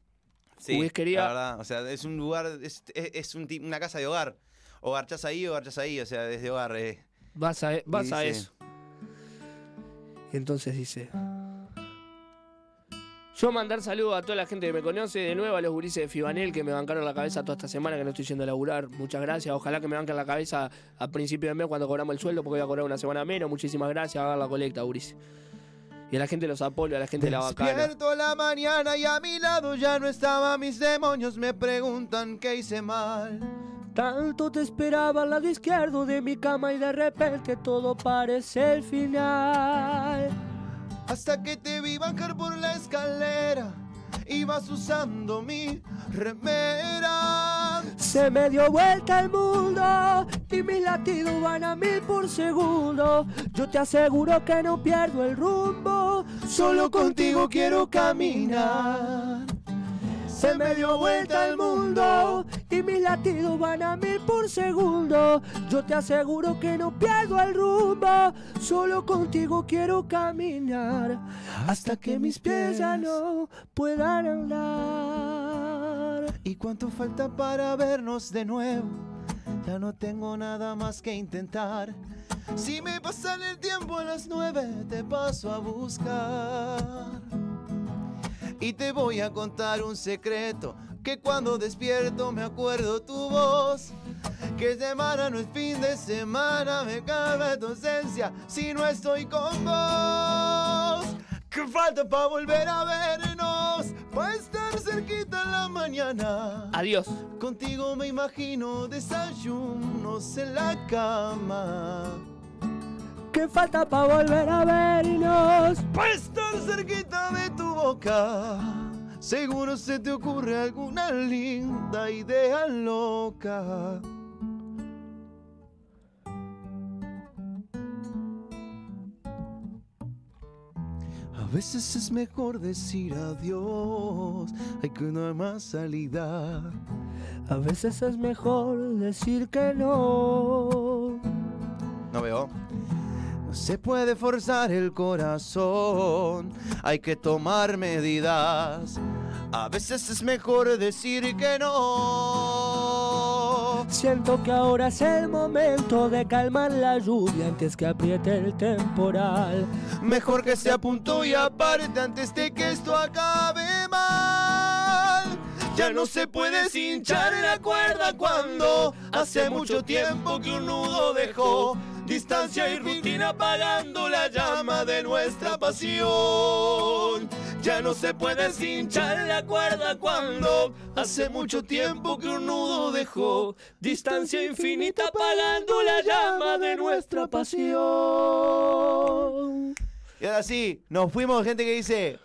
Speaker 5: Sí,
Speaker 6: Whiskería.
Speaker 5: la verdad. O sea, es un lugar, es, es- es un ti- una casa de hogar. O garchás ahí o garchás ahí, o sea, desde hogar. eh.
Speaker 6: Vas a, vas
Speaker 5: Y
Speaker 6: a
Speaker 5: dice-
Speaker 6: eso. Y entonces dice. Yo mandar saludos a toda la gente que me conoce, de nuevo a los gurises de Fibanel que me bancaron la cabeza toda esta semana que no estoy yendo a laburar. Muchas gracias. Ojalá que me banquen la cabeza a principio de mes cuando cobramos el sueldo porque voy a cobrar una semana menos. Muchísimas gracias. Hagan la colecta, guris. Y a la gente de los Apolo, a la gente de la Bacana.
Speaker 18: Despierto la mañana y a mi lado ya no estaba mis demonios. Me preguntan qué hice mal.
Speaker 17: Tanto te esperaba al lado izquierdo de mi cama y de repente todo parece el final.
Speaker 18: Hasta que te vi bajar por la escalera. Ibas usando mi remera.
Speaker 17: Se me dio vuelta el mundo y mis latidos van a mil por segundo. Yo te aseguro que no pierdo el rumbo, solo contigo quiero caminar. Se me dio vuelta el mundo y mis latidos van a mil por segundo. Yo te aseguro que no pierdo el rumbo, solo contigo quiero caminar hasta que mis pies ya no puedan andar.
Speaker 18: ¿Y cuánto falta para vernos de nuevo? Ya no tengo nada más que intentar. Si me pasan el tiempo a las nueve, te paso a buscar. Y te voy a contar un secreto, que cuando despierto me acuerdo tu voz. Que semana no es fin de semana, me cabe tu ausencia si no estoy con vos. Que falta para volver a vernos, para estar cerquita en la mañana.
Speaker 6: Adiós.
Speaker 18: Contigo me imagino desayunos en la cama.
Speaker 17: ¿Qué falta para volver a vernos?
Speaker 18: Para estar cerquita de tu boca. Seguro se te ocurre alguna linda idea loca. A veces es mejor decir adiós, hay que no hay más salida.
Speaker 17: A veces es mejor decir que no.
Speaker 5: No veo.
Speaker 18: No se puede forzar el corazón, hay que tomar medidas. A veces es mejor decir que no.
Speaker 17: Siento que ahora es el momento de calmar la lluvia antes que apriete el temporal.
Speaker 18: Mejor que sea punto y aparte antes de que esto acabe mal. Ya no se puede hinchar la cuerda cuando hace mucho tiempo que un nudo dejó. Distancia y rutina apagando la llama de nuestra pasión. Ya no se puede hinchar la cuerda cuando hace mucho tiempo que un nudo dejó. Distancia infinita apagando la llama de nuestra pasión.
Speaker 5: Y ahora sí, nos fuimos, gente que dice.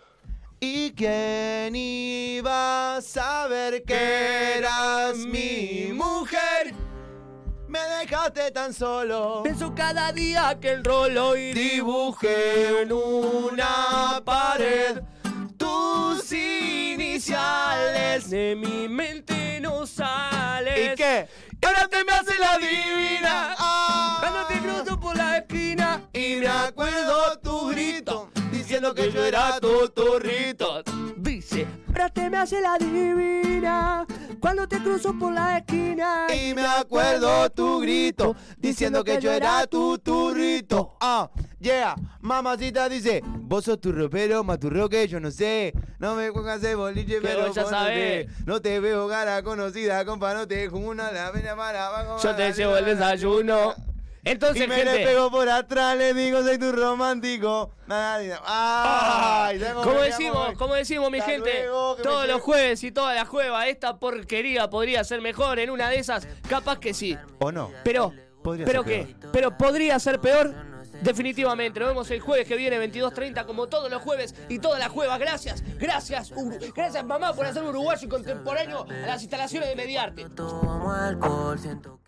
Speaker 18: ¿Y quién iba a saber que eras mi mujer? Me dejaste tan solo.
Speaker 20: Pienso cada día que el rolo y dibujé en una pared tus iniciales de mi mente no sales.
Speaker 18: ¿Y qué?
Speaker 20: Ahora te me hace la divina.
Speaker 18: Ah.
Speaker 20: Cuando te cruzo por la esquina
Speaker 18: Y me acuerdo tu grito
Speaker 20: diciendo que yo era tu turrito.
Speaker 17: Dice, Prate me hace la divina cuando te cruzo por la esquina.
Speaker 18: Y me acuerdo tu grito diciendo que yo era tu turrito. Ah, yeah, mamacita dice, vos sos tu ropero, maturroque, yo no sé. No me pongas de boliche, pero
Speaker 20: vos ya
Speaker 18: vos no
Speaker 20: sabés.
Speaker 18: te- no te veo cara conocida, compa, no te una la pena para abajo.
Speaker 20: Yo te llevo el desayuno. Entonces,
Speaker 18: y me
Speaker 20: gente,
Speaker 18: le pego por atrás, le digo, soy tu romántico. Na, na, na, na.
Speaker 20: Ah,
Speaker 18: Ay, ya
Speaker 6: Como
Speaker 18: me
Speaker 6: decimos,
Speaker 18: llamo.
Speaker 6: como decimos, mi
Speaker 18: Hasta
Speaker 6: gente,
Speaker 18: luego, que me
Speaker 6: todos
Speaker 18: lleve-
Speaker 6: los jueves y todas las cuevas, esta porquería podría ser mejor en una de esas, capaz que sí.
Speaker 18: ¿O no?
Speaker 6: Pero,
Speaker 18: Podría
Speaker 6: pero
Speaker 18: ser peor.
Speaker 6: qué, pero podría ser peor. Definitivamente, nos vemos el jueves que viene, 22.30, como todos los jueves y todas las cuevas. Gracias, gracias, Uru- gracias mamá por hacer uruguayo y contemporáneo a las instalaciones de Mediarte.
Speaker 9: Tomo alcohol, siento